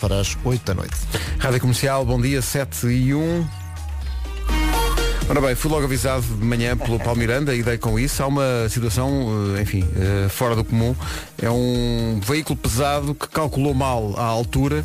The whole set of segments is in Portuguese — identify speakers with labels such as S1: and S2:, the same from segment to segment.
S1: para as 8 da noite.
S2: Rádio Comercial, bom dia, 7 e 1. Ora bem, fui logo avisado de manhã pelo Paulo Miranda e dei com isso. Há uma situação, eh, enfim, eh, fora do comum. É um veículo pesado que calculou mal a altura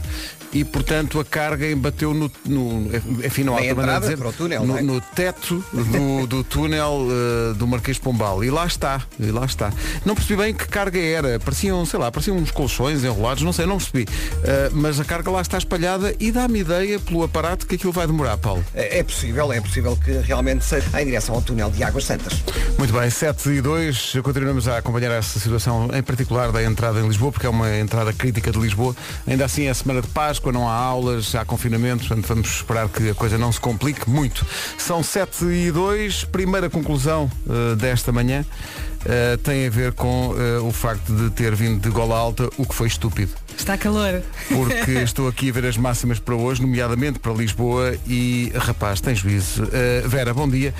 S2: e, portanto, a carga embateu no... no enfim, não há
S3: Na
S2: outra maneira de
S3: entrada
S2: dizer.
S3: para o túnel,
S2: no,
S3: não é?
S2: no teto do, do túnel eh, do Marquês de Pombal. E lá está, e lá está. Não percebi bem que carga era. Pareciam, sei lá, pareciam uns colchões enrolados, não sei, não percebi. Eh, mas a carga lá está espalhada e dá-me ideia pelo aparato que aquilo vai demorar, Paulo.
S3: É é possível, é possível que realmente seja em direção ao túnel de Águas Santas.
S2: Muito bem, 7 e 2, continuamos a acompanhar esta situação, em particular da entrada em Lisboa, porque é uma entrada crítica de Lisboa. Ainda assim é semana de Páscoa, não há aulas, há confinamentos, portanto vamos esperar que a coisa não se complique muito. São 7 e 2, primeira conclusão eh, desta manhã eh, tem a ver com eh, o facto de ter vindo de gola alta, o que foi estúpido
S4: Está calor.
S2: porque estou aqui a ver as máximas para hoje, nomeadamente para Lisboa e, rapaz, tem juízo. Uh, Vera, bom dia.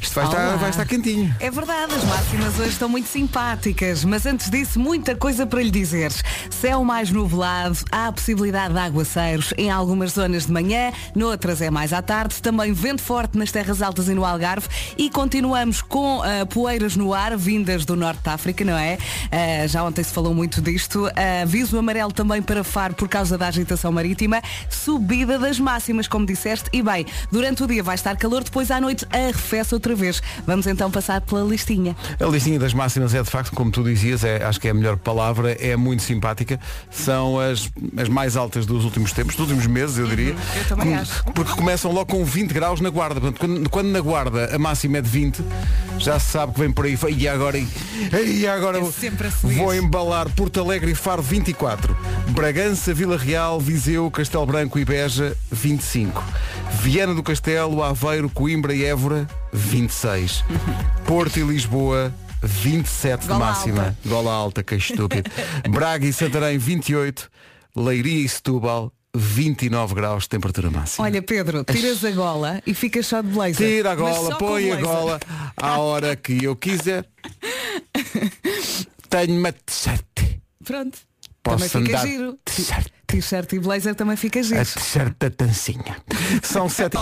S2: Isto vai estar,
S4: Olá.
S2: vai estar quentinho.
S4: É verdade, as máximas hoje estão muito simpáticas, mas antes disso, muita coisa para lhe dizer. Céu mais nublado, há a possibilidade de aguaceiros em algumas zonas de manhã, noutras é mais à tarde, também vento forte nas terras altas e no Algarve e continuamos com ah, poeiras no ar, vindas do norte da África, não é? Ah, já ontem se falou muito disto. Ah, aviso amarelo também para Faro por causa da agitação marítima, subida das máximas, como disseste, e bem, durante o dia vai estar calor, depois à noite arrefece outra vez. Vamos então passar pela listinha.
S2: A listinha das máximas é, de facto, como tu dizias, é, acho que é a melhor palavra, é muito simpática. São as, as mais altas dos últimos tempos, dos últimos meses, eu diria.
S4: Uhum, eu também acho.
S2: Porque começam logo com 20 graus na guarda. Portanto, quando, quando na guarda a máxima é de 20, já se sabe que vem por aí. E agora, e agora
S4: É sempre a subir.
S2: vou embalar Porto Alegre e Faro 24. Bragança, Vila Real, Viseu, Castelo Branco e Beja 25. Viana do Castelo, Aveiro, Coimbra e Évora 26. Porto e Lisboa 27 de
S4: Gola
S2: máxima.
S4: alta.
S2: Gola alta, que estúpido. Braga e Santarém 28. Leiria e Setúbal 29 graus de temperatura máxima.
S4: Olha, Pedro, tiras a gola e ficas só de blazer.
S2: Tira a
S4: Mas
S2: gola,
S4: só com
S2: põe a
S4: blazer.
S2: gola à hora que eu quiser. Tenho uma t-shirt.
S4: Pronto.
S2: Posso
S4: também fica
S2: andar
S4: giro.
S2: de t-shirt.
S4: T-shirt e blazer também fica giro.
S2: A t-shirt da tancinha. São sete.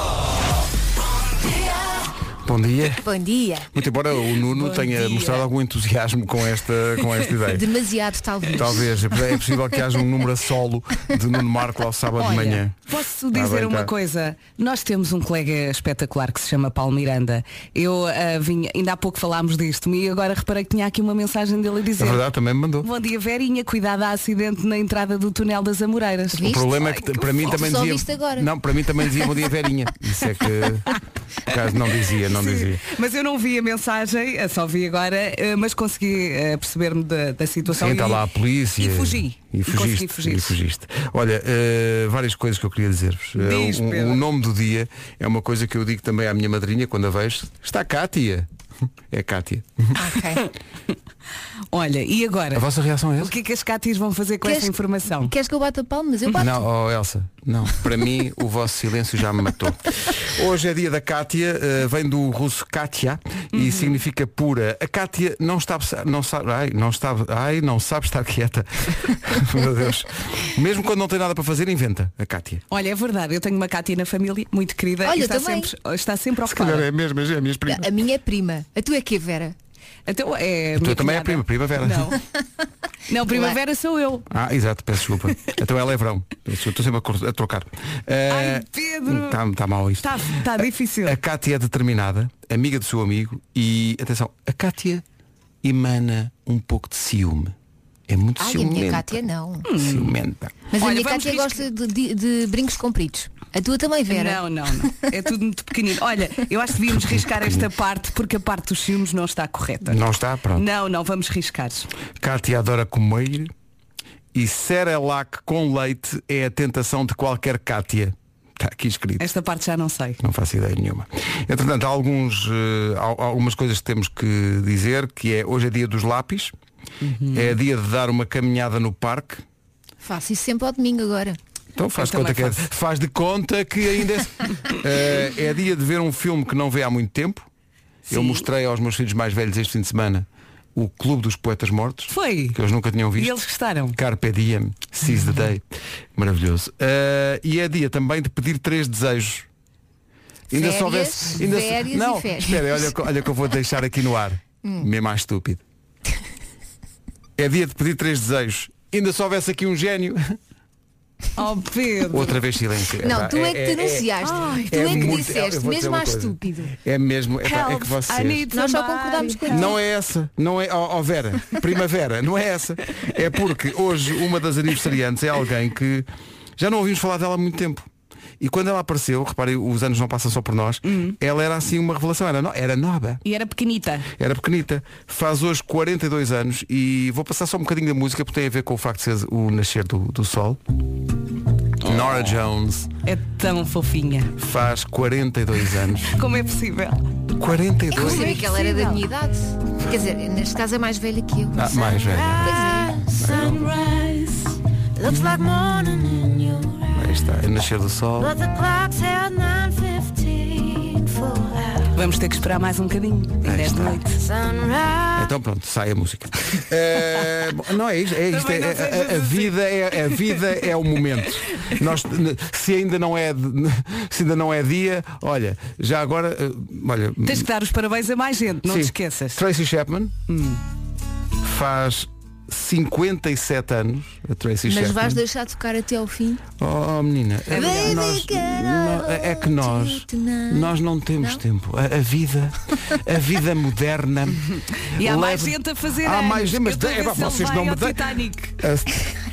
S2: Bom dia.
S5: Bom dia.
S2: Muito embora o Nuno
S4: Bom
S2: tenha
S4: dia.
S2: mostrado algum entusiasmo com esta, com esta ideia.
S5: Demasiado, talvez.
S2: É. Talvez, é possível que haja um número a solo de Nuno Marco ao sábado de
S5: Olha,
S2: manhã.
S4: Posso
S2: Está
S4: dizer
S2: bem,
S4: uma
S2: tá.
S4: coisa? Nós temos um colega espetacular que se chama Paulo Miranda. Eu ah, vinha, ainda há pouco falámos disto e agora reparei que tinha aqui uma mensagem dele a
S2: Na
S4: dizer.
S2: É verdade, também me mandou.
S4: Bom dia, Verinha. Cuidado a acidente na entrada do túnel das Amoreiras.
S2: O
S5: Viste?
S2: problema é que
S5: Ai, que
S2: para mim
S5: fofo.
S2: também
S5: Só
S2: dizia.
S5: viste agora.
S2: Não, para mim também dizia bom dia Verinha. Isso é que por acaso não dizia, não dizia.
S4: Mas eu não vi a mensagem, eh, só vi agora, eh, mas consegui eh, perceber-me da, da situação.
S2: Sim, está
S4: e-
S2: lá a polícia.
S4: E fugi.
S2: E fugiste.
S4: consegui
S2: E
S4: fugir.
S2: fugiste. Olha, eh, várias coisas que eu queria dizer-vos. Eh,
S4: Diz,
S2: um-
S4: Pedro.
S2: o nome do dia é uma coisa que eu digo também à minha madrinha quando a vejo. Está Cátia. É Cátia.
S5: Ok.
S4: Olha, e
S2: A
S4: agora?
S2: vossa reação é
S4: O
S2: essa?
S4: que é que as Cátias vão fazer com
S5: Queres-
S4: essa informação?
S5: Queres que eu bata palmas? Eu bato.
S2: Não, oh Elsa, não. Para mim, o vosso silêncio já me matou. Hoje é dia da Kátia, eh, vem do russo Katia
S4: Uhum.
S2: e significa pura. A Kátia não está, não sabe, ai, não está, ai, não sabe estar quieta. Meu Deus. Mesmo quando não tem nada para fazer, inventa a Kátia.
S4: Olha, é verdade, eu tenho uma Cátia na família, muito querida,
S5: Olha,
S4: e está,
S5: também.
S4: sempre, está sempre
S2: Se calhar
S4: ocupada.
S2: é mesmo, é a minha prima.
S5: A minha é prima. A tua é que Vera?
S4: Então é.
S2: Tu
S4: minha
S2: também é
S4: cunhada.
S2: prima, primavera.
S4: Não. Não, primavera sou eu.
S2: Ah, exato, peço desculpa. Então ela é verão. Estou sempre a cor- a trocar.
S4: Ai, Pedro.
S2: Está mal isto.
S4: Está tá difícil.
S2: A Cátia tá. é determinada, amiga do seu amigo e, atenção, a Cátia emana um pouco de ciúme. É muito
S5: Ai, a
S2: ciumenta. Hum.
S5: minha
S4: é
S5: Cátia não.
S2: Ciumenta.
S5: Mas
S4: Olha,
S5: a minha
S4: vamos
S5: Cátia
S4: riscar.
S5: gosta de, de- de brincos compridos. A tua também, Vera?
S4: Não, não, não. É tudo muito pequenino. Olha, eu acho que devíamos riscar esta parte porque a parte dos filmes não está correta.
S2: Não está? Pronto.
S4: Não, não, vamos riscar.
S2: Cátia adora comer e Cerelac com leite é a tentação de qualquer Cátia. Está aqui escrito.
S4: Esta parte já não sei.
S2: Não faço ideia nenhuma. Entretanto, há, alguns, eh, há- há algumas coisas que temos que dizer, que é hoje é dia dos lápis,
S4: Uhum.
S2: é dia de dar uma caminhada no parque.
S5: Faço isso sempre ao domingo agora.
S2: Então faz, de
S4: Eu
S2: conta
S4: também
S2: que é, faz de conta que ainda é, Eh, é dia de ver um filme que não vê há muito tempo. Eu
S4: Sim.
S2: mostrei aos meus filhos mais velhos este fim de semana o Clube dos Poetas Mortos.
S4: Foi.
S2: Que eles nunca tinham visto.
S4: E eles gostaram.
S2: Carpe Diem, Seize the Day. Maravilhoso. Ah, e é dia também de pedir três desejos. Ainda
S5: Férias,
S2: só houvesse. Ainda se-
S5: férias e
S2: não,
S5: férias. Hum.
S2: espera, olha, que- olha que eu vou deixar aqui no ar. Mesmo mais estúpido. É dia de pedir três desejos. Ainda só houvesse aqui um gênio.
S4: Oh Pedro.
S2: Outra vez silêncio.
S5: Não,
S2: Epá,
S5: tu é que denunciaste. tu é, que
S2: muito- eu
S5: disseste,
S2: vou dizer
S5: mesmo
S2: uma
S5: à
S2: coisa.
S5: estúpido.
S2: É mesmo, epá, é,
S4: Help,
S2: que
S4: I
S2: vocês.
S4: need
S5: Nós só
S4: somebody.
S5: concordamos com
S2: Não é essa, não é, ó, ó Vera, primavera, não é essa. É porque hoje uma das aniversariantes é alguém que já não ouvimos falar dela há muito tempo. E quando ela apareceu, reparem, os anos não passam só por nós, ela era assim uma revelação, era, no- era nova,
S4: E era pequenita.
S2: era pequenita, faz hoje 42 anos e vou passar só um bocadinho da música porque tem a ver com o facto de ser o nascer do, do sol. Nora Jones
S4: É tão fofinha.
S2: faz 42 anos.
S4: Como é possível?
S5: Eu
S2: 42
S5: percebi É que ela era da minha idade. Quer dizer, neste caso é mais velha que eu. é.
S2: Ah, mais velha. Aí está, é nascer do sol.
S4: Vamos ter que esperar mais um bocadinho.
S2: Aí
S4: Desta
S2: está.
S4: noite.
S2: Então pronto, sai a música. Eh, bom, não é isto, é isto,
S4: Também
S2: é-
S4: não
S2: é-
S4: sejas
S2: a, a vida é, a vida é o momento. Nós, n- se ainda não é de- se ainda não é dia, olha, já agora, eh, olha,
S4: Tens que dar os parabéns a mais gente, não
S2: sim,
S4: te esqueças.
S2: Tracy Chapman faz 57 anos, a Tracy
S5: Mas
S2: Chapman.
S5: vais deixar tocar até ao fim?
S2: Oh, oh, menina, é,
S5: Baby
S2: nós-
S5: girl,
S2: nó- é que nós
S5: tonight.
S2: nós não temos tempo. A, a vida, a vida moderna.
S4: E há
S2: leva-
S4: mais gente a fazer.
S2: Há
S4: anos.
S2: mais gente, mas
S4: Eu estou a
S2: é,
S4: ver
S2: pá,
S4: se ele
S2: vocês
S4: vai
S2: não me
S4: ao
S2: dão-
S4: Titanic.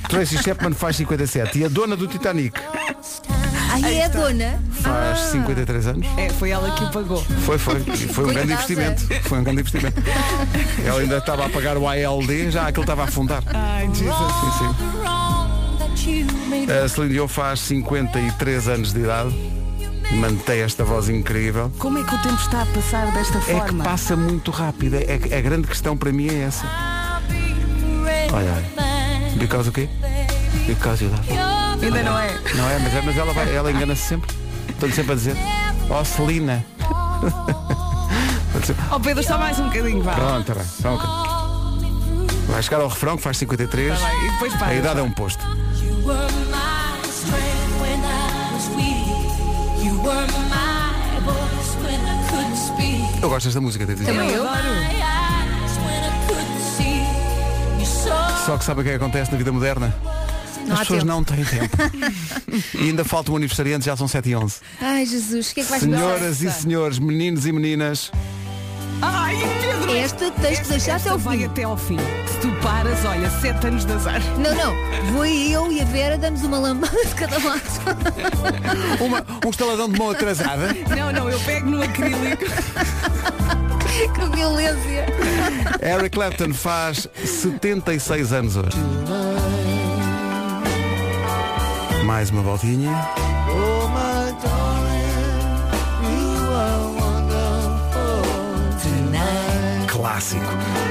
S2: A Tracy Chapman faz 57 e a dona do Titanic
S5: Aí é a dona.
S2: faz
S4: Ah.
S2: 53 anos.
S4: É, foi ela que o pagou.
S2: Foi, foi. E Foi um grande investimento. Foi um grande investimento. Ela ainda estava a pagar o ALD, já aquilo estava a afundar.
S4: Ai, Jesus.
S2: Sim, sim. A Celine Dion faz 53 anos de idade. Mantém esta voz incrível.
S4: Como é que o tempo está a passar desta
S2: É que
S4: forma?
S2: passa muito rápido. É, que- a grande questão para mim é essa. Olha, olha. Because o quê? Because you love. me.
S4: Ainda não é?
S2: Não é, mas, é, mas ela, vai- ela engana-se sempre. Estou-lhe sempre a dizer. Ó Celina.
S4: Oh Pedro, só mais um bocadinho, vá.
S2: Pronto, tá bem. Tá ok. Vai chegar ao refrão que faz 53.
S4: Tá bem, e depois para.
S2: A idade é um posto. Eu gosto desta música, devo dizer.
S5: Também eu.
S2: Só que sabe o que é que acontece na vida moderna?
S5: Não
S2: As
S5: há
S2: pessoas
S5: tempo.
S2: não têm tempo. e ainda falta um aniversariante, já são 7 e 11.
S5: Ai Jesus, o que é que vais fazer?
S2: Senhoras e senhores, meninos e meninas,
S4: Ai, Pedro! é
S5: Esta tens de deixar
S4: Esta
S5: até ao
S4: vai
S5: fim.
S4: até ao fim. Se tu paras, olha, sete anos de azar.
S5: Não, não. Vou eu e a Vera damos uma lambada de cada lado.
S2: uma, um estaladão de mão atrasada.
S4: Não, não, eu pego no acrílico.
S5: que violência.
S2: Eric Clapton faz 76 anos hoje. Mais uma voltinha. Clássico.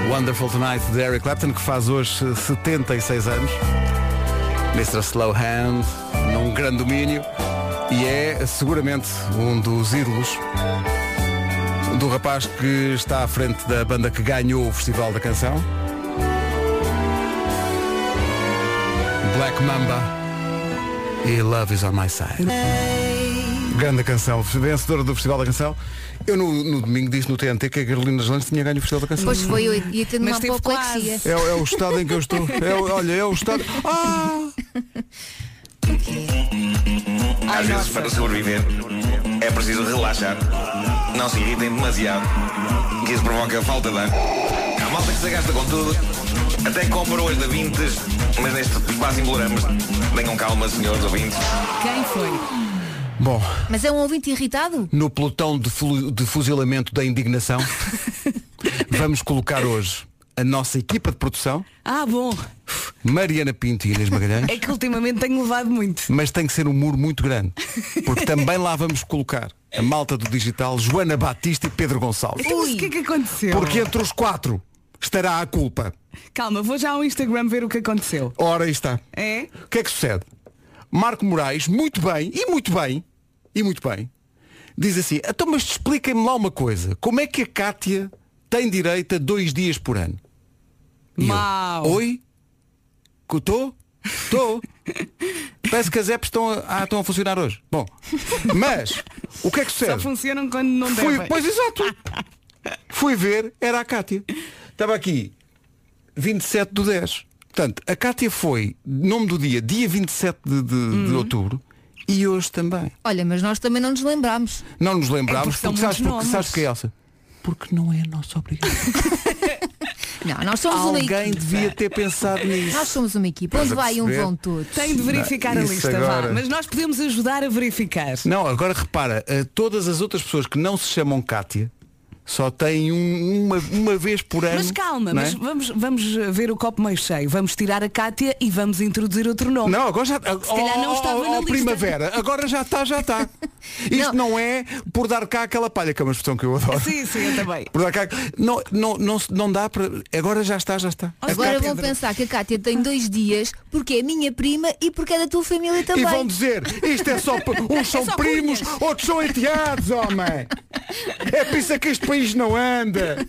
S2: Wonderful Tonight de Eric Clapton, que faz hoje eh, 76 anos. Mr. Slow Hand, num grande domínio. E é seguramente um dos ídolos do rapaz que está à frente da banda que ganhou o Festival da Canção. Black Mamba e Love is on my side. Grande canção, vencedora do Festival da Canção. Eu no, no domingo disse no TNT que a Carolina Lange tinha ganho o Festival da Canção.
S5: Pois foi eu ia ter
S4: Mas
S5: uma
S4: teve
S5: apoplexia.
S2: É, o- é o estado em que eu estou. É, o- olha, é o estado. Ah!
S1: Às vezes, para sobreviver, é preciso relaxar. Não se irritem demasiado, que isso provoca falta de ar. Há malta que se gasta com tudo, até compra hoje da Vintes, mas neste quase embolamos. Tenham calma, senhores ouvintes.
S4: Quem foi?
S2: Bom,
S5: Mas é um ouvinte irritado?
S2: no pelotão de, flu- de fuzilamento da indignação, vamos colocar hoje a nossa equipa de produção.
S4: Ah, bom.
S2: Mariana Pinto e Inês Magalhães,
S4: É que ultimamente tenho levado muito.
S2: mas tem que ser um muro muito grande, porque também lá vamos colocar a malta do digital, Joana Batista e Pedro Gonçalves.
S4: Então, mas o que é que aconteceu?
S2: Porque entre os quatro estará a culpa.
S4: Calma, vou já ao Instagram ver o que aconteceu.
S2: Ora, aí está.
S4: É?
S2: O que é que sucede? Marco Moraes, muito bem, e muito bem, e muito bem, diz assim, então mas expliquem-me lá uma coisa, como é que a Cátia tem direito a dois dias por ano? E eu,
S4: Mau.
S2: Oi? Que Tô? Tô. Parece que as apps estão a, ah, estão a funcionar hoje. Bom, mas o que é que
S4: Só
S2: sucede?
S4: funcionam quando não
S2: Fui,
S4: devem.
S2: pois exato. Fui ver, era a Cátia. Estava aqui 27 do 10. Portanto, a Cátia foi, nome do dia, dia 27 de, de, de
S4: Uhum.
S2: outubro e hoje também.
S5: Olha, mas nós também não nos lembramos.
S2: Não nos lembrávamos,
S4: É porque são
S2: porque, sabes,
S4: muitos
S2: porque
S4: nomes.
S2: sabes que é Elsa? Porque não é a nossa obrigação.
S5: Não, nós somos uma
S2: Alguém
S5: equipa.
S2: devia ter pensado nisso.
S5: Nós somos uma equipa. Onde
S2: Estás a
S5: vai um
S2: perceber?
S5: vão todos.
S4: Tem de verificar
S2: Não,
S4: a
S2: isso
S4: lista,
S2: agora.
S4: vá. Mas nós podemos ajudar a verificar.
S2: Não, agora repara, eh, todas as outras pessoas que não se chamam Cátia só têm um- uma, uma vez por ano.
S4: Mas calma,
S2: não é?
S4: mas vamos, vamos eh, ver o copo meio cheio. Vamos tirar a Cátia e vamos introduzir outro nome.
S2: Não, agora já está.
S4: calhar não estava na lista.
S2: primavera, agora já está, já está. Isto não. é por dar cá aquela palha, que é uma expressão que eu adoro.
S4: Sim, sim, eu também.
S2: Por dar cá. Não, não, não, se- não dá para. Agora já está, já está. É
S4: Olha,
S5: Agora
S4: Pedro.
S5: vão pensar que a Cátia tem dois dias porque é minha prima e porque é da tua família também.
S2: E vão dizer, isto é só. Uns são
S4: só
S2: primos, outros são enteados, homem. É por isso que este país não anda.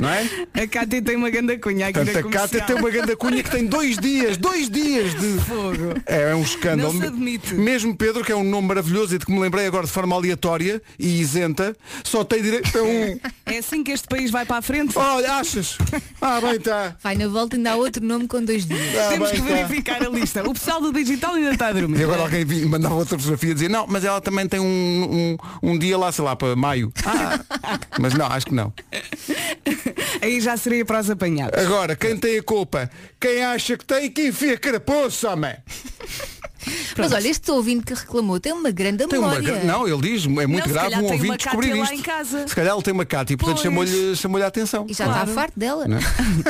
S2: Não é?
S4: A Cátia tem uma grande cunha aqui
S2: Portanto,
S4: na
S2: a
S4: comercial.
S2: Cátia tem uma grande cunha que tem dois dias, dois dias de.
S4: Fogo.
S2: É um escândalo.
S4: Não se admite.
S2: Mesmo Pedro, que é um nome maravilhoso e de que me lembrei agora de forma aleatória e isenta, só tem direito a um.
S4: É assim que este país vai para a frente?
S2: Olha, achas? Ah, bem está.
S5: Vai na volta e ainda há outro nome com dois dias.
S2: Ah,
S4: Temos
S2: bem
S4: que
S2: está.
S4: verificar a lista. O pessoal do digital ainda está a dormir.
S2: E agora alguém vi- mandava outra fotografia dizer, não, mas ela também tem um, um, um dia lá, sei lá, para maio. Ah, mas não, acho que não.
S4: Aí já seria para os apanhados.
S2: Agora, quem tem a culpa? Quem acha que tem que enfia carapuço, homem?
S5: Mas olha, este ouvinte que reclamou tem uma grande
S2: Tem uma,
S5: memória.
S2: gra- não, ele diz, é muito
S4: se
S2: grave
S4: calhar
S2: um
S4: tem
S2: ouvinte
S4: uma Cátia
S2: descobrir
S4: lá
S2: isto.
S4: em casa.
S2: Se calhar ele tem uma Cátia e portanto
S4: Pois.
S2: chamou-lhe chamou a atenção.
S5: E já
S2: Claro.
S5: está farto dela.
S2: Não é?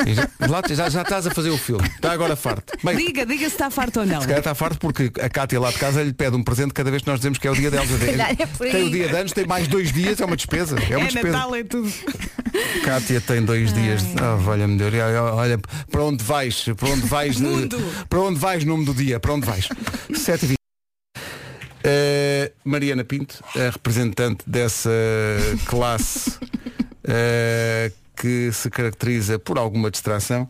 S2: E já, lá, já, já estás a fazer o filme. Está agora farto. Bem, se
S4: Diga, diga se está farto ou não.
S2: calhar está farto porque a Cátia lá de casa lhe pede um presente cada vez que nós dizemos que é o dia dela.
S5: calhar é por aí.
S2: tem o dia de anos, tem mais dois dias, é uma despesa. É uma
S4: É
S2: despesa.
S4: Natal, é tudo.
S2: Cátia tem dois dias. de- Ah, olha-me Deus. Olha, olha, para onde vais? Para onde vais? de-
S4: Mundo.
S2: Para onde vais, nome do dia? Para onde vais? 7 e 20. Eh, Mariana Pinto, a representante dessa classe eh, que se caracteriza por alguma distração,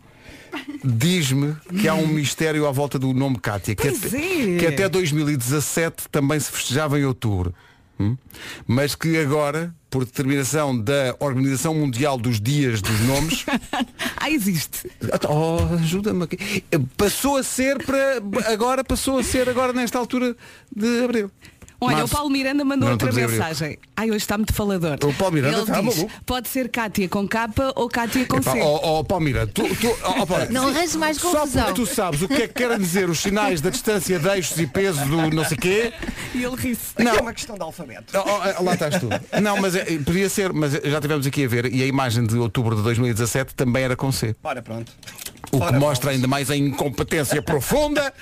S2: diz-me que há um mistério à volta do nome Cátia, que,
S4: Pois
S2: até,
S4: é.
S2: que até 2017 também se festejava em outubro, hum? mas que agora, por determinação da Organização Mundial dos Dias dos Nomes,
S4: Ah, existe.
S2: Oh, ajuda-me aqui. Passou a ser para. Agora passou a ser agora nesta altura de abril.
S4: Olha,
S2: Março.
S4: o Paulo Miranda mandou
S2: Não,
S4: outra
S2: estou a dizer
S4: mensagem. Ai, hoje está muito falador.
S2: O Paulo Miranda
S4: Ele
S2: está
S4: diz,
S2: maluco.
S4: Pode ser Cátia com capa ou Cátia com
S2: Epá,
S4: C.
S2: ó, ó, Paulo Miranda, tu, tu, ó, Paulo,
S5: Não arranjes mais
S2: só
S5: confusão.
S2: porque tu sabes o que é que querem dizer os sinais da distância de eixos e peso do não sei quê.
S4: E ele ri-se.
S3: Aqui
S2: Não.
S3: é uma questão de alfabeto.
S2: Ó, ó, lá estás tu. Não, mas é, podia ser, mas já tivemos aqui a ver e a imagem de outubro de 2017 também era com C.
S3: Ora, pronto.
S2: O que
S3: Ora,
S2: mostra
S3: pronto.
S2: ainda mais a incompetência profunda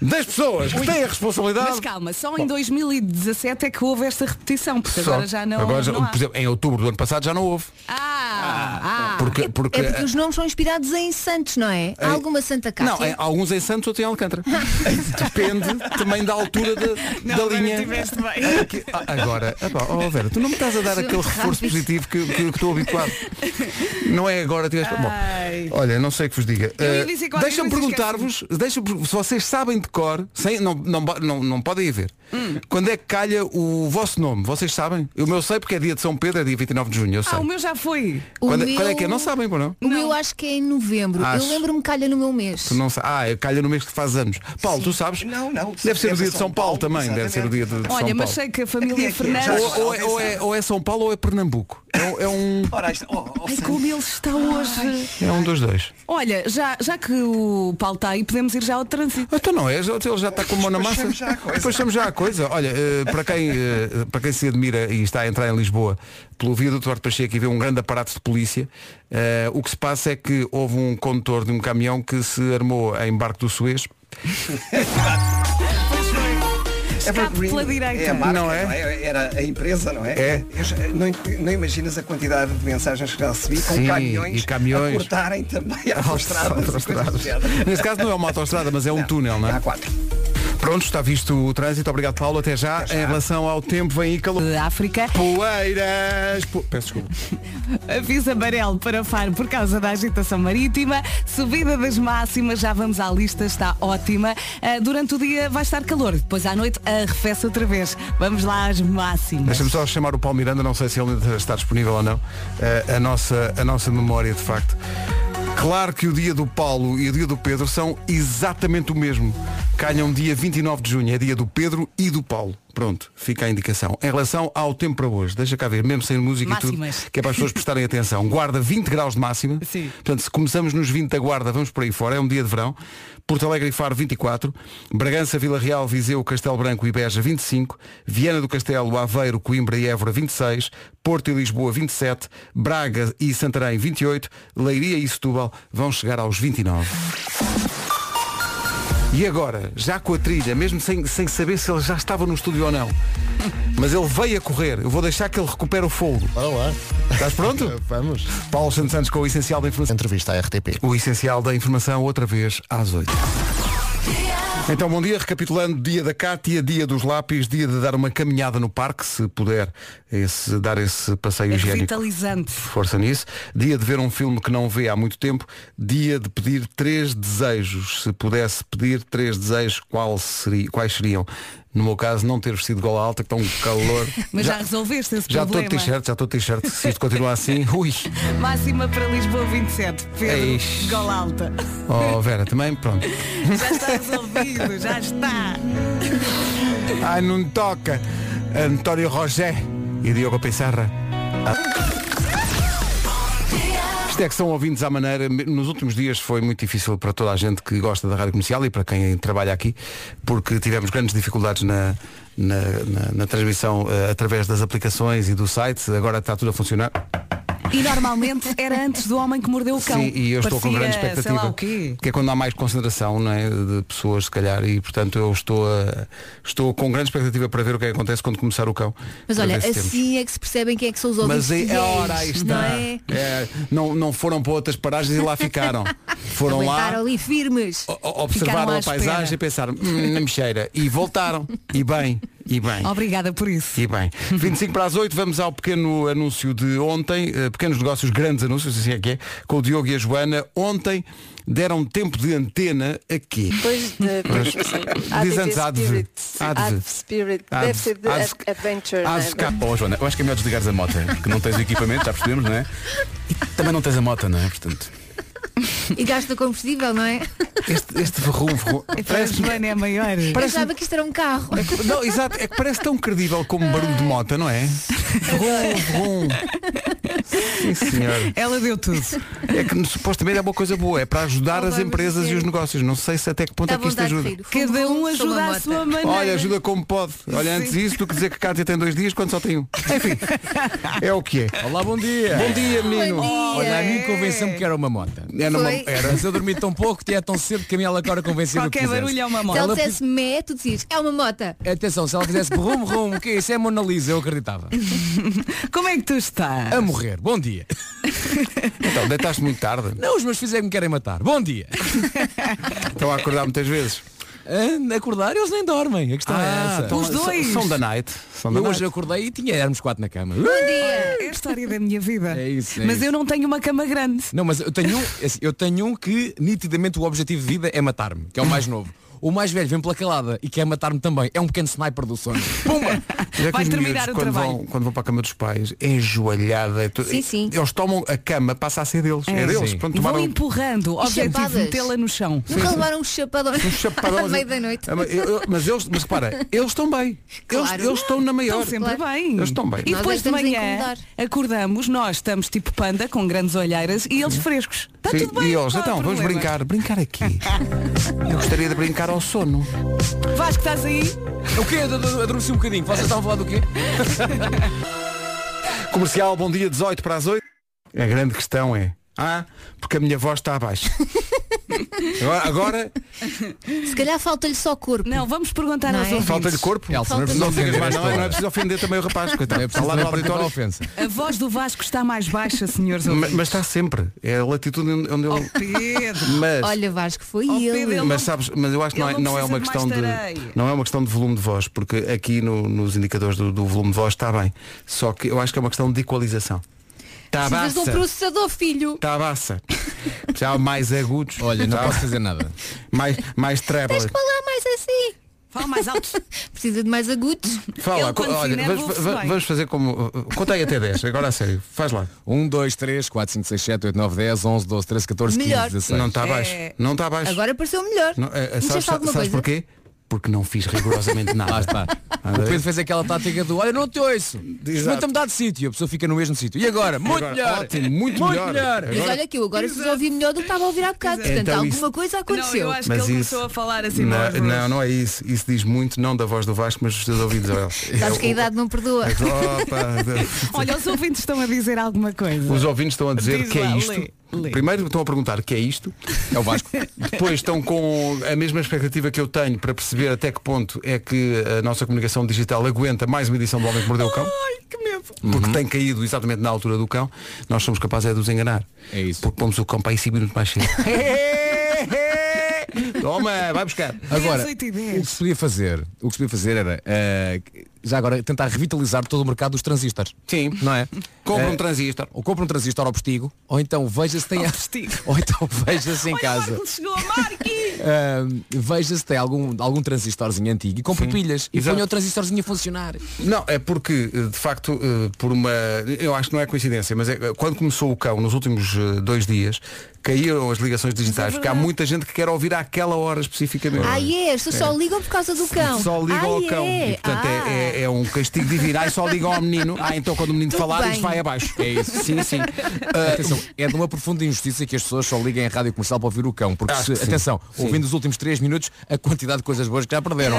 S2: das pessoas que têm a
S4: Mas
S2: responsabilidade
S4: calma, só em 2017 é que houve esta repetição, porque agora
S2: Só.
S4: já não.
S2: Agora
S4: não há.
S2: por exemplo, em outubro do ano passado já não houve.
S4: Ah, ah,
S2: Porque, porque,
S5: É porque os nomes são inspirados em santos, não é? Há alguma Santa Cátia.
S2: Não, é- em- alguns em Santos, outros em Alcântara. Depende também da altura da-
S4: Não,
S2: da
S4: agora
S2: linha.
S4: tiveste bem.
S2: Ah, que- ah, Agora, epá, oh Vera, tu não me estás a dar
S5: Sou
S2: aquele reforço
S5: rápido.
S2: positivo que, que- que estou habituado. Não é agora tiveste.
S4: Ah.
S2: Bom,
S4: Ai.
S2: olha, não sei o que vos diga.
S4: Eu ia
S2: Ah,
S4: dizer qualquer
S2: Deixa-me
S4: coisa e
S2: perguntar-vos, deixa se vocês sabem de cor, sem, não, não, não, não podem ir ver.
S4: Hum.
S2: Quando é que calha o vosso nome? Vocês sabem? O meu sei porque é dia de São Pedro, é dia 29 de junho, eu sei.
S4: ah, o meu já foi.
S5: O
S2: Quando,
S5: meu-
S2: quando é que é? Não sabem, por não?
S5: O meu acho que é em novembro.
S2: Acho.
S5: Eu lembro-me que calha no meu mês.
S2: Tu não sa- Ah, é- calha no mês que faz anos. Paulo, tu sabes?
S3: Não, não.
S2: Deve ser o dia de São Paulo, também. Deve ser o dia de, de São
S4: Olha,
S2: um Paulo.
S4: mas sei que a família
S3: Aqui é que é.
S4: Fernandes.
S2: Ou, ou é, ou é- ou é São Paulo ou é Pernambuco. É, um- é um.
S3: Ora, isto, oh, oh,
S4: Ai,
S3: Sandra.
S4: como eles estão hoje.
S2: É um dos dois.
S4: Olha, já, já que o Paulo está aí, podemos ir já ao trânsito.
S2: Então não, é, ele já está com a mão na massa.
S3: Despachamos já a coisa.
S2: Despachamos já a coisa. Olha, eh, para quem, eh, para quem se admira e está a entrar em Lisboa pelo viaduto Duarte Pacheco e vê um grande aparato de polícia, eh, o que se passa é que houve um condutor de um caminhão que se armou em Barco do Suez.
S4: Escape pela direita.
S3: É a marca,
S2: Não
S3: não
S2: é?
S3: é? Era a empresa, não é?
S2: É.
S3: Eu já- não, não imaginas a quantidade de mensagens que já recebi
S2: Sim,
S3: com caminhões,
S2: e caminhões.
S3: a cortarem também a autostradas.
S2: Autostradas. Neste caso não é uma autostrada, mas é um túnel, não é?
S3: Há quatro.
S2: Pronto, está visto o trânsito. Obrigado, Paulo. Até já. Em relação ao tempo, vem aí calor.
S4: de África.
S2: Poeiras. Po... Peço desculpa.
S4: Aviso amarelo para Faro por causa da agitação marítima. Subida das máximas, já vamos à lista, está ótima. Ah, durante o dia vai estar calor, depois à noite arrefece outra vez. Vamos lá às máximas.
S2: Deixa-me só chamar o Paulo Miranda, não sei se ele ainda está disponível ou não. Eh, a, nossa, a nossa memória, de facto. Claro que o dia do Paulo e o dia do Pedro são exatamente o mesmo. Calham dia 29 de junho, é dia do Pedro e do Paulo. Pronto, fica a indicação. Em relação ao tempo para hoje, deixa cá ver, mesmo sem música e
S4: Máximas.
S2: tudo, que é para as pessoas prestarem atenção. Guarda 20 graus de máxima.
S4: Sim.
S2: Portanto, se começamos nos 20 da Guarda, vamos por aí fora, é um dia de verão. Porto Alegre e Faro 24, Bragança, Vila Real, Viseu, Castelo Branco e Beja 25, Viana do Castelo, Aveiro, Coimbra e Évora 26, Porto e Lisboa 27, Braga e Santarém 28, Leiria e Setúbal vão chegar aos 29. E agora, já com a trilha, mesmo sem, sem saber se ele já estava no estúdio ou não, mas ele veio a correr, eu vou deixar que ele recupere o fogo.
S6: Olá.
S2: Estás pronto?
S6: Vamos.
S2: Paulo Santos Santos com o essencial da informação.
S6: Entrevista à RTP.
S2: O essencial da informação, outra vez, às 8. Então, bom dia. Recapitulando, dia da Cátia, dia dos lápis, dia de dar uma caminhada no parque, se puder esse- dar esse passeio
S4: É
S2: higiênico.
S4: Revitalizante.
S2: Força nisso. Dia de ver um filme que não vê há muito tempo. Dia de pedir três desejos. Se pudesse pedir três desejos, qual seri- quais seriam? No meu caso, não ter vestido gola alta, que está um calor.
S4: Mas já, resolveste esse
S2: já estou de
S4: problema.
S2: t-shirt, já estou de t-shirt. Se isto continuar assim, ui.
S4: Máxima para Lisboa 27. Pedro,
S2: Eish.
S4: gola alta.
S2: Oh, Vera, também, pronto.
S4: Já está resolvido, já está.
S2: Ai, não toca. António Rogé e Diogo Pissarra. Isto é que são ouvintes à maneira. Nos últimos dias foi muito difícil para toda a gente que gosta da rádio comercial e para quem trabalha aqui, porque tivemos grandes dificuldades na, na, na- na transmissão eh, através das aplicações e do site. Agora está tudo a funcionar.
S4: E normalmente era antes do homem que mordeu o cão.
S2: Sim, e eu estou com
S4: Parecia,
S2: grande expectativa.
S4: Sei lá o quê.
S2: Que é quando há mais concentração não é, de pessoas, se calhar, e portanto eu estou, a- estou com grande expectativa para ver o que é que acontece quando começar o cão.
S5: Mas
S2: Para
S5: olha,
S2: ver se temos.
S5: assim é que se percebem quem é que são os ouvintes
S2: Mas é, é
S5: fiéis,
S2: hora, aí está.
S5: Não é?
S2: É, não, não foram para outras paragens e lá ficaram. Foram
S5: Aguentaram
S2: lá,
S5: ali firmes.
S2: o- o-
S4: Ficaram
S2: observaram
S4: à
S2: a paisagem
S4: espera.
S2: e pensaram, hum, na mexeira. E voltaram. E bem, e bem.
S4: Obrigada por isso.
S2: E bem, 25 para as 8, vamos ao pequeno anúncio de ontem, eh, pequenos negócios, grandes anúncios, assim é que é, com o Diogo e a Joana. Ontem deram tempo de antena aqui.
S7: Depois de...
S2: Diz antes Adve.
S7: Spirit.
S2: Adve.
S7: Adve Spirit. Deve ser de Ad- Adventure. não é?
S8: Oh, Joana, eu acho que é melhor desligares a moto, que não tens o equipamento, já percebemos, não é? E também não tens a moto, não é? Portanto,
S5: E gasta combustível, não é?
S2: Este, este verrum, verrum.
S8: Então,
S4: Para a Joana é maior.
S5: Eu achava que isto era um carro.
S2: Não, exato, é que parece tão credível como um barulho de mota, não é? Verrum, verrum. Sim, senhor.
S4: Ela deu tudo.
S2: É que supostamente é uma coisa boa, é para ajudar
S5: Oh,
S2: as
S5: vai, mas
S2: empresas e os
S5: sério.
S2: negócios. Não sei se até que ponto
S5: Dá
S2: é que isto
S5: vontade de
S2: ajuda.
S5: rir. Fumo,
S4: Cada um
S5: fumo, sou uma
S4: ajuda à
S5: mota.
S4: sua maneira.
S2: Olha, ajuda como pode. Olha,
S4: Sim.
S2: antes disso do que dizer que Cátia tem dois dias quando só tem um. Enfim, é o que é.
S8: olá, bom dia.
S2: Bom dia, menino.
S8: Olha, a mim convenceu-me que era uma moto.
S2: É numa-
S5: Foi.
S2: era-
S8: Mas eu dormi tão pouco, tinha tão cedo que a minha ela agora convenceu
S4: Qualquer barulho é uma
S5: Se ele
S4: moda.
S5: dissesse mé, tu dizias, é uma mota.
S8: Atenção, se ela fizesse brum brum, o que é isso? É Mona Lisa, eu acreditava.
S4: Como é que tu estás?
S8: A morrer, bom dia.
S2: Então, deitaste muito tarde.
S8: Não, os meus filhos é que me querem matar. Bom dia.
S2: Estão a acordar muitas vezes.
S8: Ah, acordar, eles nem dormem. A questão é essa.
S2: então,
S4: Os dois.
S2: São, são da night. São da
S8: Eu
S2: night.
S8: hoje acordei e tinha éramos quatro na cama.
S5: Bom dia.
S4: É a história da minha vida.
S8: É isso, é
S4: Mas
S8: isso.
S4: eu não tenho uma cama grande.
S8: Não, mas eu tenho um, assim, eu tenho um que nitidamente o objetivo de vida é matar-me, que é o mais novo. O mais velho vem pela calada e quer matar-me também. É um pequeno sniper do sono. Pumba!
S2: Já que
S4: Vai
S2: os
S4: terminar
S2: miúdos,
S4: o
S2: quando
S4: trabalho.
S2: Vão, quando vão para a cama dos pais, é enjoalhada. é tu-
S5: Sim, sim.
S2: Eles tomam a cama, passa a ser deles. É, deles.
S8: Sim.
S2: Pronto,
S4: E vão
S2: tomaram
S4: empurrando. Objetivo
S5: chapadas.
S4: metê-la no chão.
S5: Nunca levaram um chapadão
S2: um chapadão,
S5: à
S2: assim.
S5: meia da noite.
S2: Ah, mas eu- eu- Mas eles, mas repara, eles estão bem.
S5: Claro.
S2: Eles, eles estão na maior.
S4: Estão sempre
S5: Claro.
S4: bem.
S2: Eles estão bem.
S4: E
S5: Nós
S4: depois de
S5: estamos a
S4: manhã
S5: incomodar.
S4: acordamos, nós estamos tipo panda com grandes olheiras e eles frescos. Está
S2: Sim,
S4: tudo bem.
S2: e eles,
S4: qual é o
S2: então, vamos
S4: problema?
S2: brincar. Brincar aqui. Eu gostaria de brincar ao sono.
S4: Vasco, estás aí?
S8: O quê? Ad- ad- Adormeci um bocadinho. Vocês estavam a falar do quê?
S2: Comercial, bom dia, 18 para as 8. A grande questão é, ah, porque a minha voz está abaixo. Agora, agora
S5: Se calhar falta-lhe só corpo.
S4: Não, vamos perguntar
S5: Não
S4: aos
S5: é?
S4: ouvintes.
S2: falta-lhe corpo.
S9: Elsa, não
S5: Falta-lhe
S9: é preciso
S2: Não,
S9: ofender
S2: digas mais,
S9: as
S2: não, é- não é
S9: pessoas.
S2: preciso ofender também o rapaz, coitado.
S9: Não é preciso
S2: Está lá no
S9: levar para a
S2: auditório.
S9: ofensa.
S4: A voz do Vasco está mais baixa, senhores
S2: Ma-
S4: ouvintes.
S2: Mas está sempre. É a latitude onde
S4: Oh,
S2: ele.
S4: Pedro.
S2: Mas,
S5: Olha, Vasco, foi
S4: Oh, Pedro,
S5: ele.
S4: ele-
S2: mas sabes, mas eu acho que não,
S4: ele
S2: é,
S4: não
S2: não é uma
S4: precisa de
S2: questão de
S4: mais tareia.
S2: não é uma questão de volume de voz, porque aqui no- nos indicadores do, do volume de voz está bem. Só que eu acho que é uma questão de equalização. Está
S5: Precisas de um
S2: bassa.
S5: processador, filho.
S2: Está bassa. Já há mais agudos.
S9: Olha, não
S2: Tá?
S9: posso fazer nada.
S2: mais mais
S5: Tens
S2: treble.
S5: que falar mais assim.
S4: Fala mais alto.
S5: Precisa de mais agudos.
S4: Ele,
S2: Fala,
S4: quando se
S2: olha,
S4: enerva,
S2: vamos,
S4: ouve-se
S2: va-
S4: bem.
S2: vamos fazer como. Conta aí até 10, agora a sério. Faz lá.
S9: 1, 2, 3, 4, 5, 6, 7, 8, 9, 10, 11, 12, 13, 14, 15,
S5: Melhor.
S9: 16.
S2: Não tá. está abaixo.
S4: É.
S2: Não está abaixo.
S5: Agora pareceu melhor.
S2: Não, é- é- sabes
S5: Mexeste alguma
S2: sabes
S5: coisa?
S2: porquê? Porque não fiz rigorosamente nada.
S9: Lá está.
S2: Ah,
S9: O Pedro
S2: daí?
S9: fez aquela tática do olha, não te ouço. Manda-me dar de sítio. E A pessoa fica no mesmo sítio. E agora? Muito
S2: Agora,
S9: melhor.
S2: ótimo, muito melhor.
S5: Mas
S2: Agora-
S5: olha que eu agora vos ouvi melhor do que estava a ouvir há bocado. Portanto,
S2: Então
S5: alguma
S2: isso-
S5: coisa
S4: Não,
S5: aconteceu.
S4: eu acho
S2: Mas
S4: que ele
S2: isso-
S4: começou a falar assim
S2: Não,
S4: mais
S2: não, não é isso. Isso diz muito, não da voz do Vasco, mas dos teus ouvidos. Joel.
S5: Sabes
S2: É
S5: que a
S2: o-
S5: idade não perdoa.
S2: é que- Opa,
S4: Olha, os ouvintes estão a dizer alguma coisa.
S2: os ouvintes estão a dizer
S4: Diz
S2: que
S4: lá,
S2: é isto.
S4: lê, lê.
S2: Primeiro estão a perguntar que é isto.
S9: É o Vasco.
S2: Depois estão com a mesma expectativa que eu tenho para perceber até que ponto é que a nossa comunicação digital aguenta mais uma edição do Homem que Mordeu o Cão.
S4: Ai, que medo.
S2: Porque
S9: Uhum.
S2: tem caído exatamente na altura do cão, nós somos capazes é de os enganar.
S9: É isso.
S2: Porque pomos o cão para aí 5 minutos mais cedo. Toma, vai buscar.
S9: Agora,
S4: Às
S9: o
S4: oito
S9: que
S4: e dez.
S9: se podia fazer, o que se podia fazer era, eh, já agora, tentar revitalizar todo o mercado dos transistores.
S2: Sim.
S9: Não é?
S2: Compra
S9: Eh,
S2: um transistor.
S9: Ou compra um transistor ao postigo, ou então veja-se tem
S4: Ao postigo.
S9: Ou então veja-se em
S4: Olha,
S9: casa.
S4: Marco chegou, Marqui!
S9: Ahm, veja se tem algum, algum transistorzinho antigo e compre pilhas e
S2: Exato.
S9: ponha o transistorzinho a funcionar.
S2: Não, é porque, eh, de facto, eh, por uma. Eu acho que não é coincidência, mas é... quando começou o cão, nos últimos eh, dois dias, caíram as ligações digitais, porque há muita gente que quer ouvir àquela hora especificamente.
S5: É Ai é, as pessoas só ligam por causa do cão.
S2: Só ligam ao
S5: Ai,
S2: cão.
S5: É.
S2: E, portanto,
S5: Ah.
S2: é, é- é um castigo divino. Ai, só ligam ao menino. Ah, então quando o menino
S5: Tudo
S2: falar,
S5: bem.
S2: isto vai abaixo. É isso. Sim, Eh, sim.
S9: Atenção, é de uma profunda injustiça que as pessoas só liguem a rádio comercial para ouvir o cão. Porque,
S2: Acho
S9: se-
S2: que Ah, sim.
S9: atenção,
S2: Sim. É,
S9: ouvindo os últimos 3 minutos, a quantidade de coisas boas que já perderam.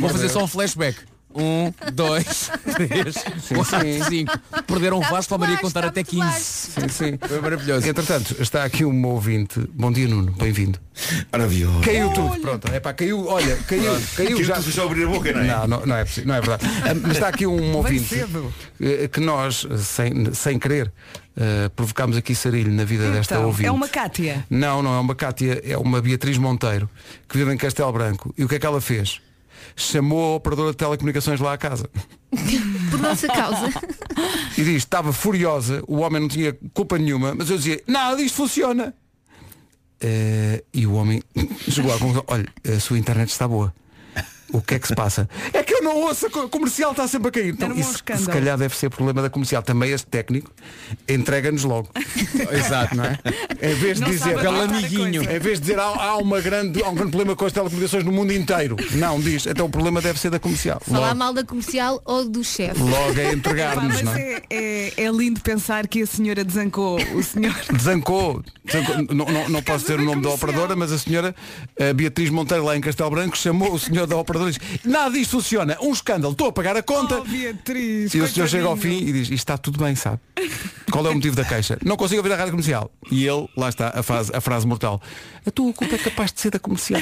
S9: Vou fazer só um flashback. Um, dois, três, quatro, cinco. Perderam o vaso para a Maria
S5: baixo,
S9: contar
S5: está
S9: até
S5: muito
S9: 15.
S5: baixo.
S2: Sim, sim.
S9: Foi maravilhoso.
S2: Entretanto, está aqui um ouvinte. Bom dia, Nuno. Bem-vindo.
S3: Ora viu.
S2: Caiu tudo. Pronto. É pá, caiu. Olha, caiu. Caiu
S3: Caiu
S2: já.
S3: tudo, foi só abrir a boca, não é?
S2: Não, não, não é possível, não é verdade. Ah, Mas está aqui um ouvinte
S4: cedo.
S2: eh, que nós, eh, sem, sem querer, eh, provocámos aqui sarilho na vida desta
S4: Então,
S2: ouvinte.
S4: é uma Cátia.
S2: Não, não é uma Cátia, é uma Beatriz Monteiro, que vive em Castelo Branco. E o que é que ela fez? Chamou a operadora de telecomunicações lá à casa
S5: Por nossa causa.
S2: e diz, estava furiosa, o homem não tinha culpa nenhuma, mas eu dizia, nada, isto funciona. Eh, e o homem chegou à conclusão, olha, a sua internet está boa. O que é que se passa? É que eu não ouço, a co- a comercial está sempre a cair. Então,
S4: Era um
S2: isso,
S4: escândalo.
S2: se calhar deve ser problema da comercial. Também este técnico entrega-nos logo.
S9: Exato, não é?
S2: Em vez de
S4: Não
S2: dizer
S4: sabe
S2: pelo
S4: adaptar a
S2: amiguinho,
S4: coisa.
S2: em vez de dizer há, há uma grande, há um grande problema com as telecomunicações no mundo inteiro. Não, diz, então o problema deve ser da comercial.
S5: Falar
S2: Logo,
S5: mal da comercial ou do chefe.
S2: logo é
S4: Pá,
S2: entregar-nos,
S4: mas
S2: não é?
S4: é, é- é lindo pensar que a senhora desancou o senhor.
S2: Desancou, desancou. Não, não, não posso
S4: causa
S2: dizer o
S4: da
S2: nome da
S4: comercial.
S2: operadora, mas a senhora a Beatriz Monteiro lá em Castelo Branco chamou o senhor da operadora e disse, nada disto funciona, um escândalo, estou a pagar a conta.
S4: Oh, Beatriz,
S2: e o senhor chega ao fim
S4: coitadinho.
S2: e diz, isto está tudo bem, sabe? Qual é o motivo da queixa? Não consigo ouvir a rádio comercial. E ele, lá está, a frase, a frase mortal. A tua culpa é capaz de ser da comercial.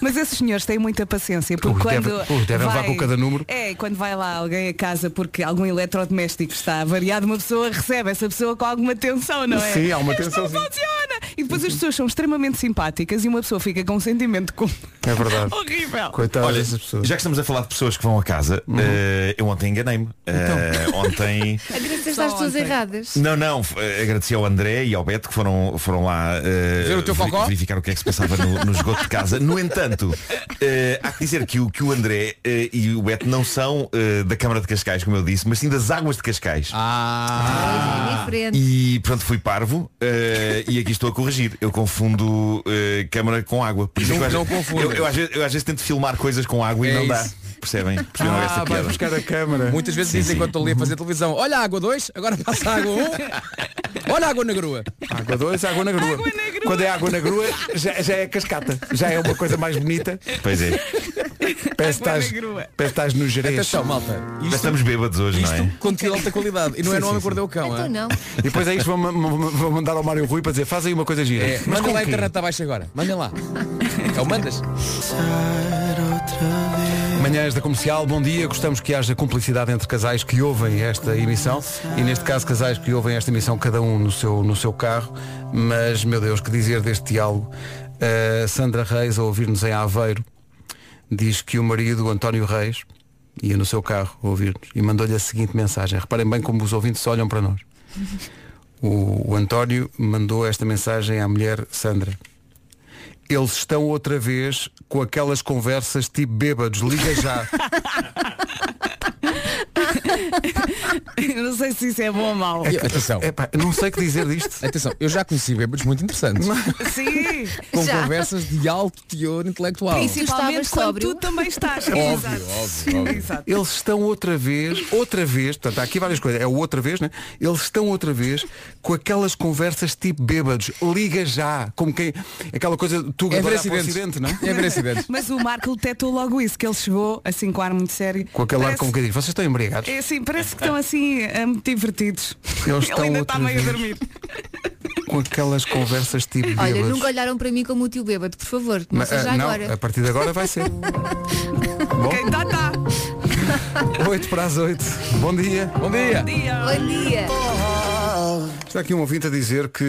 S4: Mas esses senhores têm muita paciência porque
S2: Ui,
S4: quando
S2: deve- ui, devem levar
S4: vai-
S2: com cada número.
S4: É, quando vai lá alguém a casa porque algum eletrodoméstico está variado, uma pessoa recebe essa pessoa com alguma tensão, não é?
S2: Sim, há uma
S4: Isto
S2: tensão,
S4: não
S2: sim.
S4: funciona! E depois as pessoas são extremamente simpáticas e uma pessoa fica com um sentimento de culpa.
S2: É verdade.
S4: Horrível.
S2: Coitadas
S3: Olha,
S2: dessas pessoas.
S3: já que estamos a falar de pessoas que vão a casa,
S9: Uhum.
S3: eh, eu ontem enganei-me.
S9: Então.
S3: Eh, ontem.
S5: Agradeces
S4: Só
S5: às pessoas
S4: ontem.
S5: erradas.
S3: Não, não, f- eh, agradeci ao André e ao Beto que foram, foram lá eh,
S9: Ver o teu
S3: veri-
S9: cocó?
S3: verificar o que é que se passava no, no esgoto de casa. No entanto, eh, há que dizer que o, que o André eh, e o Beto não são eh, da Câmara de Cascais, como eu disse, mas sim das águas de Cascais.
S9: Ah,
S5: É diferente.
S3: E pronto, fui parvo eh, e aqui estou a corrigir. Eu confundo eh, câmara com água. Por isso é que eu às
S9: não
S3: vezes-
S9: confunda.
S3: Eu, eu às vezes, eu às vezes tento filmar coisas com água e
S9: É
S3: não dá.
S9: isso. Ah,
S3: Percebem? Perceberam esta
S2: Ah, vai
S3: piada?
S2: buscar a câmara.
S9: muitas vezes dizem
S3: sim.
S2: Uhum.
S9: enquanto estou ali a fazer televisão, olha a água 2, agora passa a água 1. Um.
S8: Olha a água na grua.
S2: Água doce, água na grua.
S4: Água na grua.
S2: Quando é água na grua, já, já é cascata. Já é uma coisa mais bonita.
S1: Pois é.
S2: Parece que
S4: Água na
S2: estás-
S4: grua.
S2: parece que estás no gerês.
S8: Atenção, malta.
S1: Mas
S8: Isto,
S1: estamos bêbados hoje, não é?
S8: isto conteúdo de alta qualidade. E não é no homem que mordeu o cão,
S5: Então
S8: é?
S5: não.
S2: E depois é isto vão, vão- vão mandar ao Mário Rui para dizer, faz aí uma coisa gira.
S8: É,
S2: Mas
S8: manda
S2: com
S8: lá a
S2: quem?
S8: internet abaixo agora. Mandem lá. É o mandas.
S2: Manhãs da Comercial, bom dia. Gostamos que haja cumplicidade entre casais que ouvem esta emissão e neste caso casais que ouvem esta emissão cada um no seu, no seu carro. Mas, meu Deus, que dizer deste diálogo? Uh, Sandra Reis, a ouvir-nos em Aveiro, diz que o marido, António Reis, ia no seu carro a ouvir-nos e mandou-lhe a seguinte mensagem. Reparem bem como os ouvintes olham para nós. O, o António mandou esta mensagem à mulher Sandra. Eles estão outra vez com aquelas conversas tipo bêbados, liga já.
S4: Eu não sei se isso é bom ou mau.
S8: E, atenção.
S2: Epá, não sei o que dizer disto.
S8: Atenção, eu já conheci bêbados muito interessantes.
S4: Sim.
S8: Com
S5: Já.
S8: conversas de alto teor
S2: Oh.
S8: intelectual.
S4: Principalmente
S5: estavas
S4: quando tu
S5: sóbrio?
S4: também estás. Exato.
S8: óbvio, óbvio.
S4: Exato.
S2: Eles estão outra vez, outra vez, portanto há aqui várias coisas, é o outra vez, né? Eles estão outra vez com aquelas conversas tipo bêbados, liga já, como quem, aquela coisa, tu
S8: É
S2: de
S8: haver
S2: olhar para o
S8: acidentes.
S2: acidente, não é?
S8: É haver acidentes.
S4: Mas o Marco detectou logo isso, que ele chegou assim com ar muito sério.
S2: Com aquele ar
S4: Parece-
S2: como quem diz, vocês estão embriagados?
S4: É assim, parece que estão assim eh, muito divertidos.
S2: Eles
S4: ele
S2: estão
S4: ainda
S2: outra
S4: está meio a
S2: vez.
S4: dormir.
S2: Com aquelas conversas tipo bêbados.
S5: Olha, nunca olharam para mim como o tio bêbado, por favor. Não
S2: Mas,
S5: seja
S2: ah, não,
S5: agora.
S2: a partir de agora vai ser. Bom,
S4: Quem tá, tá.
S2: 8 para as 8. Bom dia.
S8: Bom dia.
S5: Bom dia.
S2: Está aqui um ouvinte a dizer que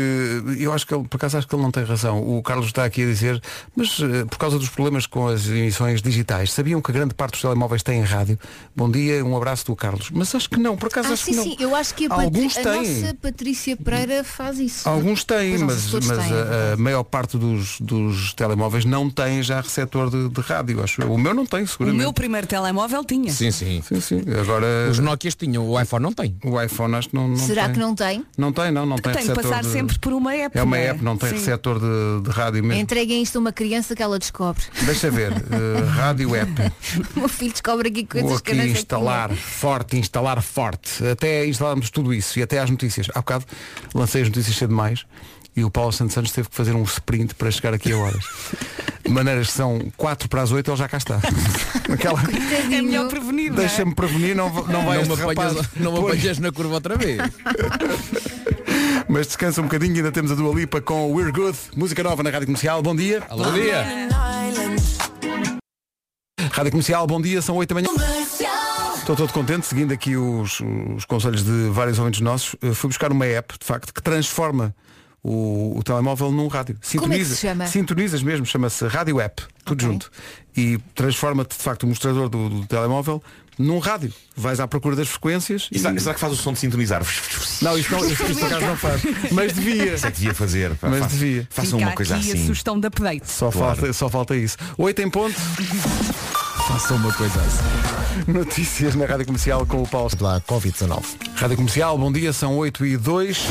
S2: eu acho que ele, por acaso acho que ele não tem razão. O Carlos está aqui a dizer, mas eh, por causa dos problemas com as emissões digitais, sabiam que a grande parte dos telemóveis têm rádio? Bom dia, um abraço do Carlos. Mas acho que não, por acaso
S5: Ah,
S2: acho
S5: sim,
S2: que não.
S5: sim, eu acho que a, Patri-
S2: Alguns
S5: a
S2: têm.
S5: nossa Patrícia Pereira faz isso.
S2: Alguns têm,
S5: Pois não,
S2: mas,
S5: todos
S2: mas eh,
S5: têm.
S2: a, a maior parte dos, dos telemóveis não tem já receptor de, de rádio, acho eu. O meu não tem,
S4: O
S2: seguramente.
S4: meu primeiro telemóvel tinha.
S8: Sim, sim.
S2: Sim, sim. Agora
S8: Os Nokias tinham, o iPhone não tem.
S2: o iPhone acho que não, não
S5: Será
S2: tem.
S5: que não tem?
S2: Não tem, não, não tem
S4: Tem que
S2: receptor
S4: passar
S2: de-
S4: sempre por uma app.
S2: É uma
S4: não
S2: app, não tem
S4: Sim.
S2: receptor de, de rádio mesmo.
S5: Entreguem isto a uma criança que ela descobre.
S2: Deixa ver, eh, rádio app.
S5: O meu filho descobre aqui
S2: Vou
S5: coisas
S2: aqui
S5: que eu não sei é. que
S2: instalar forte, instalar forte. Até instalámos tudo isso e até às notícias. Há bocado lancei as notícias cedo mais e o Paulo Santos Santos teve que fazer um sprint para chegar aqui a horas. De maneiras que são 4 para as 8, ele já cá está. Aquela...
S5: tinha.
S4: É
S5: Tadinho.
S4: melhor prevenir. não é?
S2: Deixa-me prevenir, não, vou- não vai
S8: Não
S2: este
S8: me,
S2: rapaz
S8: apanhas, não me
S2: pôr-
S8: apanhas na curva outra vez.
S2: Mas descansa um bocadinho, ainda temos a Dua Lipa com We're Good, música nova na Rádio Comercial. Bom dia.
S8: Alô, Bom dia.
S2: Rádio Comercial, bom dia, são 8 da manhã. Estou todo contente, seguindo aqui os, os conselhos de vários ouvintes nossos, eh, fui buscar uma app, de facto, que transforma o, o telemóvel num rádio. Sintoniza,
S5: Como é que se chama?
S2: Sintonizas mesmo, chama-se Rádio App, tudo
S5: Ok.
S2: junto. E transforma-te, de facto, o mostrador do, do telemóvel num rádio. Vais à procura das frequências. e-
S1: Será, será que faz o som de sintonizar?
S2: Não, isto não, isto, isto por acaso não faz. Mas devia.
S1: Isso é que devia fazer. pá,
S2: Mas
S1: faça-
S2: devia.
S1: Façam
S4: Fica
S1: uma coisa
S4: aqui
S1: assim.
S4: a sugestão de update.
S2: Só,
S1: Claro.
S2: falta, só falta isso. 8 em ponto,
S8: Façam uma coisa assim.
S2: notícias na Rádio Comercial com o Paulo.
S6: pela Covid-19.
S2: Rádio Comercial, bom dia, são 8 e 2.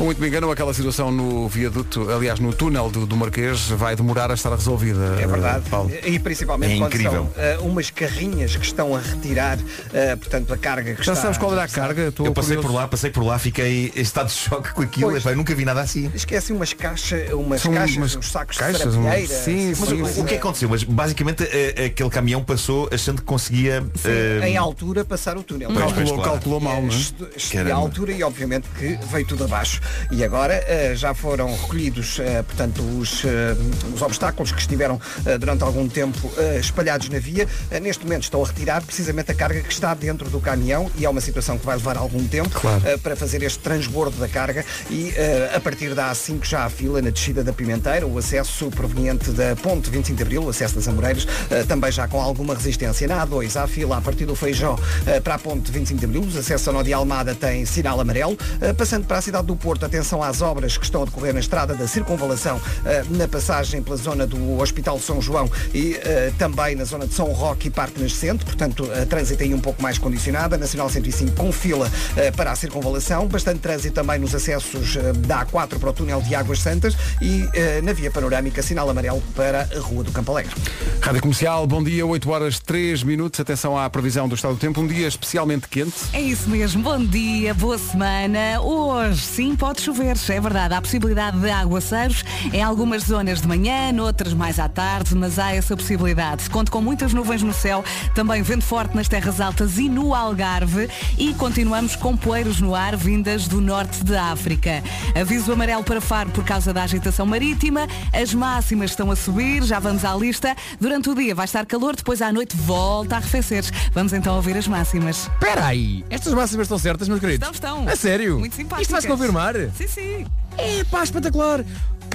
S2: Muito me engano, aquela situação no viaduto, aliás, no túnel do, do Marquês, vai demorar a estar resolvida.
S3: É verdade.
S2: eh, Paulo.
S3: E principalmente
S1: É
S3: quando
S1: incrível.
S3: são eh, umas carrinhas que estão a retirar, eh, portanto, a carga que
S2: Já
S3: está...
S2: sabes qual é? era a carga? Estou
S1: Eu passei
S2: curioso.
S1: por lá, passei por lá, fiquei em estado de choque com aquilo.
S3: Pois.
S1: Epá, eu nunca vi nada assim.
S3: Esquece umas caixas, umas
S2: São
S3: caixas,
S2: umas
S3: uns sacos
S2: caixas,
S3: de serapilheira.
S2: um- sim,
S3: assim,
S1: Mas o,
S2: sim,
S3: uma
S1: o
S3: coisa-
S1: que é que aconteceu? Mas basicamente eh, aquele caminhão passou achando que conseguia.
S2: Ehm,
S1: eh,
S3: é, Em altura passar o túnel.
S1: Pois, pois,
S2: Calculou,
S1: claro.
S2: calculou mal, não é?
S3: Estu- estu-
S1: Caramba.
S3: a altura e obviamente que veio tudo abaixo. E agora eh, já foram recolhidos, eh, portanto, os, eh, os obstáculos que estiveram eh, durante algum tempo eh, espalhados na via. Eh, neste momento estão a retirar precisamente a carga que está dentro do caminhão e é uma situação que vai levar algum tempo
S2: Claro.
S3: eh, para fazer este transbordo da carga e eh, a partir da A5 já há fila na descida da Pimenteira, o acesso proveniente da Ponte 25 de Abril, o acesso das Amoreiras, eh, também já com alguma resistência. Na A2 há fila a partir do Feijó eh, para a Ponte 25 de Abril, os acessos ao Nó de Almada têm sinal amarelo, eh, passando para a cidade do Porto.
S10: Porto, atenção às obras que estão a decorrer na estrada da circunvalação, eh, na passagem pela zona do Hospital de São João e eh, também na zona de São Roque e Parque Nascente, portanto, a trânsito aí um pouco mais condicionada. Nacional 105 com fila eh, para a circunvalação, bastante trânsito também nos acessos eh, da A4 para o túnel de Águas Santas e eh, na via panorâmica, sinal amarelo para a Rua do Campo Alegre.
S3: Rádio Comercial, bom dia, 8 horas 3 minutos. Atenção à previsão do estado do tempo, um dia especialmente quente.
S4: É isso mesmo, bom dia, boa semana. Hoje sim pode chover, é verdade. Há possibilidade de aguaceiros em algumas zonas de manhã, noutras mais à tarde, mas há essa possibilidade. Conto com muitas nuvens no céu, também vento forte nas terras altas e no Algarve e continuamos com poeiros no ar vindas do norte de África. Aviso amarelo para Faro por causa da agitação marítima, as máximas estão a subir, já vamos à lista. Durante o dia vai estar calor, depois à noite volta a arrefecer. Vamos então ouvir as máximas.
S2: Espera aí, estas máximas estão certas, meus queridos?
S4: Estão, estão.
S3: É
S2: A sério?
S4: Muito simpáticas.
S2: Isto vai-se confirmar?
S4: Sim, sim.
S2: É pá, espetacular!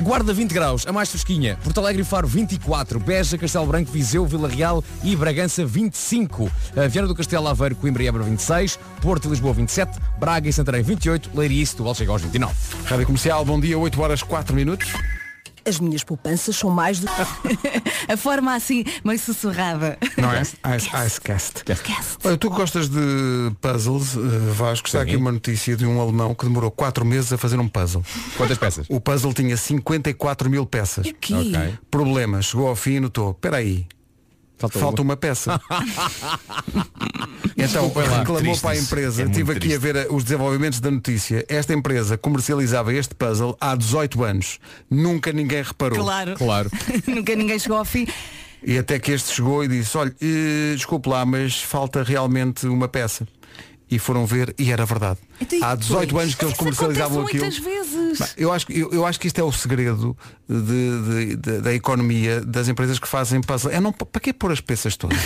S2: Guarda 20 graus, a mais fresquinha. Porto Alegre e Faro 24, Beja, Castelo Branco, Viseu, Vila Real e Bragança 25. A Viana do Castelo, Aveiro, Coimbra e Évora 26, Porto e Lisboa 27, Braga e Santarém 28, Leiria e Setúbal chega aos 29.
S3: Rádio Comercial, bom dia, 8 horas 4 minutos.
S5: As minhas poupanças são mais do que...
S4: A forma assim, meio sussurrada.
S3: Não é? Ice, Icecast.
S4: é assim.
S3: Olha, tu que gostas de puzzles, eh, Vasco, está aqui uma notícia de um alemão que demorou 4 meses a fazer um puzzle.
S2: Quantas peças?
S3: O puzzle tinha 54 mil peças.
S5: Aqui.
S2: Ok.
S3: Problema, chegou ao fim e notou, peraí,
S2: Falta,
S3: falta uma peça. então
S2: lá.
S3: reclamou
S11: Triste
S3: para a
S11: isso.
S3: empresa,
S11: É muito
S3: estive aqui a ver eh, os desenvolvimentos da notícia. Esta empresa comercializava este puzzle há 18 anos. Nunca ninguém reparou.
S4: Claro.
S2: Claro.
S4: Nunca ninguém chegou ao fim.
S3: E até que este chegou e disse, olha, eh, desculpe lá, mas falta realmente uma peça. E foram ver e era verdade.
S5: Então, e
S3: Há 18
S5: depois?
S3: anos que eles
S4: Isso acontece
S3: comercializavam
S5: é
S3: aquilo.
S4: muitas vezes.
S3: Bem, Eu acho, que- eu, eu acho que isto é o segredo de- de- de- da economia das empresas que fazem puzzle. É não, para que pôr as peças todas?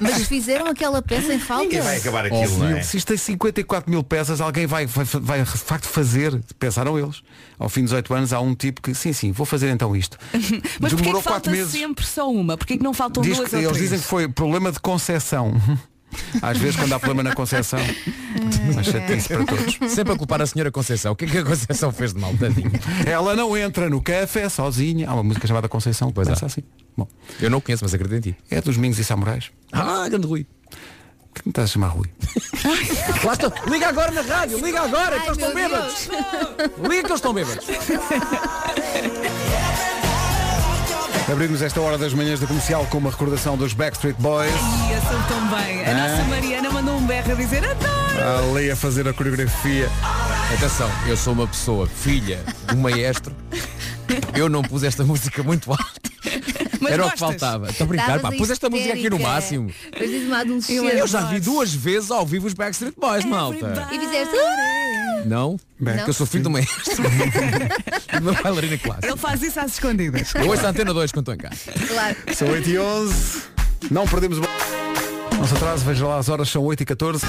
S5: Mas fizeram aquela peça em falta?
S11: Ninguém vai acabar aquilo, não é?
S3: Se isto tem 54 mil peças, alguém vai, vai, vai de facto fazer, pensaram eles. Ao fim de 18 anos há um tipo que, sim, sim, vou fazer então isto.
S4: Mas
S3: Demorou
S4: porquê que falta
S3: quatro meses.
S4: sempre só uma? Porquê que não faltam
S3: Diz
S4: duas
S3: que-
S4: ou
S3: eles
S4: três?
S3: dizem que foi problema de concessão. Às vezes quando há problema na concessão.
S4: É.
S3: Mas chatice para todos.
S2: Sempre a culpar a senhora Conceição. O que é que a Conceição fez de mal, tadinha?
S3: Ela não entra no café sozinha. Há uma música chamada Conceição. Pois
S2: há.
S3: pensa assim. Bom,
S2: Eu não o conheço, mas acredito em ti.
S3: é dos Mingos e Samurais.
S2: Ah, grande Rui.
S3: Que me estás a chamar Rui?
S2: Lá estão. Liga agora na rádio, liga agora, que
S5: Ai,
S2: eles estão
S5: meu
S2: bêbados. Liga que eles estão bêbados.
S3: Abrimos esta hora das manhãs da comercial com uma recordação dos Backstreet Boys.
S4: Ai, eu sou tão bem. A nossa Mariana mandou um berro a dizer adoro.
S3: Ali a fazer a coreografia.
S2: Atenção, eu sou uma pessoa filha de um maestro. Eu não pus esta música muito alto.
S4: Mas
S2: Era o que
S4: gostas?
S2: faltava. Estou a brincar, pá.
S5: Estavas
S2: Pus esta música aqui no
S5: histérica.
S2: máximo.
S5: Mas diz uma adolescente.
S2: Eu já vi duas vezes ao vivo os Backstreet Boys, malta.
S5: E fizeste... "Ah!"
S2: Não?
S3: Não.
S2: Que eu sou filho de um maestro. E de uma bailarina clássica.
S4: Ele faz isso às escondidas.
S2: Eu ouço a Antena 2 quando estou em casa.
S5: Claro.
S3: São 8 e 11. Não perdemos o... Não se atrase, veja lá as horas, são 8 e 14.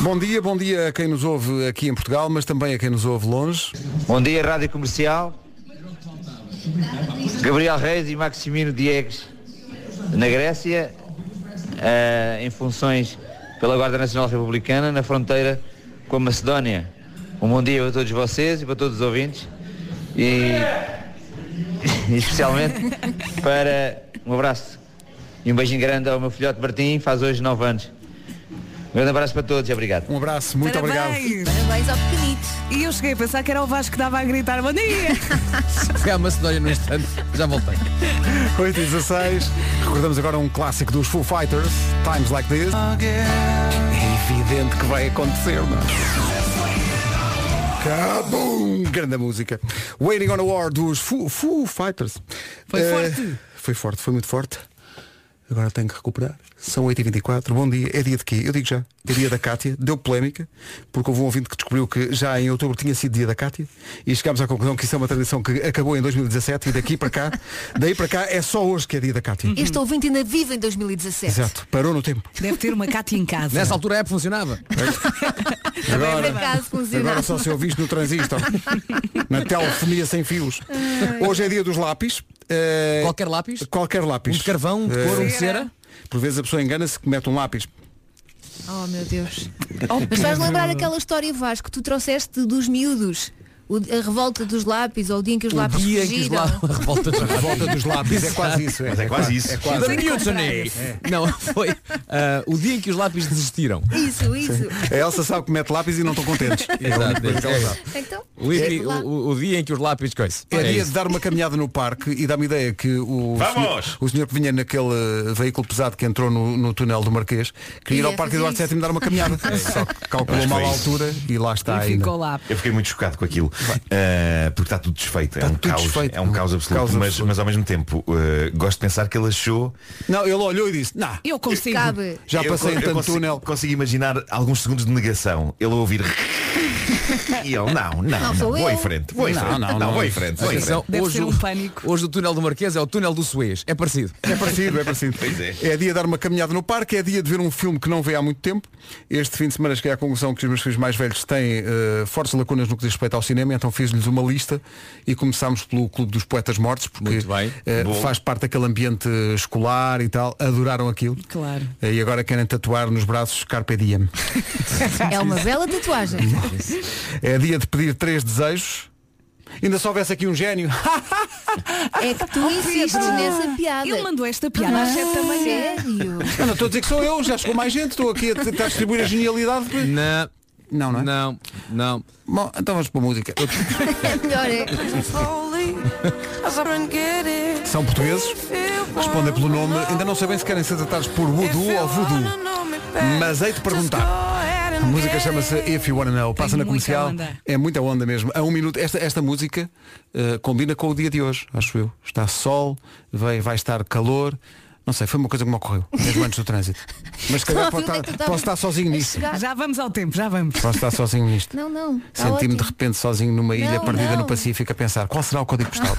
S3: Bom dia, bom dia a quem nos ouve aqui em Portugal, mas também a quem nos ouve longe.
S9: Bom dia, Rádio Comercial. Gabriel Reis e Maximino Diegues, na Grécia, eh, em funções pela Guarda Nacional Republicana, na fronteira com a Macedónia. Um bom dia para todos vocês e para todos os ouvintes. E, e especialmente para um abraço e um beijinho grande ao meu filhote Martim, faz hoje 9 anos. Um grande abraço para todos e obrigado.
S3: Um abraço, muito obrigado.
S4: Parabéns.
S5: Parabéns ao pequenito.
S4: E eu cheguei a pensar que era o Vasco que dava a gritar bom dia.
S2: Fui à Macedónia no instante. Já voltei.
S3: 8 e 16. Recordamos agora um clássico dos Foo Fighters, Times Like This. É evidente que vai acontecer, não é? Cabum! Grande música. Waiting on a War dos Foo, Foo Fighters.
S4: Foi
S3: Eh,
S4: forte.
S3: Foi forte, foi muito forte. Agora tenho que recuperar. São 8h24. Bom dia. É dia de quê? Eu digo já. É dia da Cátia. Deu polémica, porque houve um ouvinte que descobriu que já em outubro tinha sido dia da Cátia. E chegámos à conclusão que isso é uma tradição que acabou em 2017 e daqui para cá, daí para cá, é só hoje que é dia da Cátia.
S5: Este ouvinte ainda vive em 2017.
S3: Exato. Parou no tempo.
S4: Deve ter uma Cátia em casa. é
S2: Nessa altura a app funcionava.
S5: É Por
S3: Agora
S5: acaso funcionava.
S3: só se ouviste no transistor. Na telefonia sem fios. Hoje é dia dos lápis. Eh,
S2: Qualquer lápis?
S3: Qualquer lápis.
S2: Um de carvão, um de
S3: Eh,
S2: cor, um de cera.
S3: Por vezes a pessoa engana-se que mete um lápis.
S5: Oh meu Deus. Mas faz lembrar aquela história Vasco que tu trouxeste dos miúdos. O- a revolta dos lápis ou o dia em que os
S8: O
S5: lápis
S8: dia em que os
S5: fugiram.
S8: lá- a revolta dos lápis.
S2: Volta dos lápis, é quase isso.
S1: Mas é quase isso.
S2: É quase.
S8: The Mutiny. É. Não, foi ah, o dia em que os lápis desistiram.
S5: Isso, isso.
S2: A Elsa sabe que mete lápis e não estão contentes. É a única coisa que ela sabe.
S5: Então,
S8: O, dia-
S5: chego lá.
S8: o- o dia em que os lápis coisa.
S2: É
S8: É
S2: dia
S8: isso.
S2: de dar uma caminhada no parque e dá-me ideia que o
S1: Vamos!
S2: senhor, o senhor que vinha naquele eh, veículo pesado que entrou no, no túnel do Marquês queria ir
S5: Ia
S2: ao Parque
S5: fazer
S2: Eduardo
S5: isso. É
S2: VII dar uma caminhada. Só que
S1: Eu
S2: calculou
S1: acho que
S2: mal
S1: foi
S2: a
S1: isso.
S2: altura e lá está
S4: e
S2: ainda.
S4: ficou lá.
S1: Eu fiquei muito chocado com aquilo. eh, porque está tudo desfeito. é
S2: Está
S1: um
S2: tudo
S1: caos.
S2: desfeito.
S1: É um caos absoluto.
S2: Caos
S1: mas,
S2: absoluto.
S1: mas ao mesmo tempo, eh, gosto de pensar que ele achou.
S2: Não, ele olhou e disse, não,
S4: Eu consigo.
S5: cabe.
S2: já
S1: Eu
S2: passei
S1: con-
S2: em
S1: eu
S2: tanto
S1: consigo-
S2: túnel.
S1: Consigo imaginar alguns segundos de negação. Ele a ouvir. E ele, não, não, não,
S5: sou
S1: vou
S5: eu."
S1: em frente, vou em
S2: Não,
S1: frente,
S2: não,
S1: não,
S2: não.
S1: vou em frente, vou em frente.
S8: Atenção,
S4: Deve
S8: hoje,
S4: ser
S8: o-
S4: um pânico.
S8: hoje o túnel do Marquês é o túnel do Suez. É parecido.
S2: É parecido, é parecido.
S1: Pois é.
S2: É dia de dar uma caminhada no parque, é dia de ver um filme que não vê há muito tempo. Este fim de semana cheguei à conclusão que os meus filhos mais velhos têm eh, fortes lacunas no que diz respeito ao cinema, então fiz-lhes uma lista e começámos pelo Clube dos Poetas Mortos, porque
S8: Muito bem.
S2: eh,
S1: Bom.
S2: faz parte daquele ambiente escolar e tal. Adoraram aquilo.
S4: Claro.
S2: Eh, e agora querem tatuar nos braços Carpe Diem.
S5: É uma bela tatuagem.
S2: é dia de pedir três desejos. Ainda só houvesse aqui um gênio.
S5: É que tu insistes nessa piada.
S4: Oh, Ele mandou esta piada às 7 da manhã.
S5: Sério?
S2: Eu não estou a dizer que sou eu, já chegou mais gente, estou aqui a tentar distribuir a genialidade.
S8: Não,
S2: Não, não é?
S8: não, não.
S2: Bom, então vamos para a música.
S5: Melhor é.
S2: São portugueses, respondem pelo nome, ainda não sabem se querem ser tratados por Voodoo ou Voodoo. Mas hei de perguntar. A música chama-se If You Wanna Know, passa
S4: Tem
S2: na
S4: muita
S2: comercial.
S4: onda.
S2: É muita onda mesmo. A um minuto, esta, esta música eh, combina com o dia de hoje, acho eu. Está sol, vai, vai estar calor. Não sei, foi uma coisa que me ocorreu, mesmo antes do trânsito. Mas se calhar
S5: Não,
S2: posso
S5: onde é que tu
S2: estar,
S5: estavas
S2: posso estar sozinho
S5: a
S2: nisto.
S5: chegar?
S4: Já vamos ao tempo, já vamos.
S2: Posso estar sozinho nisto.
S5: Não, não. Tá
S2: Senti-me de
S5: ótimo.
S2: repente sozinho numa ilha
S5: Não,
S2: perdida no
S5: não.
S2: Pacífico a pensar qual será o código postal.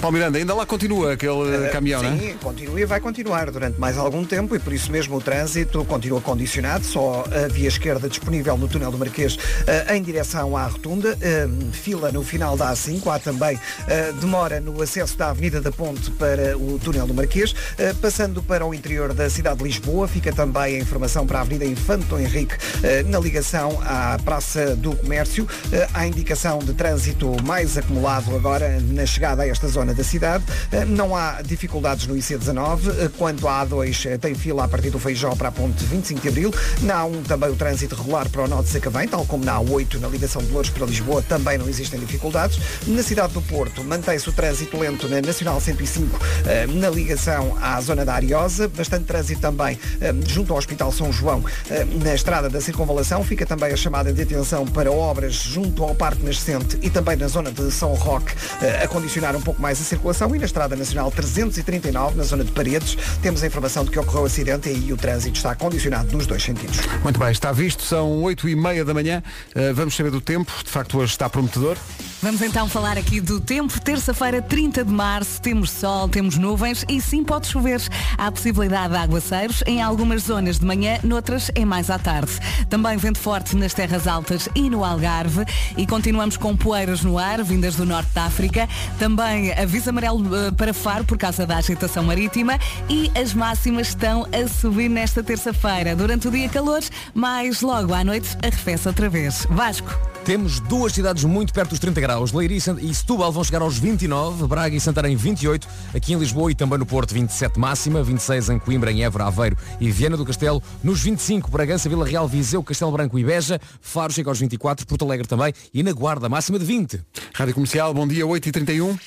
S2: Paulo Miranda, ainda lá continua aquele eh, caminhão, não é?
S3: Sim, continua e vai continuar durante mais algum tempo e por isso mesmo o trânsito continua condicionado, só a via esquerda disponível no túnel do Marquês eh, em direção à Rotunda, eh, fila no final da A5, há também eh, demora no acesso da Avenida da Ponte para o túnel do Marquês, Eh, passando para o interior da cidade de Lisboa, fica também a informação para a Avenida Infanto Henrique eh, na ligação à Praça do Comércio, Eh, há indicação de trânsito mais acumulado agora na chegada a esta zona da cidade, Eh, não há dificuldades no IC19. eh, Quanto à A2, eh, tem fila a partir do Feijó para a ponte 25 de Abril. Na A1 também o trânsito regular para o Norte de Sacavém, tal como na A8 na ligação de Louros para Lisboa também não existem dificuldades. Na cidade do Porto mantém-se o trânsito lento na Nacional 105 eh, na ligação à zona da Ariosa. Bastante trânsito também eh, junto ao Hospital São João eh, na estrada da Circunvalação. Fica também a chamada de atenção para obras junto ao Parque Nascente e também na zona de São Roque eh, a condicionar um pouco mais a circulação e na Estrada Nacional 339, na zona de Paredes, temos a informação de que ocorreu acidente e aí o trânsito está condicionado nos dois sentidos.
S2: Muito bem, está visto, são 8 e meia da manhã, Eh, vamos saber do tempo, de facto hoje está prometedor.
S4: Vamos então falar aqui do tempo. Terça-feira, 30 de março, temos sol, temos nuvens e sim pode chover. Há possibilidade de aguaceiros em algumas zonas de manhã, noutras é mais à tarde. Também vento forte nas terras altas e no Algarve. E continuamos com poeiras no ar, vindas do norte da África. Também aviso amarelo eh, para Faro por causa da agitação marítima. E as máximas estão a subir nesta terça-feira. Durante o dia calor, mas logo à noite arrefece outra vez. Vasco.
S8: Temos duas cidades muito perto dos 30 graus. Leiria e Sant- e Setúbal vão chegar aos 29, Braga e Santarém 28, aqui em Lisboa e também no Porto 27 máxima, 26 em Coimbra, em Évora, Aveiro e Viana do Castelo, nos 25 Bragança, Vila Real, Viseu, Castelo Branco e Beja, Faro chega aos 24, Porto Alegre também e na Guarda máxima de 20.
S2: Rádio Comercial, bom dia, 8 e 31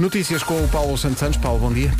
S2: Notícias com o Paulo Santos Santos. Paulo, bom dia.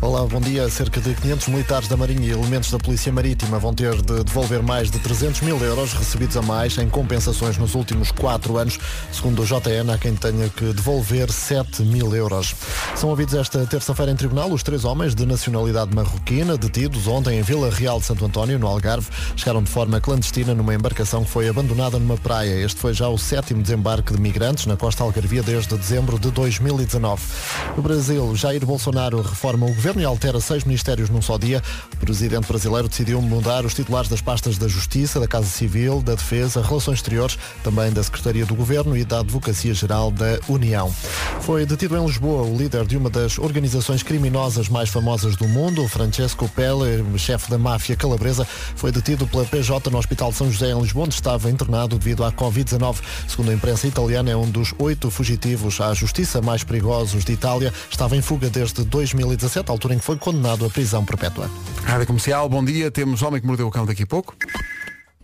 S12: Olá, bom dia. Cerca de 500 militares da Marinha e elementos da Polícia Marítima vão ter de devolver mais de 300 mil euros recebidos a mais em compensações nos últimos quatro anos. Segundo o JN, há quem tenha que devolver 7 mil euros. São ouvidos esta terça-feira em tribunal os três homens de nacionalidade marroquina detidos ontem em Vila Real de Santo António, no Algarve. Chegaram de forma clandestina numa embarcação que foi abandonada numa praia. Este foi já o sétimo desembarque de migrantes na costa algarvia desde dezembro de 2019. Covid-19. No Brasil, Jair Bolsonaro reforma o governo e altera seis ministérios num só dia. O presidente brasileiro decidiu mudar os titulares das pastas da Justiça, da Casa Civil, da Defesa, Relações Exteriores, também da Secretaria do Governo e da Advocacia Geral da União. Foi detido em Lisboa o líder de uma das organizações criminosas mais famosas do mundo, Francesco Pelle, chefe da máfia calabresa, foi detido pela PJ no Hospital de São José em Lisboa, onde estava internado devido à Covid-19. Segundo a imprensa italiana, é um dos oito fugitivos à justiça mais perigosos de Itália. Estava em fuga desde 2017, altura em que foi condenado à prisão perpétua.
S2: Rádio Comercial, bom dia. Temos Homem que Mordeu o Cão daqui a pouco.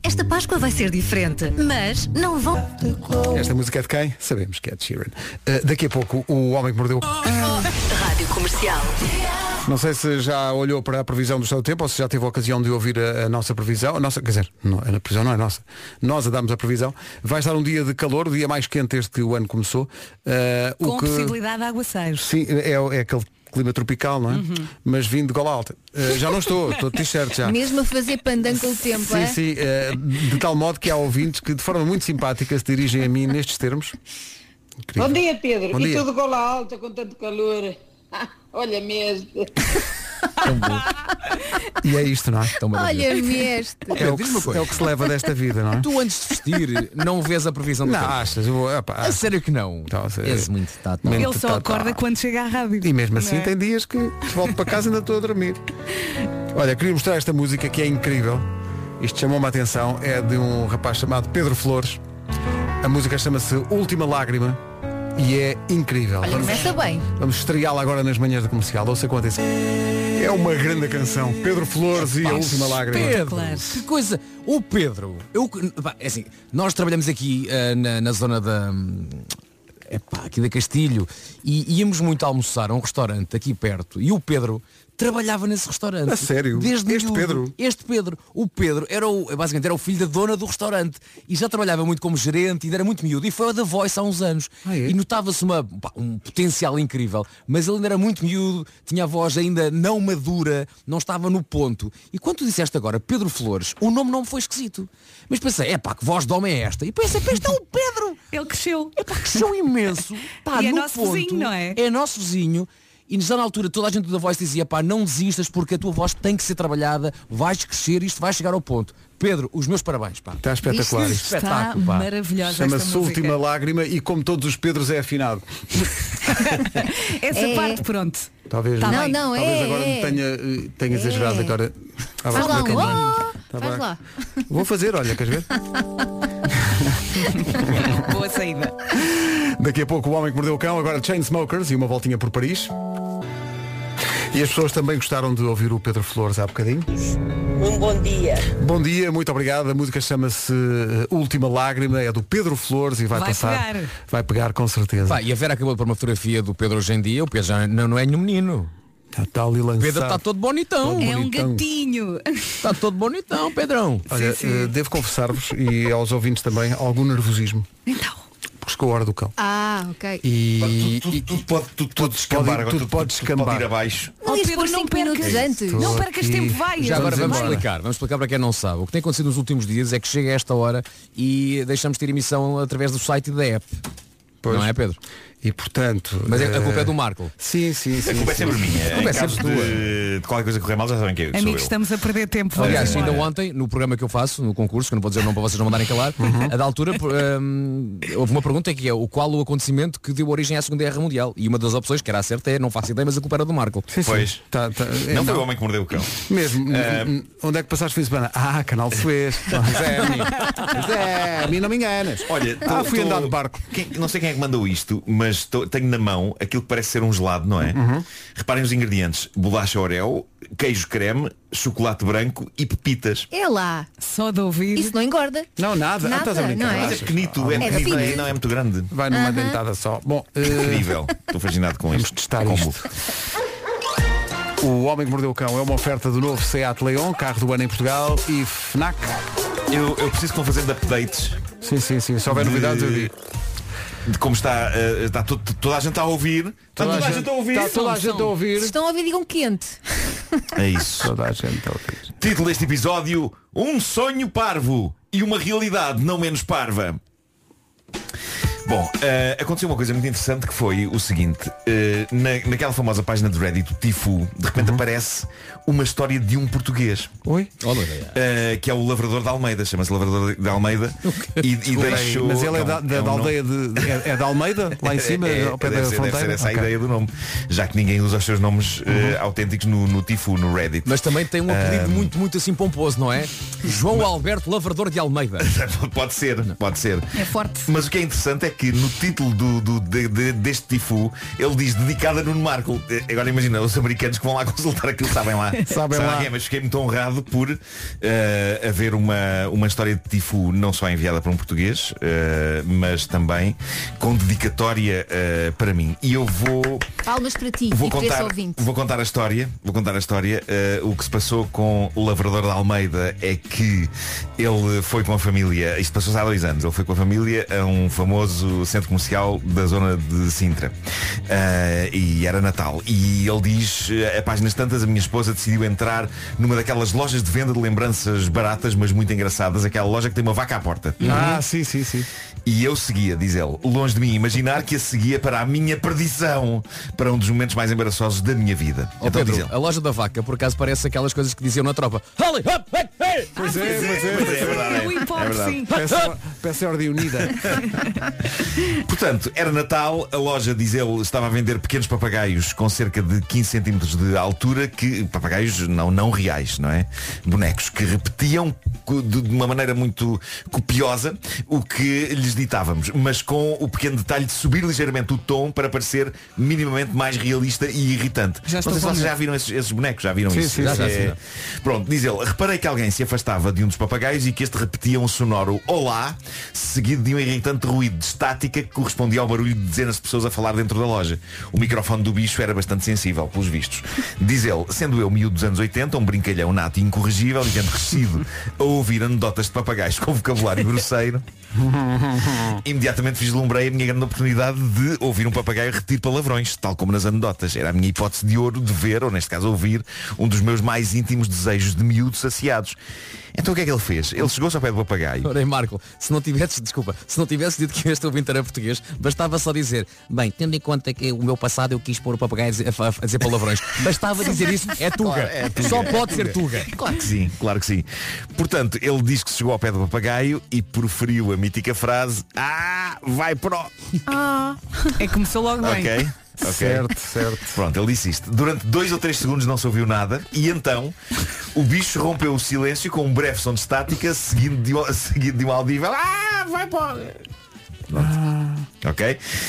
S13: Esta Páscoa vai ser diferente, mas não vão.
S5: Oh.
S2: Esta música é de quem? Sabemos que é de Sheeran. Uh, daqui a pouco, o Homem que Mordeu o Cão.
S13: Rádio Comercial.
S2: Não sei se já olhou para a previsão do estado do tempo ou se já teve a ocasião de ouvir a, a nossa previsão. A nossa, quer dizer, não, a previsão não é nossa. Nós a damos a previsão. Vai estar um dia de calor, o dia mais quente este que o ano começou. Uh,
S4: Com
S2: o que,
S4: possibilidade de aguaceiros.
S2: Sim, é, é aquele clima tropical, não é? Mas vindo de gola alta. Uh, já não estou, estou de t-shirt já.
S5: Uhum. Mesmo a fazer pandan com o tempo,
S2: Sim,
S5: é?
S2: sim, eh, de tal modo que há ouvintes que de forma muito simpática se dirigem a mim nestes termos. Incrível.
S14: Bom dia, Pedro.
S2: Bom
S14: e
S2: dia.
S14: tudo gola alta, com tanto calor. Olha mesmo.
S2: E é isto, não é?
S8: Tão maravilhoso.
S5: Olha-me este.
S2: É o, que
S8: diz-me uma
S2: se,
S8: coisa.
S2: é o que se leva desta vida, não é?
S8: Tu antes de vestir não vês a previsão do
S2: Não,
S8: tempo.
S2: achas? Eu, opa,
S8: A sério que não.
S2: Tá, a sério.
S8: És muito tato.
S2: Mesmo
S4: Ele
S2: que
S4: só
S2: tá-
S4: acorda
S2: tá.
S4: quando chega à rádio.
S2: E mesmo assim
S4: Não é?
S2: tem dias que volto para casa e ainda estou a dormir. Olha, queria mostrar esta música que é incrível. Isto chamou-me a atenção. É de um rapaz chamado Pedro Flores. A música chama-se Última Lágrima e é incrível.
S5: Olha,
S2: Vamos-
S5: começa bem.
S2: Vamos estreá-la agora nas manhãs da comercial. Ouça quanto isso. É uma grande canção. Pedro Flores e a última lágrima.
S8: Pedro,
S4: Claro.
S8: que coisa. O Pedro, eu, pá, é assim, nós trabalhamos aqui ah, na, na zona da. hum, Epá, aqui da Castilho e íamos muito almoçar a um restaurante aqui perto e o Pedro trabalhava nesse restaurante.
S2: A sério?
S8: Desde
S2: Este
S8: miúdo.
S2: Pedro?
S8: Este Pedro. O Pedro era o, é basicamente era o filho da dona do restaurante e já trabalhava muito como gerente e era muito miúdo e foi ao da Voice há uns anos.
S2: Ah, é?
S8: E notava-se uma, pá, um potencial incrível, mas ele ainda era muito miúdo, tinha a voz ainda não madura, não estava no ponto. E quando tu disseste agora Pedro Flores, o nome não me foi esquisito. Mas pensei, é pá, que voz de homem é esta? E pensei, "Pá, este é o Pedro!
S4: Ele cresceu.
S8: É pá, que show imenso. Pá,
S4: E é
S8: no
S4: nosso
S8: ponto,
S4: vizinho, não é?
S8: É nosso vizinho. E já na altura toda a gente da voz dizia, pá, não desistas porque a tua voz tem que ser trabalhada, vais crescer, isto vai chegar ao ponto. Pedro, os meus parabéns, pá.
S2: Está espetacular isto.
S4: Está
S8: espetáculo, pá.
S4: maravilhosa
S2: Chama-se
S4: esta música.
S2: Última Lágrima e como todos os Pedros é afinado.
S4: Essa
S5: É.
S4: parte, pronto.
S2: Talvez
S4: Tá
S5: Não,
S4: bem.
S5: não,
S2: talvez
S5: é.
S2: agora me
S5: é.
S2: tenha, eh, tenha exagerado agora. Ah,
S5: Faz lá,
S2: vou-
S5: um, ó,
S2: Tá
S5: faz
S2: bem.
S5: lá.
S2: Vou fazer, olha, queres ver?
S4: Boa saída.
S2: Daqui a pouco o Homem que Mordeu o Cão, agora Chainsmokers e uma voltinha por Paris. E as pessoas também gostaram de ouvir o Pedro Flores há bocadinho.
S14: Um bom dia.
S2: Bom dia, muito obrigado. A música chama-se eh, Última Lágrima, é do Pedro Flores e vai,
S4: Vai
S2: passar.
S4: pegar.
S2: Vai pegar com certeza.
S8: Pá, e a Vera acabou de pôr uma fotografia do Pedro hoje em dia, o Pedro já não, não é nenhum menino.
S2: Está tá ali lançado.
S8: O Pedro está todo bonitão.
S4: É um
S2: Bonitão.
S4: gatinho.
S8: Está todo bonitão, Pedrão.
S2: Olha, eh, devo confessar-vos e aos ouvintes também algum nervosismo,
S4: Então,
S2: porque chegou a hora do cão.
S5: Ah, ok.
S2: E,
S1: Tudo, tudo, tudo pode, tudo pode
S2: pode
S1: descambar
S2: ir-
S1: agora.
S2: tudo pode descambar.
S1: Pode ir abaixo.
S5: Não
S4: Oh,
S5: ias
S4: Pedro,
S5: pôr
S4: não
S5: 5
S4: percas.
S5: minutos antes.
S2: Estou
S4: não percas
S2: aqui.
S4: tempo, vai.
S8: Já agora
S2: Vamos
S8: vamos
S2: embora.
S8: explicar, vamos explicar para quem não sabe. O que tem acontecido nos últimos dias é que chega a esta hora e deixamos de ter emissão através do site e da app.
S2: Pois.
S8: Não é, Pedro?
S2: e portanto.
S8: Mas é- a culpa
S2: eh,
S8: é do Marco.
S2: Sim, sim, sim.
S1: A culpa é sempre minha.
S8: culpa é
S1: Em caso
S8: sempre
S1: de, de qualquer coisa correr mal, já sabem que é. Sou
S4: Amigos,
S1: eu.
S4: estamos a perder tempo. Vamos
S8: Aliás, ainda
S4: embora.
S8: ontem, no programa que eu faço, no concurso, que eu não vou dizer o nome para vocês não mandarem calar,
S9: Uhum.
S8: a da altura por- hum, houve uma pergunta que é o qual o acontecimento que deu origem à Segunda Guerra Mundial. E uma das opções, que era a certa, é não faço ideia, mas a culpa era do Marco.
S2: Sim, sim.
S1: Pois.
S2: Tá- tá- é,
S1: Não foi o homem que mordeu o cão.
S2: Mesmo. n- n- Onde é que passaste o fim de semana? Ah, Canal Suez. Pois é, amigo. Pois é, a mim não me enganas.
S1: Olha,
S2: ah,
S1: tô-
S2: fui
S1: tô-
S2: andar de barco.
S1: Quem- não sei quem é que mandou isto, mas tô- tenho na mão aquilo que parece ser um gelado, não é?
S2: Uhum.
S1: Reparem os ingredientes. Bolacha Oreo, queijo creme, chocolate branco e pepitas.
S5: É lá.
S4: Só de ouvir.
S5: Isso não engorda.
S2: Não, nada. Ah,
S5: Nada,
S2: estás a brincar. Ah,
S5: não é?
S1: Mas é pequenito, é,
S5: É
S1: pequenito,
S5: fino.
S1: é- não é muito grande.
S2: Vai numa dentada só. Bom, eh,
S1: Incrível. Estou fascinado com
S2: vamos
S1: isto.
S2: testar
S1: Com
S2: isto. O Homem que Mordeu o Cão é uma oferta do novo Seat Leon, carro do ano em Portugal e FNAC.
S1: Eu, eu preciso que vão fazendo updates
S2: Sim, sim, sim. Se houver
S1: De-
S2: novidades, eu digo.
S1: de como está, eh, está to- toda a gente a ouvir. Está toda a gente a ouvir.
S2: Está toda a gente a ouvir.
S5: Se estão a ouvir, digam quente.
S1: É isso.
S2: Toda a gente a ouvir.
S1: Título deste episódio Um sonho parvo e uma realidade não menos parva
S9: Bom, eh, aconteceu uma coisa muito interessante que foi o seguinte. eh, na- naquela famosa página de Reddit, o Tifu, de repente
S2: Uhum.
S9: aparece uma história de um português.
S2: Oi?
S9: Eh, que é o Lavrador de Almeida, chama-se Lavrador de Almeida. E, e
S2: Desculpa,
S9: deixou.
S2: Mas ele é
S9: um-
S2: da, da-
S9: um
S2: da
S9: nome-
S2: aldeia de. É, é da Almeida, lá em cima,
S9: É, é,
S2: ao pé
S9: deve
S2: da
S9: ser,
S2: fronteira.
S9: Deve ser
S2: Ok. Uhum.
S9: essa a ideia do nome, já que ninguém usa os seus nomes eh, autênticos no, no Tifu, no Reddit.
S8: Mas também tem um apelido
S9: Ahm.
S8: muito, muito assim pomposo, não é? João Alberto Lavrador de Almeida.
S9: pode ser, pode ser.
S8: É forte.
S9: Mas o que é interessante é que no título do, do- de- de- deste Tifu ele diz dedicada a Nuno Marco. Eh, Agora imagina, os americanos que vão lá consultar aquilo sabem lá.
S2: Sabem lá.
S9: quem é, mas fiquei muito honrado por eh, haver uma, uma história de Tifu não só enviada para um português, eh, mas também com dedicatória eh, para mim. E eu vou.
S5: Palmas para ti
S9: Vou
S5: e para esse
S9: contar,
S5: ouvinte.
S9: vou contar a história. Vou contar a história. Eh, o que se passou com o Lavrador de Almeida é que ele foi com a família, isto passou-se há dois anos, ele foi com a família a um famoso centro comercial da zona de Sintra. Eh, e era Natal. E ele diz, eh, a páginas tantas, a minha esposa decidiu entrar numa daquelas lojas de venda de lembranças baratas, mas muito engraçadas, aquela loja que tem uma vaca à porta.
S2: Ah, sim, sim, sim.
S9: E eu seguia, diz ele, longe de mim imaginar que a seguia para a minha perdição, para um dos momentos mais embaraçosos da minha vida.
S2: Oh,
S8: Ó
S9: então diz
S8: Pedro,
S9: ele.
S2: Ah,
S8: a loja da vaca, por acaso, parece aquelas coisas que diziam na tropa. Holly, up, hey, hey!
S2: Pois é, pois é, pois é.
S9: verdade, é. É verdade.
S2: Peça- Peça ordem unida.
S9: Portanto, era Natal, a loja, diz ele, estava a vender pequenos papagaios com cerca de 15 centímetros de altura, que papagaios não, não reais, não é? Bonecos que repetiam co- de de uma maneira muito copiosa o que lhes ditávamos, mas com o pequeno detalhe de subir ligeiramente o tom para parecer minimamente mais realista e irritante.
S2: Já estou com
S9: não sei se vocês
S2: medo.
S9: já viram esses, esses bonecos, já viram
S2: Sim,
S9: isso?
S2: sim,
S9: Isso
S2: sim,
S9: é-
S2: sim.
S9: Pronto, diz ele, reparei que alguém se afastava de um dos papagaios e que este repetia um sonoro olá, seguido de um irritante ruído de estática que correspondia ao barulho de dezenas de pessoas a falar dentro da loja. O microfone do bicho era bastante sensível, pelos vistos. Diz ele, sendo eu miúdo dos anos 80, um brincalhão nato e incorrigível e tendo crescido a ouvir anedotas de papagaios com vocabulário grosseiro, imediatamente vislumbrei a minha grande oportunidade de ouvir um papagaio repetir palavrões, tal como nas anedotas. Era a minha hipótese de ouro de ver, ou neste caso ouvir, um dos meus mais íntimos desejos de miúdo saciados. Então o que é que ele fez? Ele chegou-se ao pé do papagaio.
S8: Ora, Marco, se não tivesses, desculpa, se não tivesse dito que este ouvinte era português, bastava só dizer, bem, tendo em conta que o meu passado eu quis pôr o papagaio a dizer, a- a dizer palavrões, bastava dizer isso, é Tuga.
S9: Claro, é Tuga,
S8: Só
S9: é
S8: pode ser Tuga.
S9: Tuga. Claro que sim, claro que sim. Portanto, ele diz que chegou ao pé do papagaio e proferiu a mítica frase Ah, vai pro.
S4: Ah, é que começou logo bem.
S9: Ok. ok.
S2: Certo, certo.
S9: Pronto, ele disse isto. Durante dois ou três segundos não se ouviu nada e então o bicho rompeu o silêncio com um breve som de estática, seguido de, um- seguido de um audível. Ah, vai para. Ok?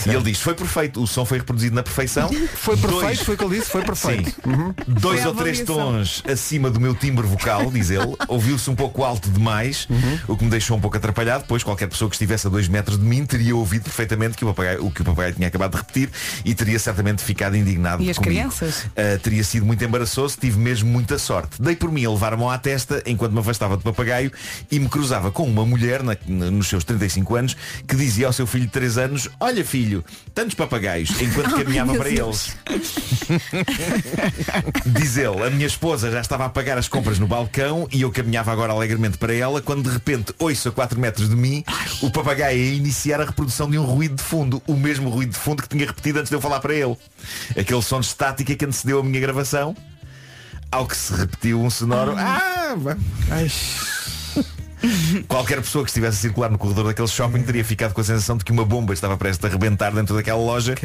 S9: E ele diz, foi perfeito, o som foi reproduzido na perfeição.
S2: Foi perfeito, foi o que ele disse, foi perfeito. Uhum.
S9: Sim. Dois
S2: Foi a
S9: ou três
S2: avaliação.
S9: tons acima do meu timbre vocal, diz ele. Ouviu-se um pouco alto demais,
S2: Uhum.
S9: o que me deixou um pouco atrapalhado, pois qualquer pessoa que estivesse a dois metros de mim teria ouvido perfeitamente que o, papagaio, o que o papagaio tinha acabado de repetir e teria certamente ficado indignado.
S4: E as
S9: comigo.
S4: crianças?
S9: Uh, teria sido muito embaraçoso, tive mesmo muita sorte. Dei por mim a levar a mão à testa enquanto me afastava do papagaio e me cruzava com uma mulher na- na- nos seus 35 anos que dizia ao seu filho de 3 anos, olha filho, tantos papagaios, enquanto
S15: Ai,
S9: caminhava
S15: meu
S9: para
S15: Deus.
S9: eles. Diz ele, a minha esposa já estava a pagar as compras no balcão e eu caminhava agora alegremente para ela quando de repente, 8 a 4 metros de mim, o papagaio ia iniciar a reprodução de um ruído de fundo, o mesmo ruído de fundo que tinha repetido antes de eu falar para ele. Aquele som de estática que antecedeu a minha gravação, ao que se repetiu um sonoro. Ah, vai- Ai. Qualquer pessoa que estivesse a circular no corredor daquele shopping teria ficado com a sensação de que uma bomba estava prestes a arrebentar dentro daquela loja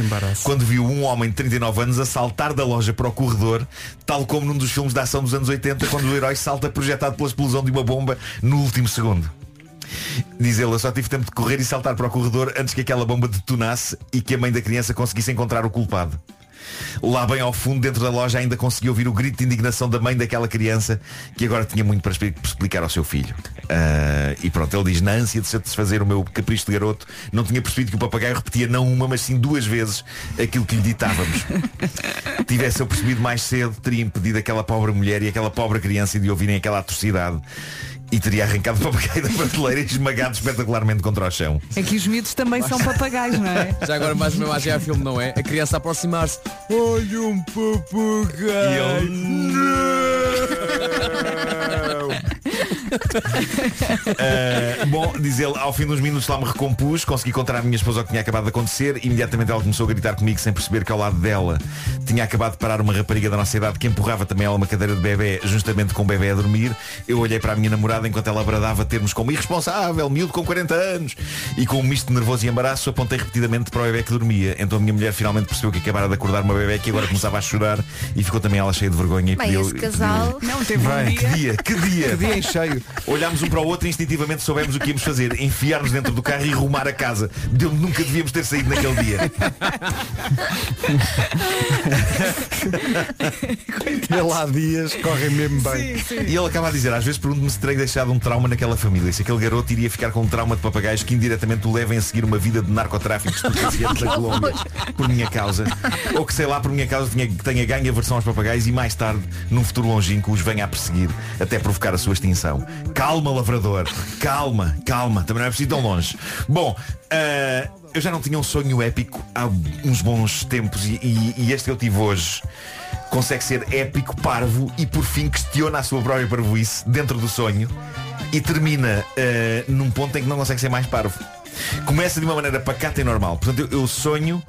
S9: quando viu um homem de 39 anos a saltar da loja para o corredor, tal como num dos filmes de ação dos anos 80, quando o herói salta projetado pela explosão de uma bomba no último segundo. Diz ele, eu só tive tempo de correr e saltar para o corredor antes que aquela bomba detonasse e que a mãe da criança conseguisse encontrar o culpado. Lá bem ao fundo, dentro da loja, ainda consegui ouvir o grito de indignação da mãe daquela criança que agora tinha muito para expli- explicar ao seu filho. Ah, e pronto, ele diz, na ânsia de satisfazer o meu capricho de garoto, não tinha percebido que o papagaio repetia não uma, mas sim duas vezes aquilo que lhe ditávamos. Tivesse eu percebido mais cedo, teria impedido aquela pobre mulher e aquela pobre criança de ouvirem aquela atrocidade e teria arrancado o papagaio da prateleira e esmagado espetacularmente contra o chão.
S4: É que os miúdos também são papagaios, não é?
S8: Já agora mais uma imagem a filme, não é? A criança a aproximar-se. Olha um papagaio.
S9: E ele, Uh, bom, diz ele, ao fim de uns minutos lá me recompus, consegui contar à minha esposa o que tinha acabado de acontecer. Imediatamente ela começou a gritar comigo sem perceber que ao lado dela tinha acabado de parar uma rapariga da nossa idade que empurrava também ela uma cadeira de bebê, justamente com o bebê a dormir. Eu olhei para a minha namorada enquanto ela bradava termos como irresponsável, miúdo com 40 anos. E com um misto de nervoso e embaraço apontei repetidamente para o bebê que dormia. Então a minha mulher finalmente percebeu que acabara de acordar uma bebê que agora começava a chorar e ficou também ela cheia de vergonha. E
S5: Bem,
S9: pediu,
S5: esse casal não
S4: um
S5: teve
S9: Bem, Que dia, que dia.
S5: Que dia em
S9: cheio. Olhámos um para o outro e instintivamente soubemos o que íamos fazer. Enfiar-nos dentro do carro e rumar a casa. De onde nunca devíamos ter saído naquele dia.
S2: Ele lá há dias, correm mesmo bem.
S9: E ele acaba a dizer, às vezes pergunto-me se terei deixado um trauma naquela família. Se aquele garoto iria ficar com um trauma de papagaios que indiretamente o levem a seguir uma vida de narcotráfico estupefaciente da Colômbia por minha causa. Ou que sei lá, por minha causa tenha, tenha ganho aversão aos papagaios e mais tarde, num futuro longínquo, os venha a perseguir até provocar a sua extinção. Calma, lavrador. Calma, calma. Também não é preciso ir tão longe. Bom, ah, eu já não tinha um sonho épico há uns bons tempos e, e- e este que eu tive hoje consegue ser épico, parvo e por fim questiona a sua própria parvoíce dentro do sonho e termina ah, num ponto em que não consegue ser mais parvo. Começa de uma maneira pacata e normal. Portanto, eu, eu sonho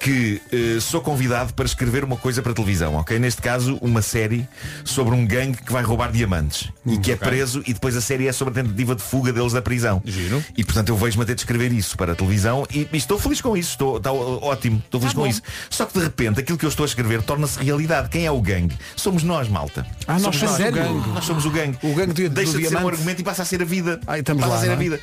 S9: que eh, sou convidado para escrever uma coisa para televisão, ok? Neste caso, uma série sobre um gangue que vai roubar diamantes e que é
S8: ok.
S9: preso e depois a série é sobre a tentativa de fuga deles da prisão. Giro. E portanto eu vejo-me a ter de escrever isso para a televisão e, e estou feliz com isso, estou está ó- ótimo, estou feliz com isso. Só que de repente aquilo que eu estou a escrever torna-se realidade. Quem é o gangue? Somos nós, malta.
S2: Ah, nós
S9: somos
S2: somos o gangue.
S9: Nós somos o gangue. O gangue
S2: do
S9: Deixa de ser um
S2: diamante.
S9: argumento e passa a ser a vida.
S2: estamos
S9: passa
S2: lá,
S9: a ser a
S2: não é?
S9: vida.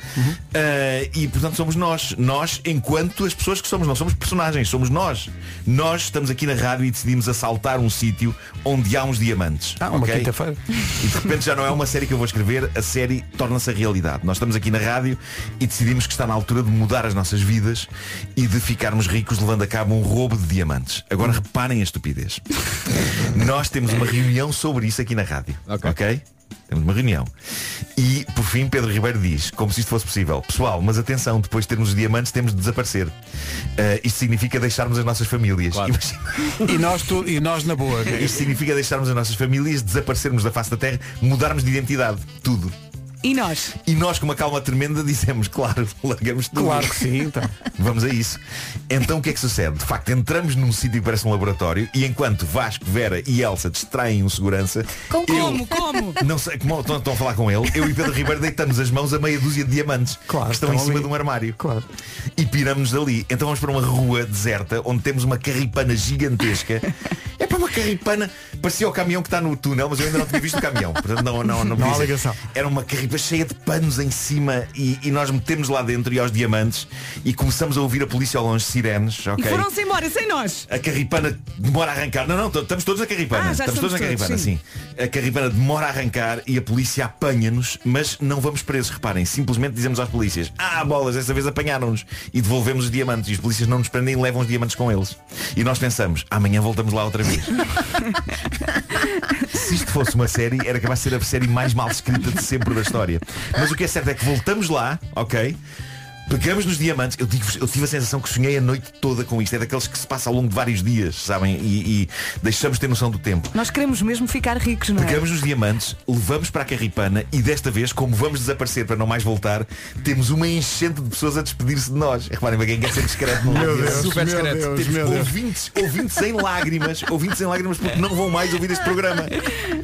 S9: Uh, e portanto somos nós. Nós, enquanto as pessoas que somos, não somos personagens, somos nós. Nós estamos aqui na rádio e decidimos assaltar um sítio onde há uns diamantes. Ah,
S2: uma quinta-feira.
S9: E de repente já não é uma série que eu vou escrever, a série torna-se a realidade. Nós estamos aqui na rádio e decidimos que está na altura de mudar as nossas vidas e de ficarmos ricos levando a cabo um roubo de diamantes. Agora reparem a estupidez. Nós temos uma reunião sobre isso aqui na rádio. Ok? Temos uma reunião. E, por fim, Pedro Ribeiro diz, como se isto fosse possível, pessoal, mas atenção, depois de termos os diamantes, temos de desaparecer. Ah, isto significa deixarmos as nossas famílias. Imagina-
S2: E nós, tu, e nós na boa.
S9: Isto significa deixarmos as nossas famílias, desaparecermos da face da terra, mudarmos de identidade. Tudo.
S4: E nós?
S9: E nós, com uma calma tremenda, dissemos, claro, largamos tudo.
S2: Claro que sim, então.
S9: Vamos a isso. Então o que é que sucede? De facto, entramos num sítio que parece um laboratório e enquanto Vasco, Vera e Elsa distraem o segurança,
S4: Com como? Como?
S9: não sei como estão, estão a falar com ele, eu e Pedro Ribeiro deitamos as mãos a meia dúzia de diamantes que estão em
S2: estão
S9: cima
S2: ali.
S9: de um armário. E piramos dali. Então vamos para uma rua deserta onde temos uma carripana gigantesca. É para uma carripana, parecia o caminhão que está no túnel, mas eu ainda não tinha visto o caminhão. Portanto, não, não, não,
S2: Não há
S9: podia ser.
S2: ligação.
S9: Era uma carripa cheia de panos em cima e, e nós metemos lá dentro e aos diamantes e começamos a ouvir a polícia ao longe sirenes. ok?
S4: E foram-se embora sem nós.
S9: A carripana demora a arrancar. Não, não, t- estamos todos na carripana.
S4: Ah, já
S9: estamos todos na
S4: estamos todos, sim.
S9: carripana, sim. A carripana demora a arrancar e a polícia apanha-nos, mas não vamos presos, reparem. Simplesmente dizemos às polícias, ah, bolas, desta vez apanharam-nos e devolvemos os diamantes. E os polícias não nos prendem e levam os diamantes com eles. E nós pensamos, amanhã voltamos lá outra vez. Se isto fosse uma série, era capaz de ser a série mais mal escrita de sempre da história. Mas o que é certo é que voltamos lá, ok? Pegamos nos diamantes, eu, digo-vos, eu tive a sensação que sonhei a noite toda com isto, é daqueles que se passa ao longo de vários dias, sabem? E, e deixamos de ter noção do tempo.
S4: Nós queremos mesmo ficar ricos, não é?
S9: Pegamos nos diamantes, levamos para a carripana e desta vez, como vamos desaparecer para não mais voltar, temos uma enchente de pessoas a despedir-se de nós. É, Reparem bem, quem quer ser discreto não
S2: Meu
S9: ouve
S2: Deus,
S9: isso.
S2: Super meu discreto. Deus,
S1: tipo
S9: Temos
S2: meu Deus.
S9: ouvintes, ouvintes sem lágrimas, ouvintes sem lágrimas porque não vão mais ouvir este programa.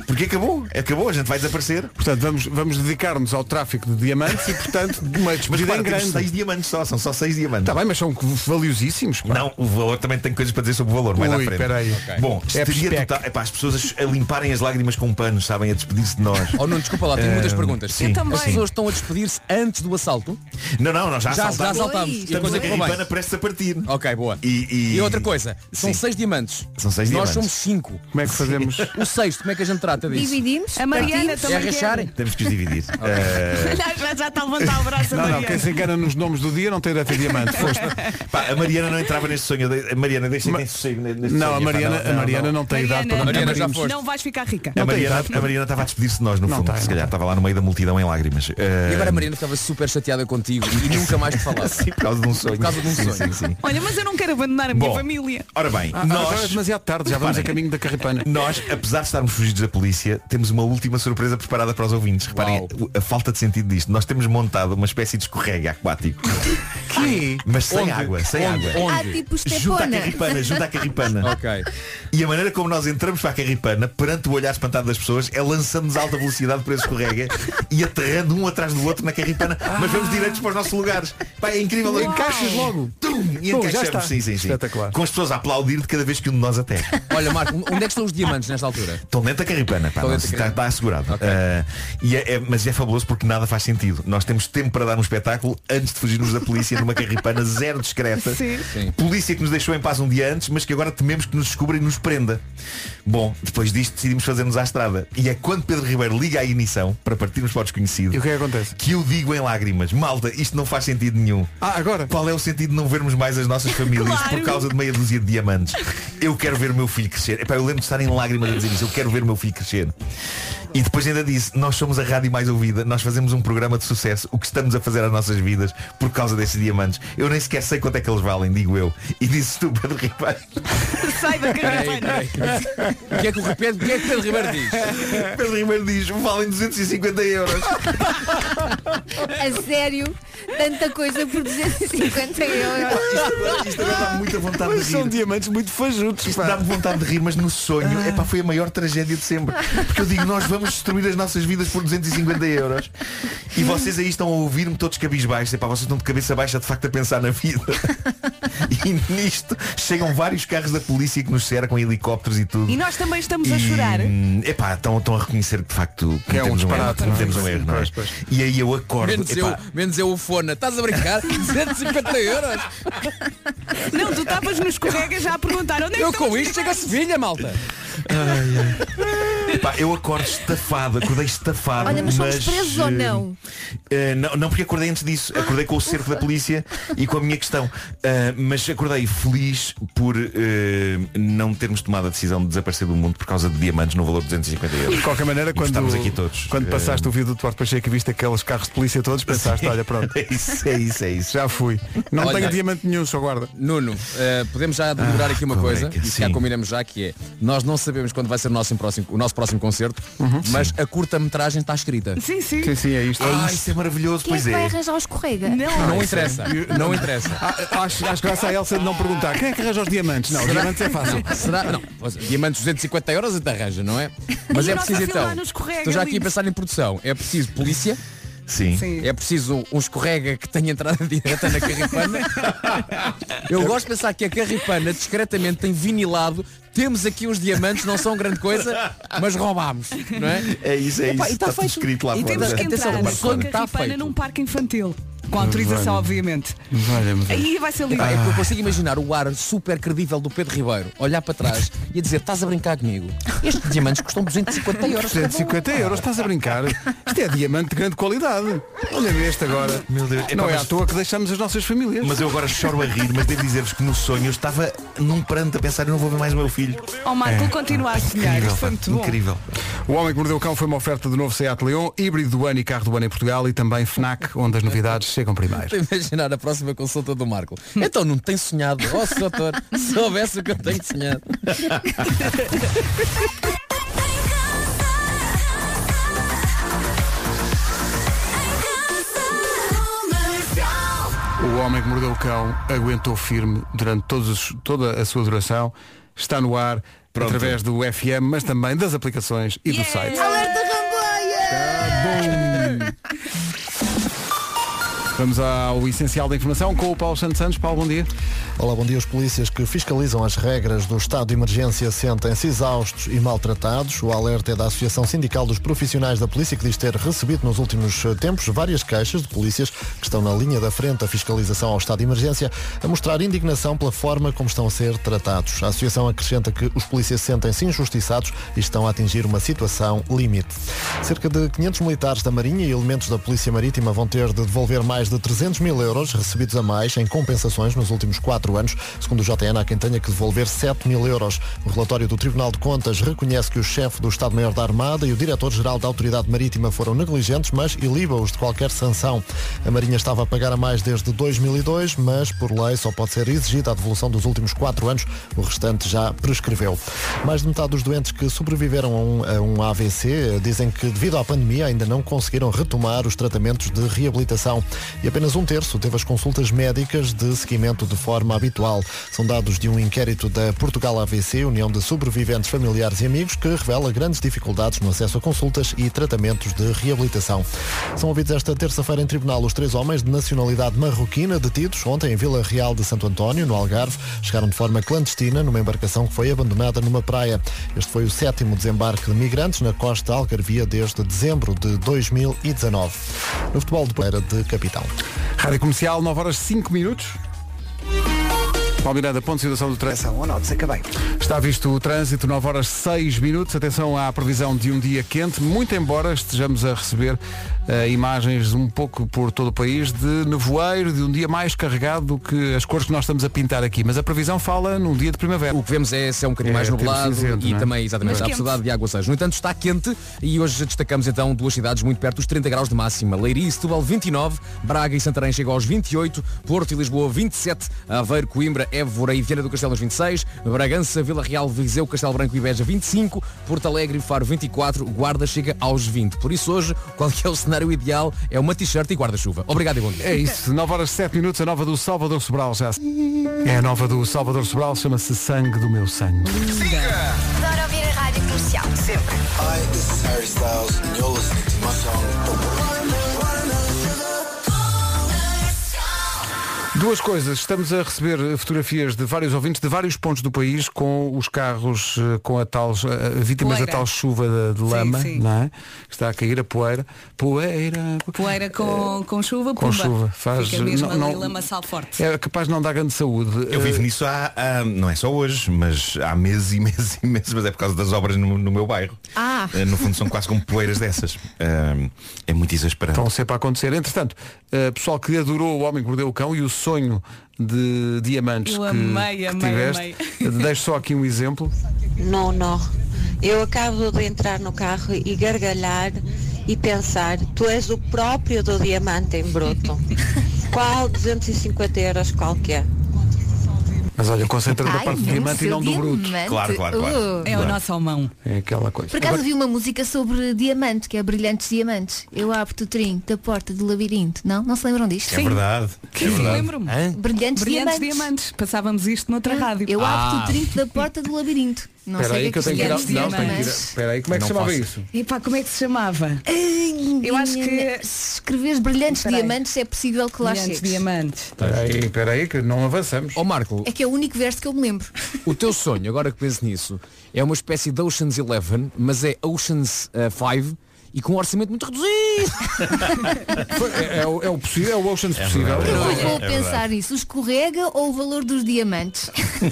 S9: Porque acabou, acabou, a gente vai desaparecer.
S2: Portanto, vamos, vamos dedicar-nos ao tráfico de diamantes e, portanto, de uma
S9: Mas
S2: despedida
S9: repara,
S2: em
S9: temos
S2: grande.
S9: seis diamantes só, são só seis diamantes.
S2: Está bem, mas são valiosíssimos. pá.
S9: Não, o valor também tem coisas para dizer sobre o valor, mais à
S2: Ui,
S9: frente.
S2: peraí.
S9: Bom,
S2: É
S9: histeria
S2: perspec.
S9: total. Epá, as pessoas a limparem as lágrimas com panos, sabem, a despedir-se de nós.
S8: Oh não, desculpa lá, tenho
S9: Eh,
S8: muitas perguntas.
S9: Sim,
S8: As
S9: sim.
S8: pessoas estão a despedir-se antes do assalto.
S9: Não, não, nós já,
S8: Já- já
S9: assaltámos.
S8: assaltámos.
S9: E
S8: E a
S9: Estamos
S8: coisa
S9: a
S8: correu bem.
S9: carripana prestes a partir.
S8: Ok, boa.
S9: E,
S8: E outra coisa, são
S9: Sim.
S8: seis diamantes.
S9: São seis
S8: Nós
S9: diamantes.
S8: somos cinco.
S2: Como é que fazemos?
S8: O sexto, como é que a gente trata disso?
S5: Dividimos.
S4: A Mariana
S5: partimos.
S4: também
S8: É racharem?
S9: Temos que os dividir. Eh,
S4: quer. Já, já está a levantar o braço a
S2: Não, não,
S4: Mariana.
S2: quem se engana nos nomes do dia, não tem direito a diamante. Foste.
S9: Pá, a Mariana não entrava neste sonho. A Mariana deixa quem sossego neste
S2: Não,
S9: sonho.
S2: a Mariana-
S9: Pá,
S2: a Mariana não tem idade para
S9: Mariana já
S4: não,
S9: foste.
S4: não vais ficar rica.
S9: A Mariana, a Mariana estava a despedir-se de nós, no
S8: Não
S9: fundo.
S8: tem,
S9: se
S8: não
S9: calhar estava lá no meio da multidão em lágrimas.
S8: E agora a Mariana estava super chateada contigo e nunca mais te falava.
S9: É. Sim, por causa de um sonho.
S8: Por causa de um
S9: Sim,
S8: sonho.
S9: sim, sim.
S4: Olha, mas eu não quero abandonar a minha
S9: Bom,
S4: família.
S9: Ora bem,
S2: Ah,
S9: nós...
S2: agora é demasiado tarde, já vamos a caminho da carripana.
S9: Nós, apesar de estarmos fugidos da polícia, temos uma última surpresa preparada para os ouvintes. Reparem a, a falta de sentido disto. Nós temos montado uma espécie de escorrega aquático.
S2: Que?
S9: Mas sem
S8: Onde?
S9: água, sem
S8: Onde?
S9: água.
S8: Onde? Ah, tipo
S9: junto à
S8: estepona.
S9: carripana, junto à carripana.
S8: Ok.
S9: E a maneira como nós entramos para a carripana, perante o olhar espantado das pessoas, é lançando-nos a alta velocidade para esse escorrega e aterrando um atrás do outro na carripana. Mas vamos direitos para os nossos lugares. Pá, é incrível.
S2: E encaixas logo.
S9: Tum, e
S2: Pum, já está.
S9: encaixamos. Sim, sim, sim.
S2: Espetacular.
S9: Com as pessoas a aplaudir de cada vez que um de nós aterra.
S8: Olha, Marco, onde é que estão os diamantes nesta altura?
S9: Estão dentro da carripana, pá,
S8: Estão
S9: não,
S8: dentro da
S9: está, está assegurado. Ah, e é- é- mas é fabuloso porque nada faz sentido. Nós temos tempo para dar um espetáculo antes de fugirmos da polícia numa carripana zero discreta.
S4: Sim.
S8: Sim.
S9: Polícia que nos deixou em paz um dia antes, mas que agora tememos que nos descubra e nos prenda. Bom, depois disto decidimos fazer-nos à estrada. E é quando Pedro Ribeiro liga à ignição para partirmos para o desconhecido.
S2: E o que é que acontece?
S9: Que eu digo em lágrimas, malta, isto não faz sentido nenhum.
S2: Ah, agora?
S9: Qual é o sentido de não vermos mais as nossas famílias por
S4: Claro.
S9: causa de meia dúzia de diamantes? Eu quero ver o meu filho crescer. Epá, eu lembro de estar em lágrimas a dizer isso. Eu quero ver o meu filho crescer. E depois ainda disse, nós somos a rádio mais ouvida, nós fazemos um programa de sucesso, o que estamos a fazer às nossas vidas por causa desses diamantes. Eu nem sequer sei quanto é que eles valem, digo eu. E disse tu, Pedro Ribeiro.
S4: Sai da carripana.
S8: Peraí, peraí. O que é que o Ribeiro, o que é que Pedro Ribeiro diz?
S9: Pedro Ribeiro diz, valem 250 euros.
S5: A sério, tanta coisa por 250 euros.
S9: Isto agora dá muita vontade de rir.
S2: diamantes muito fajutos.
S4: Tipo,
S9: Isto dá-me vontade de rir, mas no sonho
S4: Ah.
S9: epá, foi a maior tragédia de sempre. Porque eu digo, nós vamos destruir as nossas vidas por 250 euros. E vocês aí estão a ouvir-me todos cabisbaixos. Epá, vocês estão de cabeça baixa de facto a pensar na vida. E nisto chegam vários carros da polícia que nos cercam, helicópteros e tudo.
S4: E nós também estamos a chorar.
S9: E, hum, epá, estão, estão a reconhecer que de facto
S2: Que é um
S9: cometemos erro,
S2: disparate, não é?
S9: cometemos um erro, não é?
S2: Pois, pois.
S9: E aí eu acordo.
S8: Menos eu,
S9: epá,
S8: menos eu o fona. Estás a brincar? 250 euros?
S4: Não, tu estavas nos escorrega já a perguntar onde é que
S8: Eu
S4: estão
S8: com
S4: os
S8: isto chego a Sevilha, malta.
S9: Pá, eu acordo estafado, acordei estafado.
S5: Olha, mas somos presos ou
S9: eh,
S5: não?
S9: eh, não? Não, porque acordei antes disso. Acordei com o cerco da polícia e com a minha questão. Ah, mas acordei feliz por eh, não termos tomado a decisão de desaparecer do mundo por causa de diamantes no valor de 250 euros.
S2: De qualquer maneira,
S9: E estamos
S2: quando,
S9: aqui todos.
S2: quando passaste o vídeo do Duarte Pacheco e viste aqueles carros de polícia todos, pensaste, olha, pronto,
S9: É isso, é isso, é isso.
S2: já fui. Não
S8: Olha.
S2: tenho diamante nenhum, só guarda.
S8: Nuno, eh, podemos já deliberar
S9: Ah,
S8: aqui uma coisa
S9: colega,
S8: e se cá
S9: é sim.
S8: combinamos já que é nós não sabemos quando vai ser o nosso próximo, o nosso próximo concerto,
S9: Uhum.
S8: mas a curta-metragem está escrita.
S4: Sim, sim.
S2: Sim, sim, é isto.
S9: Ah, isso é maravilhoso,
S5: Quem é
S9: pois
S5: que vai
S9: é.
S5: arranjar o escorrega?
S4: Não.
S8: Não interessa, não interessa.
S2: Ah, acho, acho graça a Elsa de não perguntar quem é que arranja os diamantes. Não, os diamantes é fácil.
S8: Será? Não, pois, diamantes 250 euros até arranja, não é? Mas
S4: E
S8: é
S4: o nosso
S8: preciso
S4: avião lá
S8: então.
S4: no escorrega,
S8: Estou já aqui a
S4: lindo.
S8: pensar em produção. É preciso polícia,
S9: Sim.
S4: Sim.
S8: é preciso um escorrega que tenha entrada direta na carripana. Eu gosto de pensar que a carripana discretamente tem vinilado. Temos aqui os diamantes, não são grande coisa, mas roubámos, não é?
S9: É isso, é
S8: Epá,
S9: isso.
S8: e tá
S9: Está tudo
S8: feito.
S9: escrito lá
S4: E
S9: fora.
S4: temos que
S8: Atenção,
S4: entrar
S8: o barco
S4: com a
S8: está
S4: carripana
S8: feito.
S4: num parque infantil. Com autorização, obviamente. Aí vai ser lindo.
S8: Pá, é que eu consigo imaginar o ar super credível do Pedro Ribeiro olhar para trás e a dizer estás a brincar comigo. Estes diamantes custam 250 euros. cada um."
S2: 150 euros, estás a brincar. Isto é diamante de grande qualidade. Olha este agora.
S9: Meu Deus,
S2: Não
S9: epá,
S2: é à
S9: mas-
S2: toa que deixamos as nossas famílias.
S9: Mas eu agora choro a rir, mas devo dizer-vos que no sonho eu estava num pranto a pensar, eu não vou ver mais o meu filho.
S4: Ó Marco, continua a sonhar. Isto foi muito bom.
S9: incrível.
S2: O Homem que Mordeu o Cão foi uma oferta do novo Seat Leon, híbrido do ano e carro do ano em Portugal e também FNAC, onde as novidades chegam primeiro.
S8: Estou a imaginar a próxima consulta do Marco. Então não tem sonhado. Ó oh, doutor, se soubesse o que eu tenho sonhado.
S2: O Homem que Mordeu o Cão aguentou firme durante todos os- toda a sua duração. Está no ar
S9: Pronto.
S2: através do FM, mas também das aplicações e do site. Tá
S5: Alerta Ramboia!
S2: Vamos ao essencial da informação com o Paulo Santos Santos. Paulo, bom dia.
S12: Olá, bom dia. Os polícias que fiscalizam as regras do estado de emergência sentem-se exaustos e maltratados. O alerta é da Associação Sindical dos Profissionais da Polícia, que diz ter recebido nos últimos eh, tempos várias queixas de polícias que estão na linha da frente da fiscalização ao estado de emergência a mostrar indignação pela forma como estão a ser tratados. A associação acrescenta que os polícias sentem-se injustiçados e estão a atingir uma situação limite. Cerca de 500 militares da Marinha e elementos da Polícia Marítima vão ter de devolver mais de de 300 mil euros recebidos a mais em compensações nos últimos quatro anos. Segundo o JN, há quem tenha que devolver 7 mil euros. O relatório do Tribunal de Contas reconhece que o chefe do Estado-Maior da Armada e o diretor-geral da Autoridade Marítima foram negligentes, mas ilíbaos de qualquer sanção. A Marinha estava a pagar a mais desde 2002, mas por lei só pode ser exigida a devolução dos últimos quatro anos. O restante já prescreveu. Mais de metade dos doentes que sobreviveram a um, a um AVC dizem que, devido à pandemia, ainda não conseguiram retomar os tratamentos de reabilitação. E apenas um terço teve as consultas médicas de seguimento de forma habitual. São dados de um inquérito da Portugal AVC, União de Sobreviventes Familiares e Amigos, que revela grandes dificuldades no acesso a consultas e tratamentos de reabilitação. São ouvidos esta terça-feira em tribunal os três homens de nacionalidade marroquina detidos ontem em Vila Real de Santo António, no Algarve. Chegaram de forma clandestina numa embarcação que foi abandonada numa praia. Este foi o sétimo desembarque de migrantes na costa algarvia desde dezembro de 2019. No futebol de Pereira de Capitão.
S2: Rádio Comercial, 9 horas 5 minutos. Paulo Miranda, ponto de situação do trânsito.
S3: Ou não, desacabei.
S2: Está visto o trânsito, 9 horas 6 minutos. Atenção à previsão de um dia quente, muito embora estejamos a receber eh, imagens um pouco por todo o país de nevoeiro, de um dia mais carregado do que as cores que nós estamos a pintar aqui. Mas a previsão fala num dia de primavera.
S8: O que vemos é se é um bocadinho mais
S2: tempo
S8: nublado
S2: cinzento,
S8: e
S2: não é?
S8: também exatamente a possibilidade de água seja. No entanto, está quente e hoje destacamos então duas cidades muito perto dos 30 graus de máxima. Leiria e Setúbal 29, Braga e Santarém chegam aos 28, Porto e Lisboa 27, Aveiro, Coimbra, Évora e Viana do Castelo nos 26, Bragança, Vila Real, Viseu, Castelo Branco e Beja 25, Porto Alegre e Faro 24, Guarda chega aos 20. Por isso hoje, qual que é o cenário ideal? É uma t-shirt e guarda-chuva. Obrigado e bom dia.
S2: É isso, 9 horas 7 minutos, a nova do Salvador Sobral já. É a nova do Salvador Sobral, chama-se Sangue do Meu Sangue.
S13: Adoro ouvir a rádio comercial. Sempre.
S2: Duas coisas, estamos a receber eh, fotografias de vários ouvintes de vários pontos do país com os carros eh, com a tal eh, vítimas da
S4: Poeira.
S2: tal chuva de, de lama,
S4: sim.
S2: não é? Que Está a cair a poeira. Poeira.
S4: Poeira com, com chuva,
S2: com
S4: pumba.
S2: chuva, faz-
S4: Fica mesmo
S2: não-
S4: ali
S2: não-
S4: lamaçal forte.
S2: É capaz de não dar grande saúde. eh,
S9: Eu vivo nisso há, há- não é só hoje, mas há meses e meses e meses, mas é por causa das obras no, no meu bairro.
S5: Ah.
S9: Eh, No fundo são quase como poeiras dessas. Eh, É muito exasperante.
S2: Estão sempre a acontecer. Entretanto, eh, pessoal que adorou o Homem que Mordeu o Cão e o sonho de diamantes
S15: Eu
S2: que,
S15: amei,
S2: que
S15: amei,
S2: tiveste, deixo só aqui um exemplo.
S15: Não, não. Eu acabo de entrar no carro e gargalhar e pensar, tu és o próprio do diamante em bruto. Qual 250 euros qualquer?
S2: Mas olha, concentra da
S5: Ai,
S2: parte do
S5: não,
S2: diamante e
S5: seu
S2: não do bruto.
S5: diamante. Claro, claro, claro. Uh. É o nosso
S2: homão. É aquela coisa.
S5: Por acaso vi uma música sobre diamante, que é Brilhantes Diamantes. Eu abro o trinco da porta do labirinto. Não? Não se lembram disto?
S9: É verdade. é verdade.
S4: Lembro-me.
S9: Hã?
S5: Brilhantes,
S4: Brilhantes
S5: diamantes.
S4: Passávamos isto noutra rádio.
S5: Eu abro
S9: Ah.
S5: o trinco da porta do labirinto. Não
S2: Espera
S5: sei
S2: aí
S5: o
S2: que eu
S5: é
S2: tenho que ir
S5: isto
S2: ao-
S5: é,
S2: não, tenho que ir-
S5: mas-
S2: Espera aí, como é que
S4: Não
S2: se chamava
S4: faço.
S2: isso?
S4: Epá, como é que se chamava? Eu acho que.
S5: Se escreveres brilhantes diamantes é possível que lá
S4: Brilhantes
S5: chegues. Diamantes.
S2: Espera aí, espera aí que não avançamos.
S8: Ó Marco,
S5: É que é o único verso que eu me lembro.
S2: É
S8: o teu sonho, agora que penso nisso, é uma espécie de Ocean's Eleven, mas é Ocean's 5 e com um orçamento muito reduzido.
S2: Foi- é, é o- é o possível, é o Ocean's possível.
S5: Eu
S2: é
S5: vou pensar nisso. O escorrega ou o valor dos diamantes?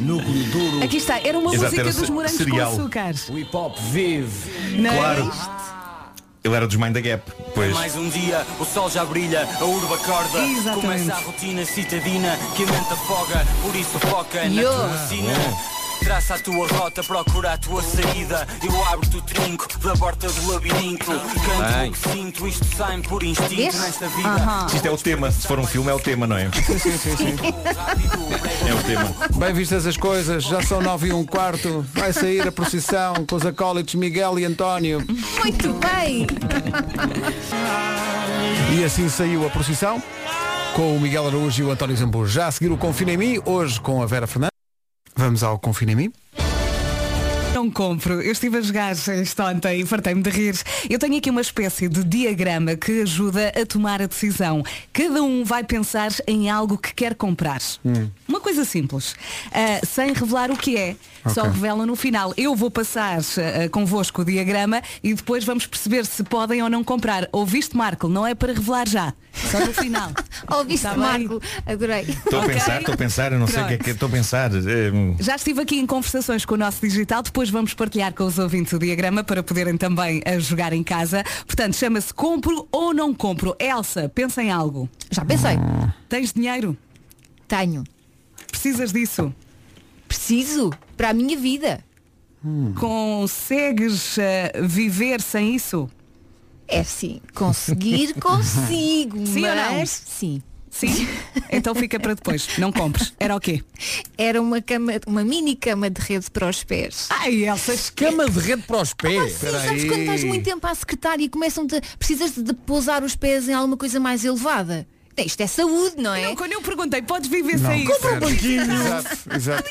S2: No duro.
S4: Aqui está, era uma
S9: Exato,
S4: música
S9: era
S4: dos
S9: ce-
S4: morangos
S9: cereal.
S4: com açúcar.
S8: O hip hop vive.
S4: Não
S9: Claro.
S4: era É isto?
S9: Eu era dos Mind the Gap. Pois.
S16: Mais um dia, o sol já brilha, a urba acorda
S4: Exatamente.
S16: Começa a rotina citadina que a mente afoga Por isso foca na
S17: Yo.
S16: tua sina Traça a tua rota, procura a tua saída Eu abro-te o trinco da porta do labirinto Canto
S9: Bem.
S16: o que sinto, isto sai por instinto
S9: Vês?
S16: nesta vida
S9: Aham. Isto é o tema. Se for um filme é o tema, não é? É o tema.
S2: Bem vistas as coisas, já são nove e um quarto. Vai sair a procissão com os acólitos Miguel e António.
S5: Muito bem!
S2: E assim saiu a procissão com o Miguel Araújo e o António Zamburgo. Já a seguir o Confina em Mim, hoje com a Vera Fernandes. Vamos ao Confina em Mim.
S4: Não Então compro. Eu estive a jogar isto ontem e fartei-me de rir. Eu tenho aqui uma espécie de diagrama que ajuda a tomar a decisão. Cada um vai pensar em algo que quer comprar.
S9: Hum.
S4: Uma coisa simples, ah, sem revelar o que é, só
S18: Ok.
S4: revelam no final. Eu vou passar ah, convosco o diagrama e depois vamos perceber se podem ou não comprar. Ouviste, Marco? Não é para revelar já, só no final.
S5: Ouviste,
S4: Tá bem?
S5: Marco? Adorei.
S9: Estou a pensar, estou a pensar, eu não sei o que é que estou a pensar. Eh,
S4: Já estive aqui em conversações com o nosso digital, depois depois vamos partilhar com os ouvintes o diagrama para poderem também a jogar em casa. Portanto, chama-se Compro ou Não Compro. Elsa, pensa em algo.
S5: Já pensei.
S4: Tens dinheiro?
S5: Tenho.
S4: Precisas disso?
S5: Preciso para a minha vida.
S4: Consegues eh, viver sem isso?
S5: É sim, conseguir consigo,
S4: Sim ou não?
S5: mas sim.
S4: Sim? Então fica para depois. Não compres. Era o quê?
S5: Era uma cama, uma mini cama de rede para os pés.
S4: Ai, Elsa,
S8: Cama de rede para os pés.
S5: Ah, Sim, sabes quando estás muito tempo à secretária e começam te precisas de pousar os pés em alguma coisa mais elevada. Isto é saúde, não é? Não,
S4: quando eu perguntei, podes viver
S5: Não,
S4: sem isso?
S5: compra um banquinho.
S2: Exato, exato.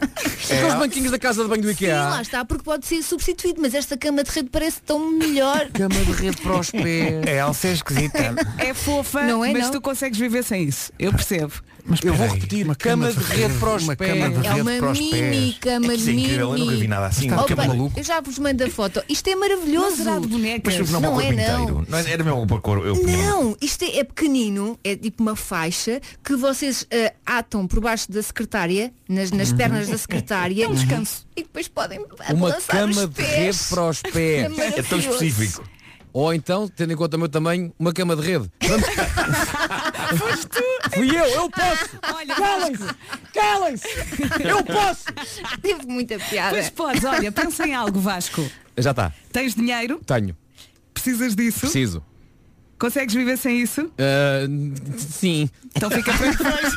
S8: Aqueles É banquinhos da casa de banho do
S5: Sim,
S9: é.
S5: lá
S8: IKEA.
S5: está, porque pode ser substituído, mas esta cama de rede parece tão melhor.
S8: cama de rede para os pés.
S2: A Elsa é esquisita.
S4: É fofa,
S5: Não é,
S4: mas
S5: não?
S4: tu consegues viver sem isso. Eu percebo.
S2: Mas
S8: Eu vou
S2: peraí,
S8: repetir,
S2: uma
S8: cama de rede para os
S2: uma
S8: pés.
S2: cama de
S5: É
S2: rede
S5: uma
S2: para os
S5: mini
S2: pés.
S5: cama
S9: É que isso é
S5: mini.
S9: incrível, eu nunca vi nada assim. Está um
S5: Opa,
S9: bocado maluco.
S5: eu já vos mando a foto. Isto é
S4: Não
S5: maravilhoso.
S4: será de bonecas?
S9: Mas não,
S5: não
S9: para o
S5: é
S9: corpo
S5: não.
S9: inteiro. Não é- Era mesmo para o corpo. Eu,
S5: Não, isto é, é pequenino, é tipo uma faixa que vocês ah, atam por baixo da secretária, nas, nas pernas da secretária.
S4: É um descanso.
S5: E depois podem
S8: Uma
S5: balançar
S8: cama
S5: os
S8: de rede
S5: pés.
S8: para os
S5: É
S8: pés.
S5: maravilhoso. É tão específico.
S8: Ou então, tendo em conta o meu tamanho, uma cama de rede. Vamos... Fui eu, eu posso!
S4: Olha,
S8: Calem-se! Calem-se! Eu posso!
S5: Teve muita piada.
S4: Pois podes, olha, pensa em algo, Vasco.
S8: Já está,
S4: Tens dinheiro?
S8: tenho,
S4: Precisas disso?
S8: preciso.
S4: Consegues viver sem isso?
S8: Ah, sim.
S4: Então fica para depois.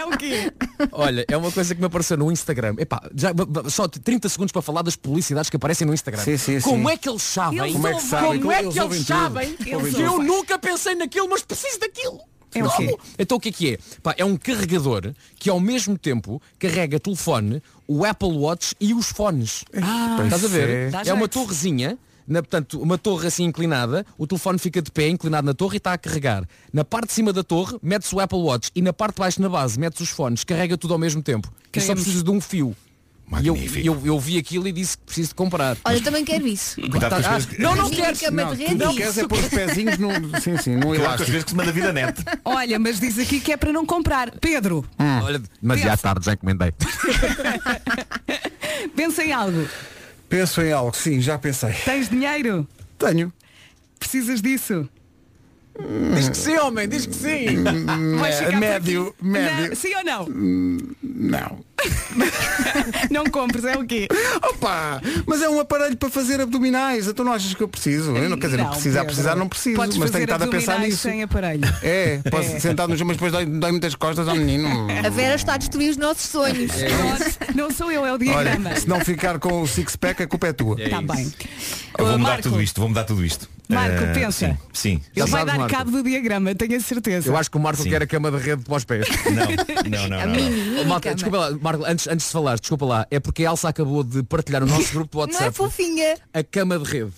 S4: é o quê?
S8: Olha, é uma coisa que me apareceu no Instagram. Epá, já, b- b- só 30 segundos para falar das publicidades que aparecem no Instagram.
S2: Sim, sim,
S8: Como
S2: sim.
S8: é que eles sabem?
S4: Eles
S2: Como é que
S4: ouvem.
S2: sabem?
S8: Como é que
S2: Eles
S8: eles,
S2: ouvem tudo.
S8: sabem? que
S4: Eles
S8: eu
S4: ouvem.
S8: nunca pensei naquilo, mas preciso daquilo.
S4: É o quê?
S8: Como? Então o que é que é? Pá, é um carregador que ao mesmo tempo carrega telefone, o Apple Watch e os fones.
S2: Ah,
S8: Estás a ver?
S4: Dá
S8: É uma
S4: jeito.
S8: torrezinha. Na, portanto, uma torre assim inclinada, o telefone fica de pé, inclinado na torre e está a carregar. Na parte de cima da torre, metes o Apple Watch e na parte de baixo, na base, metes os fones, carrega tudo ao mesmo tempo. E só
S4: Queremos.
S8: precisas de um fio. E eu, eu, eu vi aquilo e disse que preciso de comprar.
S5: Olha, também quero isso.
S9: Cuidado com as
S8: Ah,
S9: coisas que-
S8: não,
S5: A
S8: não
S5: minha
S8: queres.
S5: cama de
S2: tu
S5: rede
S2: não
S5: é
S2: queres
S5: isso.
S2: é pôr os pezinhos num, sim, sim, num
S9: cuidado com as
S2: elástico.
S9: coisas que se manda vir da net.
S4: Olha, mas diz aqui que é para não comprar. Pedro,
S5: Ah.
S8: Olha, mas já
S4: Pensa.
S8: tarde, já encomendei.
S4: pensa em algo.
S2: Penso em algo, sim, já pensei.
S4: Tens dinheiro?
S2: Tenho.
S4: Precisas disso?
S8: Diz que sim, homem, diz que sim.
S4: Vais
S2: é,
S4: ficar por
S2: médio,
S4: aqui?
S2: médio. Hum,
S4: Não, sim ou não?
S2: Não.
S4: Não compres, é o quê?
S2: Opa! Mas é um aparelho para fazer abdominais, então não achas que eu preciso? Eu não, quer dizer, não, precisar,
S4: Pedro.
S2: precisar, não preciso,
S4: Podes
S2: mas tenho
S4: fazer
S2: estado a pensar
S4: abdominais
S2: nisso.
S4: sem aparelho.
S2: É, posso sentar nos mas depois dói- dói muitas costas ao menino.
S5: A Vera está a destruir os nossos sonhos.
S4: É, Pronto, Não sou eu, é o diagrama.
S2: Olha, se não ficar com o six-pack, a culpa é tua.
S4: Está bem.
S9: Eu vou
S4: Uh,
S9: mudar
S4: Marco,
S9: tudo isto, vou mudar tudo isto.
S4: Marco,
S9: Eh,
S4: pensa.
S9: Sim. sim.
S4: Ele vai
S8: sabes,
S4: dar
S8: Marco.
S4: cabo do diagrama, tenho a certeza.
S8: Eu acho que o Marco
S9: Sim.
S8: quer a cama de rede para os pés.
S9: Não, não, não.
S5: A
S9: não,
S5: mini,
S9: não.
S5: mini
S8: Marco,
S5: cama.
S8: desculpa lá, Marco, antes, antes de falares, desculpa lá, é porque a Elsa acabou de partilhar no nosso grupo do
S5: Não é
S8: WhatsApp
S5: fofinha?
S8: a cama de rede.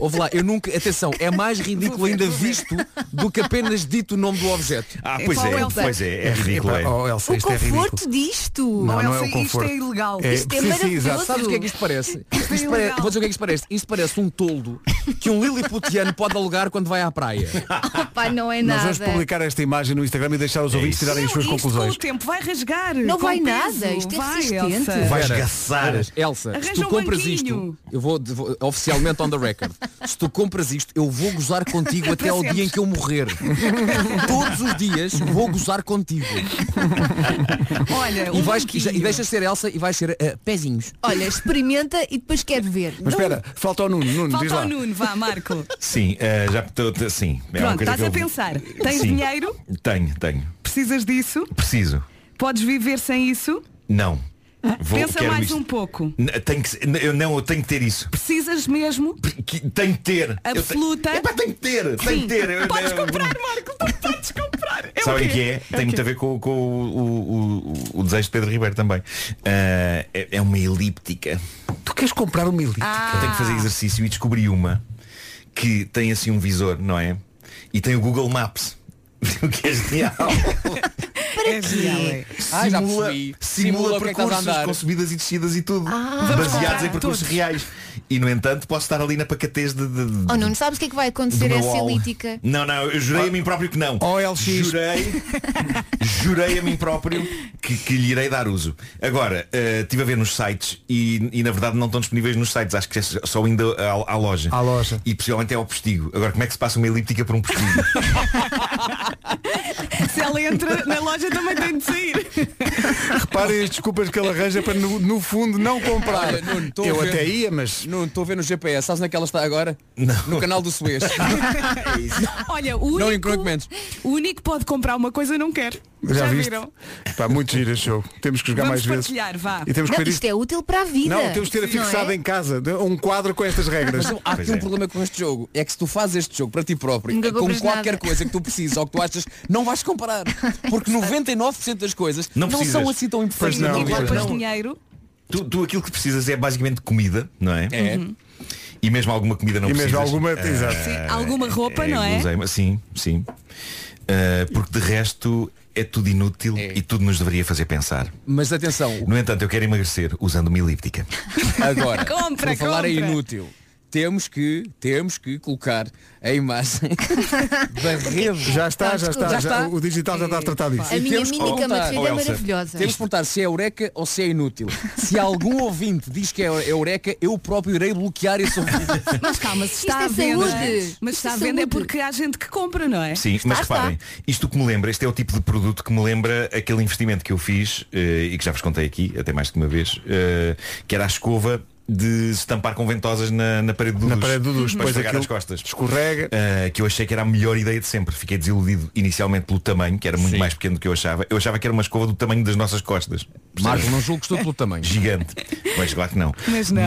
S8: Ouve lá, eu nunca, atenção, é mais ridículo ainda visto do que apenas dito o nome do objeto.
S9: Ah, pois
S4: Paulo
S9: é,
S4: Elsa.
S9: pois é, é ridículo.
S2: Epá,
S9: é.
S2: oh, Elsa,
S5: O
S2: isto é ridículo.
S5: conforto disto.
S2: Não, não é
S4: Elsa,
S2: o
S4: isto
S2: conforto.
S4: é ilegal.
S2: É,
S5: Isto é
S2: sim, sim, exato.
S5: maravilhoso.
S8: Sabes o que é que isto parece?
S4: Isto é
S8: Isto pare-
S4: ilegal.
S8: Vou dizer o que é que isto parece. Isto parece um toldo que um liliputiano pode alugar quando vai à praia.
S5: Opa, não é
S2: Nós
S5: nada.
S2: vamos publicar esta imagem no Instagram e deixar
S8: É
S2: os ouvintes
S9: isso.
S2: tirarem as
S4: Não,
S2: suas
S4: isto
S2: conclusões.
S4: com o tempo vai rasgar.
S5: Não
S4: com
S5: vai
S4: peso.
S5: nada, isto é
S4: vai,
S5: resistente.
S4: Elsa.
S9: Vai
S8: Vera,
S9: esgaçar.
S8: Vera, Elsa, se
S4: Arranja
S8: tu
S4: um
S8: compras
S4: banquinho.
S8: isto, eu vou, vou- oficialmente on the record, se tu compras isto, eu vou gozar contigo até ao
S4: sempre.
S8: dia em que eu morrer. Todos os dias vou gozar contigo.
S4: Olha,
S8: E,
S4: um
S8: vais, e, já-
S4: banquinho.
S8: e deixas ser Elsa e vais ser eh, pezinhos.
S5: Olha, experimenta e depois quero ver.
S2: Mas espera, falta o Nuno, Nuno, diz
S4: Falta
S2: lá.
S4: o Nuno, vá, Marco.
S9: Sim, eh, já estou. Sim. é uma
S4: Pronto,
S9: coisa
S4: estás
S9: que
S4: a
S9: eu-
S4: pensar. Tens
S9: Sim.
S4: dinheiro?
S9: Tenho, tenho.
S4: Precisas disso?
S9: Preciso.
S4: Podes viver sem isso?
S9: Não. Vou,
S4: Pensa
S9: quero
S4: mais
S9: isto.
S4: um pouco.
S9: N- Tenho que, se- n- eu não, eu tenho que ter isso.
S4: Precisas mesmo?
S9: Que- Tenho que ter. Eu te-
S4: Absoluta.
S9: Epá, tenho que ter. Tenho que ter. Eu-
S4: Podes
S9: eu-
S4: comprar, Marco, tu podes comprar. É
S9: Sabem
S4: o
S9: o que
S4: quê?
S9: é? Tem muito a ver com, com o, o- o- o desejo de Pedro Ribeiro também. Ah, é, é uma elíptica.
S2: Tu queres comprar um uma elíptica?
S9: é? Eu tenho que
S8: Ah.
S4: Ah,
S9: fazer exercício e descobri uma que tem assim um visor, não é? E tem o Google Maps. O que é genial.
S5: Para
S4: É genial, é.
S8: Ai, Ah, já
S9: Simula,
S8: percebi. Simula
S9: simula
S8: o que é que estás a
S9: percursos
S8: andar.
S9: com subidas e descidas e tudo.
S5: Ah.
S9: baseados
S5: Vamos
S9: em percursos
S5: todos.
S9: reais. E no entanto posso estar ali na pacatez de. de- de-
S5: Oh Nuno, sabes o que é que vai acontecer
S9: Do
S5: a
S9: meu
S5: essa
S9: wall.
S5: elítica?
S9: Não, não, eu jurei a mim próprio que não. Jurei, jurei a mim próprio que, que lhe irei dar uso. Agora, eh, estive a ver nos sites e, e, na verdade não estão disponíveis nos sites, acho que é só ainda à, à loja. À loja. E possivelmente é ao postigo. Agora, como é que se passa uma elíptica por um postigo?
S4: Se ela entra na loja também tem de sair.
S2: Reparem as desculpas que ele arranja para no, no fundo não comprar.
S8: Olha, Nuno, tô a
S2: Eu
S8: ver-
S2: até ia, mas.
S8: Nuno, estou a ver no GPS. Sabes naquela está agora? No canal do Suez.
S4: Olha, o
S8: Não
S4: único,
S8: encroquementos.
S4: o único que pode comprar uma coisa não quer.
S2: Já, viste?
S4: viram?
S2: Pá, muito giro este show. Temos que jogar mais
S4: Vamos
S2: vezes.
S4: partilhar, vá.
S2: E temos que
S5: Não,
S2: ver
S5: isto é útil para a vida.
S2: Não, temos que ter fixado
S5: Não é?
S2: em casa de- um quadro com estas regras.
S8: Mas há aqui um problema com este jogo. É que se tu fazes este jogo para ti próprio, é
S5: Nunca
S8: com
S5: compras
S8: qualquer
S5: nada.
S8: coisa que tu precisas ou que tu achas, não vais comparar. Porque 99% das coisas não,
S9: Não
S8: são
S9: precisas.
S8: assim tão
S9: Pois
S8: importantes.
S9: não,
S8: na tua
S9: pois
S8: vida.
S9: não.
S4: Mas dinheiro.
S9: Tu, tu aquilo que precisas é basicamente comida, não é?
S8: É.
S9: E mesmo alguma comida não
S2: E mesmo
S9: precisas.
S2: alguma-
S9: Ah,
S2: exato.
S4: Uhum. Sim, alguma roupa, não é?
S9: guloseima. Sim, sim. Ah, porque de resto é tudo inútil e tudo nos deveria fazer pensar.
S8: Mas atenção,
S9: No entanto, eu quero emagrecer usando uma elíptica.
S8: Agora,
S4: Compra,
S8: por falar é
S4: compra.
S8: inútil. Temos que, temos que colocar a imagem da rede.
S2: Já está, Ah, já está, já- o digital já está a tratar disso.
S5: A minha
S8: temos que
S5: mini cama de
S8: perguntar-
S5: rede é maravilhosa.
S8: Temos que perguntar se é eureka ou se é inútil. Se algum ouvinte diz que é eureka, eu próprio irei bloquear esse ouvinte.
S4: Mas calma, se
S5: Isto
S4: está
S5: é
S4: à venda.
S5: saúde.
S4: Mas
S5: Isto
S4: se
S5: é
S4: está à venda é
S5: saúde.
S4: porque há gente que compra, não é?
S9: Sim, mas reparem, isto que me lembra, este é o tipo de produto que me lembra aquele investimento que eu fiz eh, e que já vos contei aqui, até mais de uma vez, eh, que era a escova de se tampar com ventosas na, na parede do
S2: Na
S9: duche,
S2: parede do duche,
S9: para
S2: pois
S9: esfregar
S2: aquilo
S9: as costas.
S2: escorrega.
S9: Eh, que eu achei que era a melhor ideia de sempre. Fiquei desiludido inicialmente pelo tamanho, que era muito mais pequeno do que eu achava. Eu achava que era uma escova do tamanho das nossas costas.
S8: Marco,
S9: Percebes?
S8: não julgo que estou pelo tamanho.
S9: Gigante. Mas claro que não.
S4: Mas não.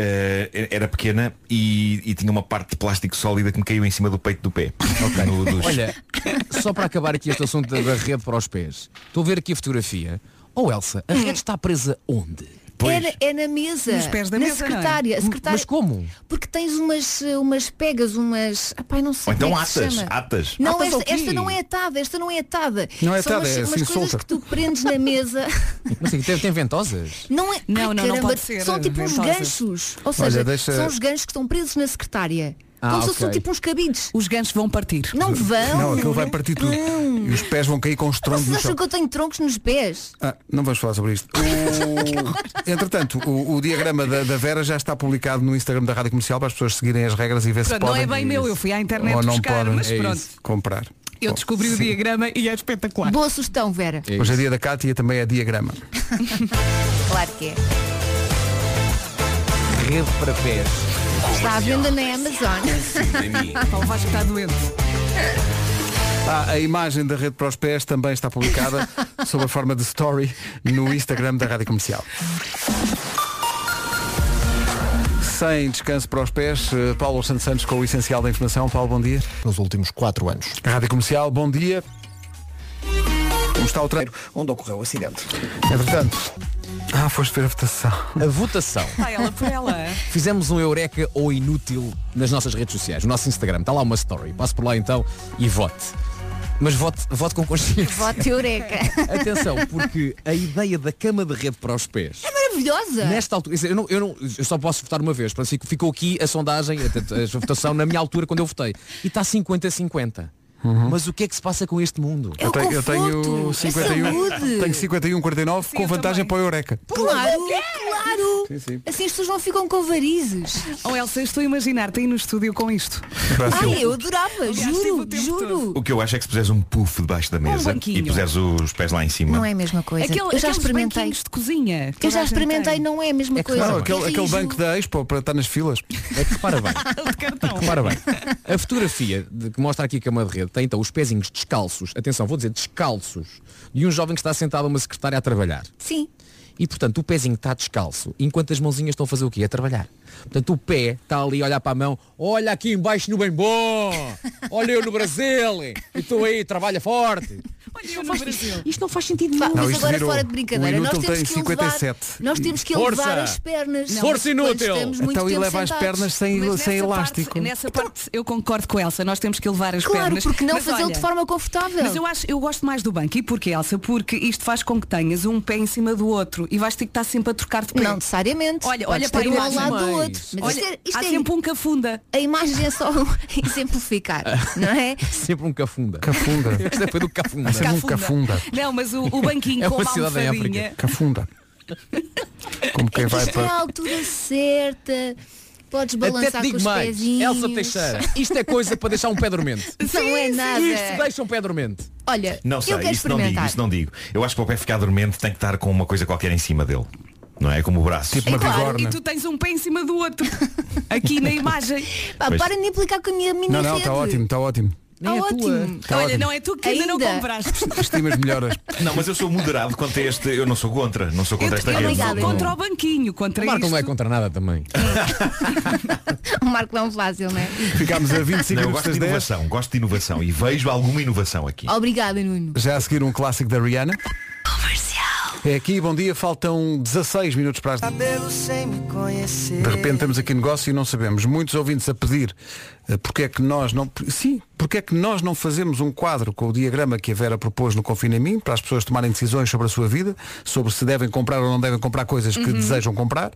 S9: eh, era pequena e, e tinha uma parte de plástico sólida que me caiu em cima do peito do pé. No duche.
S8: Olha, só para acabar aqui este assunto da da rede para os pés. Estou a ver aqui a fotografia. Oh Elsa,
S5: Hum.
S8: a rede está presa onde?
S5: É na- É, na mesa.
S4: Nos pés da
S5: na
S4: mesa, não é?
S5: secretária. A secretária-
S8: Mas como?
S5: Porque tens umas, eh, umas pegas, umas. Ah, pai, não sei.
S9: Ou então
S5: como é que se
S9: atas,
S5: chama.
S9: atas.
S5: Não,
S8: Atas ao
S5: esta,
S8: quê?
S5: esta não é atada, esta não é atada.
S2: Não é
S5: São
S2: atada,
S5: umas,
S2: é
S5: umas
S2: assim,
S5: coisas
S2: solta.
S5: que tu prendes na mesa.
S8: Não sei, tem, tem ventosas?
S5: Não é.
S4: Não, não, não
S5: caramba,
S4: pode ser,
S5: São tipo uns
S4: ventosas.
S5: ganchos. Ou seja,
S2: deixa-
S5: são os ganchos que estão presos na secretária.
S8: Ah,
S5: Como se fossem
S8: ok.
S5: tipo uns cabides.
S4: Os ganchos vão partir.
S5: Não vão.
S2: Não, aquilo vai partir tudo. E os pés vão cair com os troncos
S5: Vocês
S2: no
S5: acham
S2: chão.
S5: que eu tenho troncos nos pés?
S2: Ah, não vamos falar sobre isto. O- Entretanto, o, o diagrama da, da Vera já está publicado no Instagram da Rádio Comercial para as pessoas seguirem as regras e ver se
S4: Pronto, não
S2: podem
S4: é bem meu, eu fui à internet
S2: ou não
S4: buscar,
S2: podem é
S4: mas pronto.
S2: comprar.
S4: Eu descobri o diagrama e é espetacular.
S5: Boa sugestão, Vera.
S2: Hoje é dia da Cátia também é diagrama.
S5: Claro que é.
S8: Rede para pés.
S5: Está à venda na Amazon.
S4: Pá, o Vasco está doente.
S2: Ah, a imagem da rede para os pés também está publicada sob a forma de story no Instagram da Rádio Comercial. Sem descanso para os pés, eh, Paulo Santos Santos com o essencial da informação. Paulo, bom dia.
S12: Nos últimos quatro anos.
S2: Rádio Comercial, bom dia. Como está o treino?
S3: Onde ocorreu o acidente.
S2: Entretanto. Ah, foste ver a votação.
S8: A votação.
S4: Pá, ela por ela.
S8: Fizemos um eureka ou inútil nas nossas redes sociais, no nosso Instagram. Está lá uma story. Passe por lá então e vote. Mas vote, vote com consciência.
S5: Vote Eureka.
S8: Atenção, porque a ideia da cama de rede para os pés.
S5: É maravilhosa.
S8: Nesta altura, quer dizer, eu, não- eu não- eu só posso votar uma vez, portanto fico- ficou aqui a sondagem, a, a- a votação na minha altura quando eu votei. E está 50-50. Mas o que é que se passa com este mundo?
S5: É o
S2: tenho- eu tenho
S5: conforto, é
S2: 51,
S5: saúde.
S2: tenho 51, 49 com vantagem para o Eureka.
S5: Claro, claro.
S2: Sim, sim.
S5: Assim as pessoas não ficam com varizes.
S4: Ou Oh, Elsa, eu estou a imaginar-te aí no estúdio com isto.
S5: Ai, eu adorava,
S4: tive o
S5: juro,
S4: tempo
S5: juro.
S9: assim, O que eu acho é que se puseres um puff debaixo da mesa
S4: banquinho.
S9: e puseres os pés lá em cima.
S5: Não é a mesma coisa.
S4: Aquele,
S5: eu já
S4: aqueles
S5: experimentei.
S4: banquinhos de cozinha.
S5: Eu já
S4: Toda a gente
S5: experimentei,
S4: tem.
S5: não é a mesma coisa.
S2: Não,
S5: É
S2: aquele, aquele
S5: rijo.
S2: banco da Expo para estar nas filas.
S8: É que repara bem.
S4: De cartão.
S8: Repara bem, a fotografia de- que mostra aqui a cama de rede tem então os pezinhos descalços, atenção, vou dizer descalços, de um jovem que está sentado a uma secretária a trabalhar.
S5: Sim.
S8: E portanto o pezinho está descalço, enquanto as mãozinhas estão a fazer o quê? A trabalhar. Portanto o pé está ali a olhar para a mão, olha aqui embaixo no bem bom, olha eu no Brasil, eu estou aí, trabalha forte.
S5: Isto não, faz, isto não faz sentido nenhum.
S8: Não,
S5: Mas
S8: isto
S5: agora
S8: virou-
S5: fora de
S8: o
S5: brincadeira, nós
S8: inútil
S5: temos,
S8: tem
S5: que elevar,
S8: 57.
S5: nós temos que
S8: Força!
S5: elevar as pernas.
S8: Força
S5: Quando
S8: inútil!
S5: estamos muito
S2: Então
S5: tempo
S2: eleva as
S5: sentados.
S2: pernas sem,
S4: Mas
S2: sem
S4: nessa
S2: elástico.
S4: Parte, nessa parte eu concordo com a Elsa, nós temos que levar as
S5: Então- Claro,
S4: pernas.
S5: porque não
S4: Mas
S5: fazê-lo
S4: olha,
S5: de forma confortável.
S4: Mas eu acho, eu gosto mais do banco. E porquê, Elsa? Porque isto faz com que tenhas um pé em cima do outro e vais ter que estar sempre a trocar de pé.
S5: Não necessariamente.
S4: Olha,
S5: Podes
S4: olha para
S5: ter
S4: a
S5: um ao
S4: imagem.
S5: lado do outro. Mas
S4: Olha,
S5: isto é- isto
S4: há
S5: é-
S4: sempre um cafunda.
S5: A imagem é só exemplificar, não é?
S8: Sempre um cafunda.
S2: Cafunda.
S8: Eu gostei foi do cafunda.
S2: Há sempre um cafunda.
S4: Não, mas o, o banquinho
S8: É
S4: com
S8: uma
S4: uma
S8: cidade em
S4: almofadinha.
S2: Cafunda. Como quem vai
S5: Isto é a
S2: para.
S5: altura certa. Podes
S8: Até
S5: balançar
S8: te
S5: com
S8: digo
S5: os
S8: mais,
S5: pezinhos.
S8: Elsa Teixeira, isto é coisa para deixar um pé dormente.
S5: Não é nada.
S8: Isto deixa um pé dormente.
S5: Olha,
S9: Não
S5: eu
S9: sei,
S5: quero
S9: isso não digo,
S5: experimentar.
S9: isso não digo. Eu acho que para o pé ficar dormente tem que estar com uma coisa qualquer em cima dele. Não é? Como o braço.
S2: Tipo
S4: É claro, e tu tens um pé em cima do outro. Aqui na imagem.
S5: Pá,
S9: Pois.
S5: para de me aplicar com a minha, minha
S2: Não, não,
S5: rede.
S2: está ótimo, está ótimo.
S5: Está ótimo.
S2: Tá
S4: Olha,
S2: ótimo.
S4: não é tu que ainda, não
S5: Ainda.
S4: compraste.
S2: Estimas melhoras.
S9: Não, mas eu sou moderado quanto a este. Eu não sou contra. Não sou contra esta
S4: Eu não
S9: rede.
S4: sou
S9: Não-
S4: contra o banquinho, contra
S8: O Marco
S4: isto.
S8: não é contra nada também.
S5: O Marco não é um fácil, não é?
S2: Ficámos a 25
S9: Não, eu
S2: minutos
S9: gosto de
S2: das 10.
S9: inovação, gosto de inovação e vejo alguma inovação
S5: Oh.
S9: aqui.
S5: Obrigada, Nuno.
S2: Já a seguir um clássico da Rihanna. É aqui, bom dia, faltam 16 minutos para as. De repente estamos aqui em negócio e não sabemos. Muitos ouvintes a pedir eh, porque é que nós não. Sim, porque é que nós não fazemos um quadro com o diagrama que a Vera propôs no Confina em Mim para as pessoas tomarem decisões sobre a sua vida, sobre se devem comprar ou não devem comprar coisas que
S17: Uhum.
S2: desejam comprar,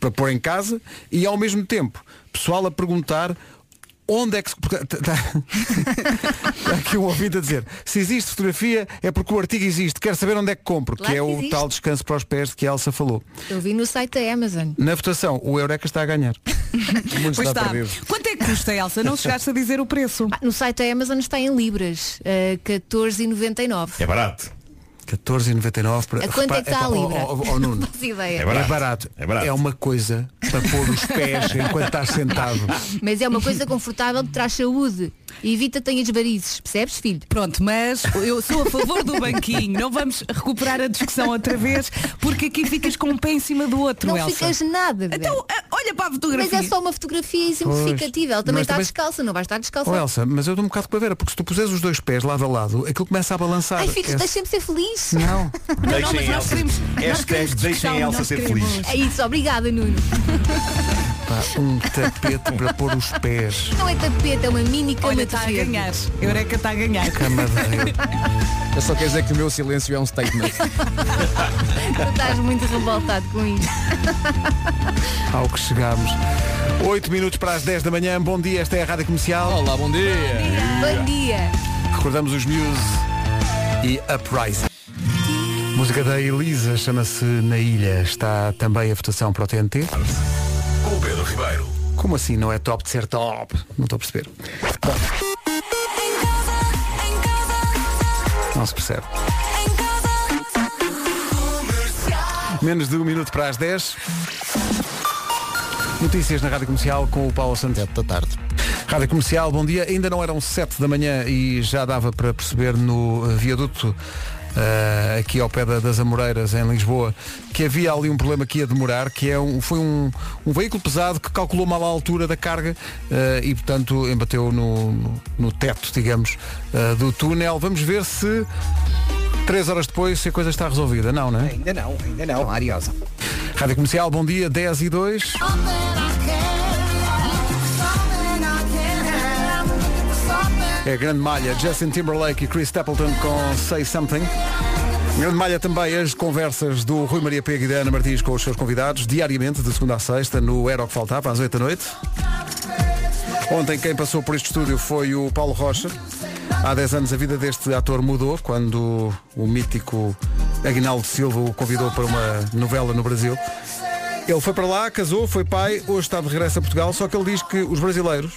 S2: para pôr em casa, e ao mesmo tempo, pessoal a perguntar. Onde é que se... porque- tá- tá- Há aqui um ouvido a dizer Se existe fotografia é porque o artigo existe Quero saber onde é que compro
S5: Claro
S2: Que é
S5: que
S2: o
S5: existe.
S2: tal descanso para os pés de que a Elsa falou
S5: Eu vi no site da Amazon.
S2: Na votação, o Eureka está a ganhar Muito
S4: Pois está. Quanto é que custa, Elsa? Não chegaste a dizer o preço.
S5: Ah, No site da Amazon está em libras, eh, 14,99.
S9: É barato.
S2: 14,99 para...
S5: A quanto é que está
S2: Epá,
S5: a
S2: ó,
S5: libra?
S2: ó, ó, ó, Nuno.
S5: Não faço ideia.
S2: É barato. É uma coisa para pôr os pés enquanto estás sentado.
S5: Mas é uma coisa confortável que traz saúde. E Evita que tenhas varizes, percebes, filho?
S4: Pronto, mas eu sou a favor do banquinho. Não vamos recuperar a discussão outra vez, porque aqui ficas com um pé em cima do outro,
S5: Não
S4: Elsa. ah,
S5: ficas nada. Então,
S4: olha para a fotografia.
S5: Mas é só uma fotografia exemplificativa. Ela também
S2: Mas
S5: está
S2: também-
S5: descalça, não vai estar descalça.
S2: Oh, Elsa, mas eu dou um bocado com a Vera Porque se tu puseres os dois pés lado a lado Aquilo começa a balançar
S5: Ai, filhos,
S2: É-
S5: deixem-me ser feliz.
S2: Não.
S5: não,
S2: Deixem
S5: mas nós
S2: Elsa-
S5: queremos- nós
S2: Hashtag
S5: queremos
S2: deixem
S5: discussão,
S2: Elsa
S5: nós
S2: ser
S5: queremos.
S2: feliz.
S5: É isso, obrigada, Nuno.
S2: Pá, Um tapete para pôr os pés
S5: Não é tapete, é uma mini cama
S4: Olha,
S5: de
S4: está a
S5: ferro.
S4: ganhar. Eureka está a ganhar.
S2: Cama
S8: Eu só quero dizer que o meu silêncio é um statement.
S5: Tu estás muito revoltado com isto.
S2: ao que chegamos 8 minutos para as 10 da manhã Bom dia, esta é a Rádio Comercial
S8: Olá, bom dia
S5: Bom dia.
S2: Recordamos os Muse e Uprising. Música da Elisa chama-se Na Ilha. Está também a votação para o TNT.
S17: Com Pedro Ribeiro.
S2: Como assim não é top de ser top? Não estou a perceber. Bom. Não se percebe. Menos de um minuto para as 10. Notícias na Rádio Comercial com o Paulo Santos.
S12: da tarde.
S2: Rádio Comercial, bom dia. Ainda não eram 7 da manhã e já dava para perceber no eh, viaduto eh, aqui ao pé da- das Amoreiras, em Lisboa, que havia ali um problema que ia demorar, que é um, foi um, um veículo pesado que calculou mal a altura da carga eh, e, portanto, embateu no, no- no teto, digamos, eh, do túnel. Vamos ver se três horas depois se a coisa está resolvida. Não, não é?
S3: Ainda não, ainda não, Ariosa.
S2: Rádio Comercial, bom dia, 10 e 2. É a grande malha, Justin Timberlake e Chris Stapleton com Say Something. Grande malha também as conversas do Rui Maria Pega e da Ana Martins com os seus convidados, diariamente, de segunda a sexta, no Era o que Faltava, às 8 da noite. Ontem quem passou por este estúdio foi o Paulo Rocha. Há 10 anos a vida deste ator mudou quando o mítico Aguinaldo Silva o convidou para uma novela no Brasil. Ele foi para lá, casou, foi pai, hoje está de regresso a Portugal, só que ele diz que os brasileiros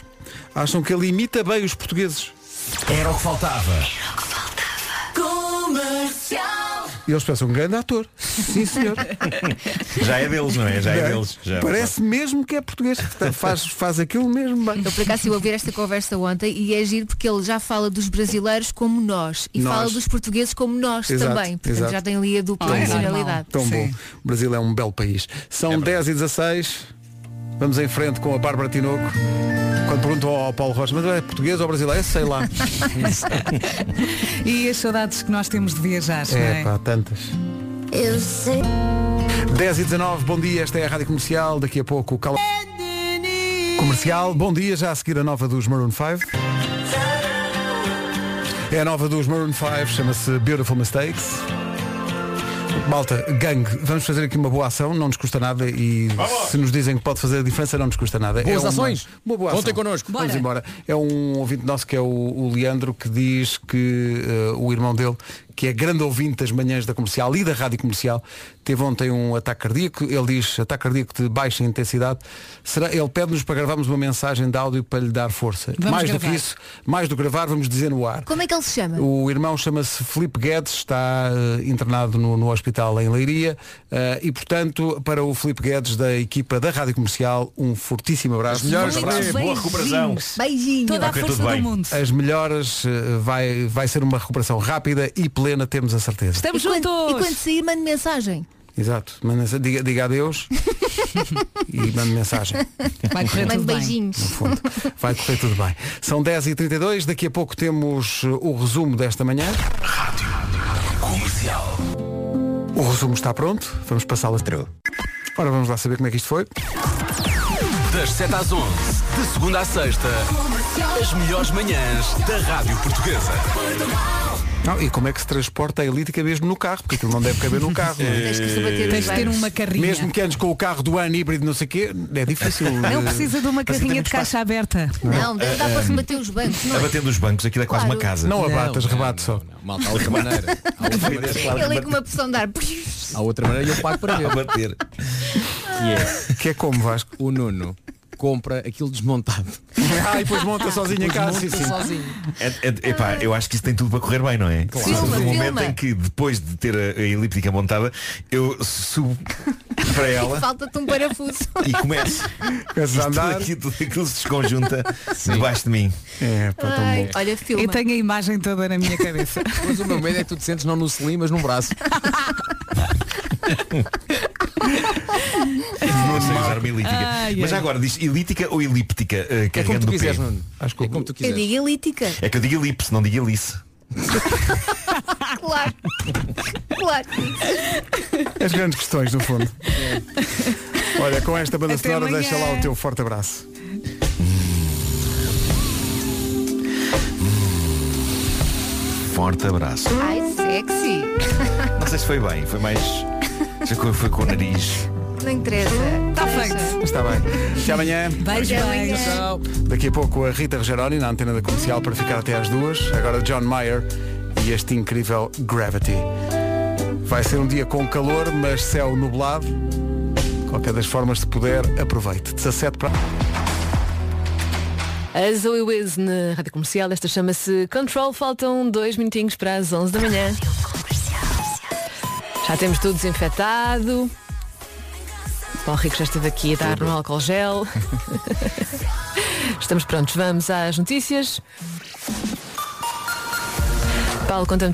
S2: acham que ele imita bem os portugueses.
S17: Era o que faltava.
S18: Comercial.
S2: E eles pensam, grande ator. Sim, senhor.
S9: Já é deles, não é? Já é
S2: Bem,
S9: deles. Já.
S2: Parece mesmo que é português. Portanto, Faz, faz aquilo mesmo bem.
S5: Eu por acaso eu ouvir esta conversa ontem e é giro porque ele já fala dos brasileiros como nós e
S2: Nós.
S5: fala dos portugueses como nós
S2: Exato,
S5: também. Portanto,
S2: exato.
S5: já tem ali a dupla nacionalidade.
S2: Tão bom. O Brasil é um belo país. São 10 e 16. Vamos em frente com a Bárbara Tinoco. Quando perguntam ao Paulo Rocha, mas é português ou brasileiro? Sei lá. É,
S4: E as saudades que nós temos de viajar, não
S2: é,
S4: é?
S2: pá, tantas.
S4: Eu sei.
S2: 10 e 19, bom dia, esta é a Rádio Comercial, daqui a pouco o Cala... Comercial, bom dia, já a seguir a nova dos Maroon 5. É a nova dos Maroon 5, chama-se Beautiful Mistakes. Malta, gangue, vamos fazer aqui uma boa ação, não nos custa nada e se nos dizem que pode fazer a diferença, não nos custa nada. É
S8: Boas
S2: uma-
S8: ações.
S2: Uma boa ação.
S8: Contem connosco.
S2: Vamos
S8: Bora.
S2: embora. É um ouvinte nosso que é o, o Leandro que diz que eh, o irmão dele, que é grande ouvinte das manhãs da comercial e da rádio comercial, teve ontem um ataque cardíaco. Ele diz ataque cardíaco de baixa intensidade. Será, ele pede-nos para gravarmos uma mensagem de áudio para lhe dar força.
S5: Vamos
S2: mais do
S5: gravar.
S2: que isso, mais do que gravar, vamos dizer no ar.
S5: Como é que ele se chama?
S2: O irmão chama-se Filipe Guedes, está eh, internado no, no hospital em Leiria eh, e, portanto, para o Filipe Guedes da equipa da Rádio Comercial, um fortíssimo abraço.
S9: melhores,
S2: Um
S9: Filipe,
S2: abraço.
S9: boa recuperação.
S5: Beijinho.
S9: Toda a Ok, força tudo bem. É. do mundo.
S2: As melhoras eh, vai, vai ser uma recuperação rápida e plena, temos a certeza.
S5: e Quando, e quando sair, mande mensagem.
S2: Exato. Manda- diga, diga adeus e mande mensagem.
S5: mande beijinhos.
S2: Vai correr tudo bem. São 10h32, daqui a pouco temos eh, o resumo desta manhã.
S17: Comercial.
S2: O resumo está pronto, vamos passá-lo a treu. Ora, vamos lá saber como é que isto foi.
S17: Das 7 às 11, de segunda à sexta, as melhores manhãs da Rádio Portuguesa.
S2: Não, e como é que se transporta a elítica mesmo no carro, porque aquilo não deve caber no carro. não é?
S17: Tens que se bater
S4: Tens de ter uma carrinha.
S2: Mesmo que andes com o carro do ano híbrido, não sei o quê, é difícil.
S4: Não
S2: eh,
S4: precisa de uma
S2: Mas
S4: carrinha de caixa aberta.
S5: Não, dá dá para rebater os bancos. Não. é?
S9: Abatendo os bancos, aquilo é quase
S5: Claro.
S9: uma casa.
S2: Não abatas, rebate só.
S8: Malta, há outra maneira.
S5: Ele é com uma pressão de ar.
S8: Há outra maneira e eu pago para ver.
S9: bater.
S8: Que
S2: é, que é como Vasco?
S8: O Nuno compra aquilo desmontado.
S2: Ah, e depois monta sozinho em
S8: Depois
S2: casa.
S8: monta
S2: sim, sim.
S8: sozinho.
S9: É- é- epá, eu acho que isso tem tudo para correr bem, não é?
S8: Claro.
S9: Só
S8: Filma,
S9: do momento
S8: filma.
S9: em que, depois de ter a, a elíptica montada, eu subo para ela
S5: Falta-te um parafuso.
S9: e começo.
S2: Começas
S9: a andar. Aqui, tudo aquilo se desconjunta debaixo de mim.
S2: É,
S5: Ai, olha, filma.
S4: Eu tenho a imagem toda na minha cabeça.
S8: Mas o meu medo é que tu te sentes não no selim, mas num braço.
S9: Não sei usar uma elíptica.
S5: Ai,
S9: Mas
S5: ai.
S9: agora diz elíptica ou elíptica? Uh,
S8: É como
S9: carregando
S8: tu
S9: no
S8: quiseres,
S9: P.
S8: Nuno.
S2: Acho que é como
S8: tu
S5: Eu digo elítica.
S9: É que eu digo elipse, não digo elice.
S5: Claro. Claro.
S2: As grandes questões, no fundo. Olha, com esta banda
S5: Até
S2: sonora,
S5: amanhã.
S2: deixa lá o teu forte abraço.
S9: Forte abraço.
S5: Ai, sexy.
S9: Não sei se foi bem, foi mais. Foi, foi com o nariz.
S5: Não interessa. Está feito.
S2: Está bem. Até amanhã.
S5: Beijo, beijo.
S8: Tchau.
S2: Daqui a pouco a Rita Rogeroni na antena da comercial para ficar até às duas. Agora John Mayer e este incrível Gravity. Vai ser um dia com calor, mas céu nublado. Qualquer das formas, se puder, aproveite. 17 para.
S18: A Zoe Wiz na Rádio Comercial, esta chama-se Control, faltam dois minutinhos para as 11 da manhã. Já temos tudo desinfetado. O Paulo Rico já esteve aqui a dar no álcool gel. Estamos prontos, vamos às notícias. Paulo, conta-me tudo.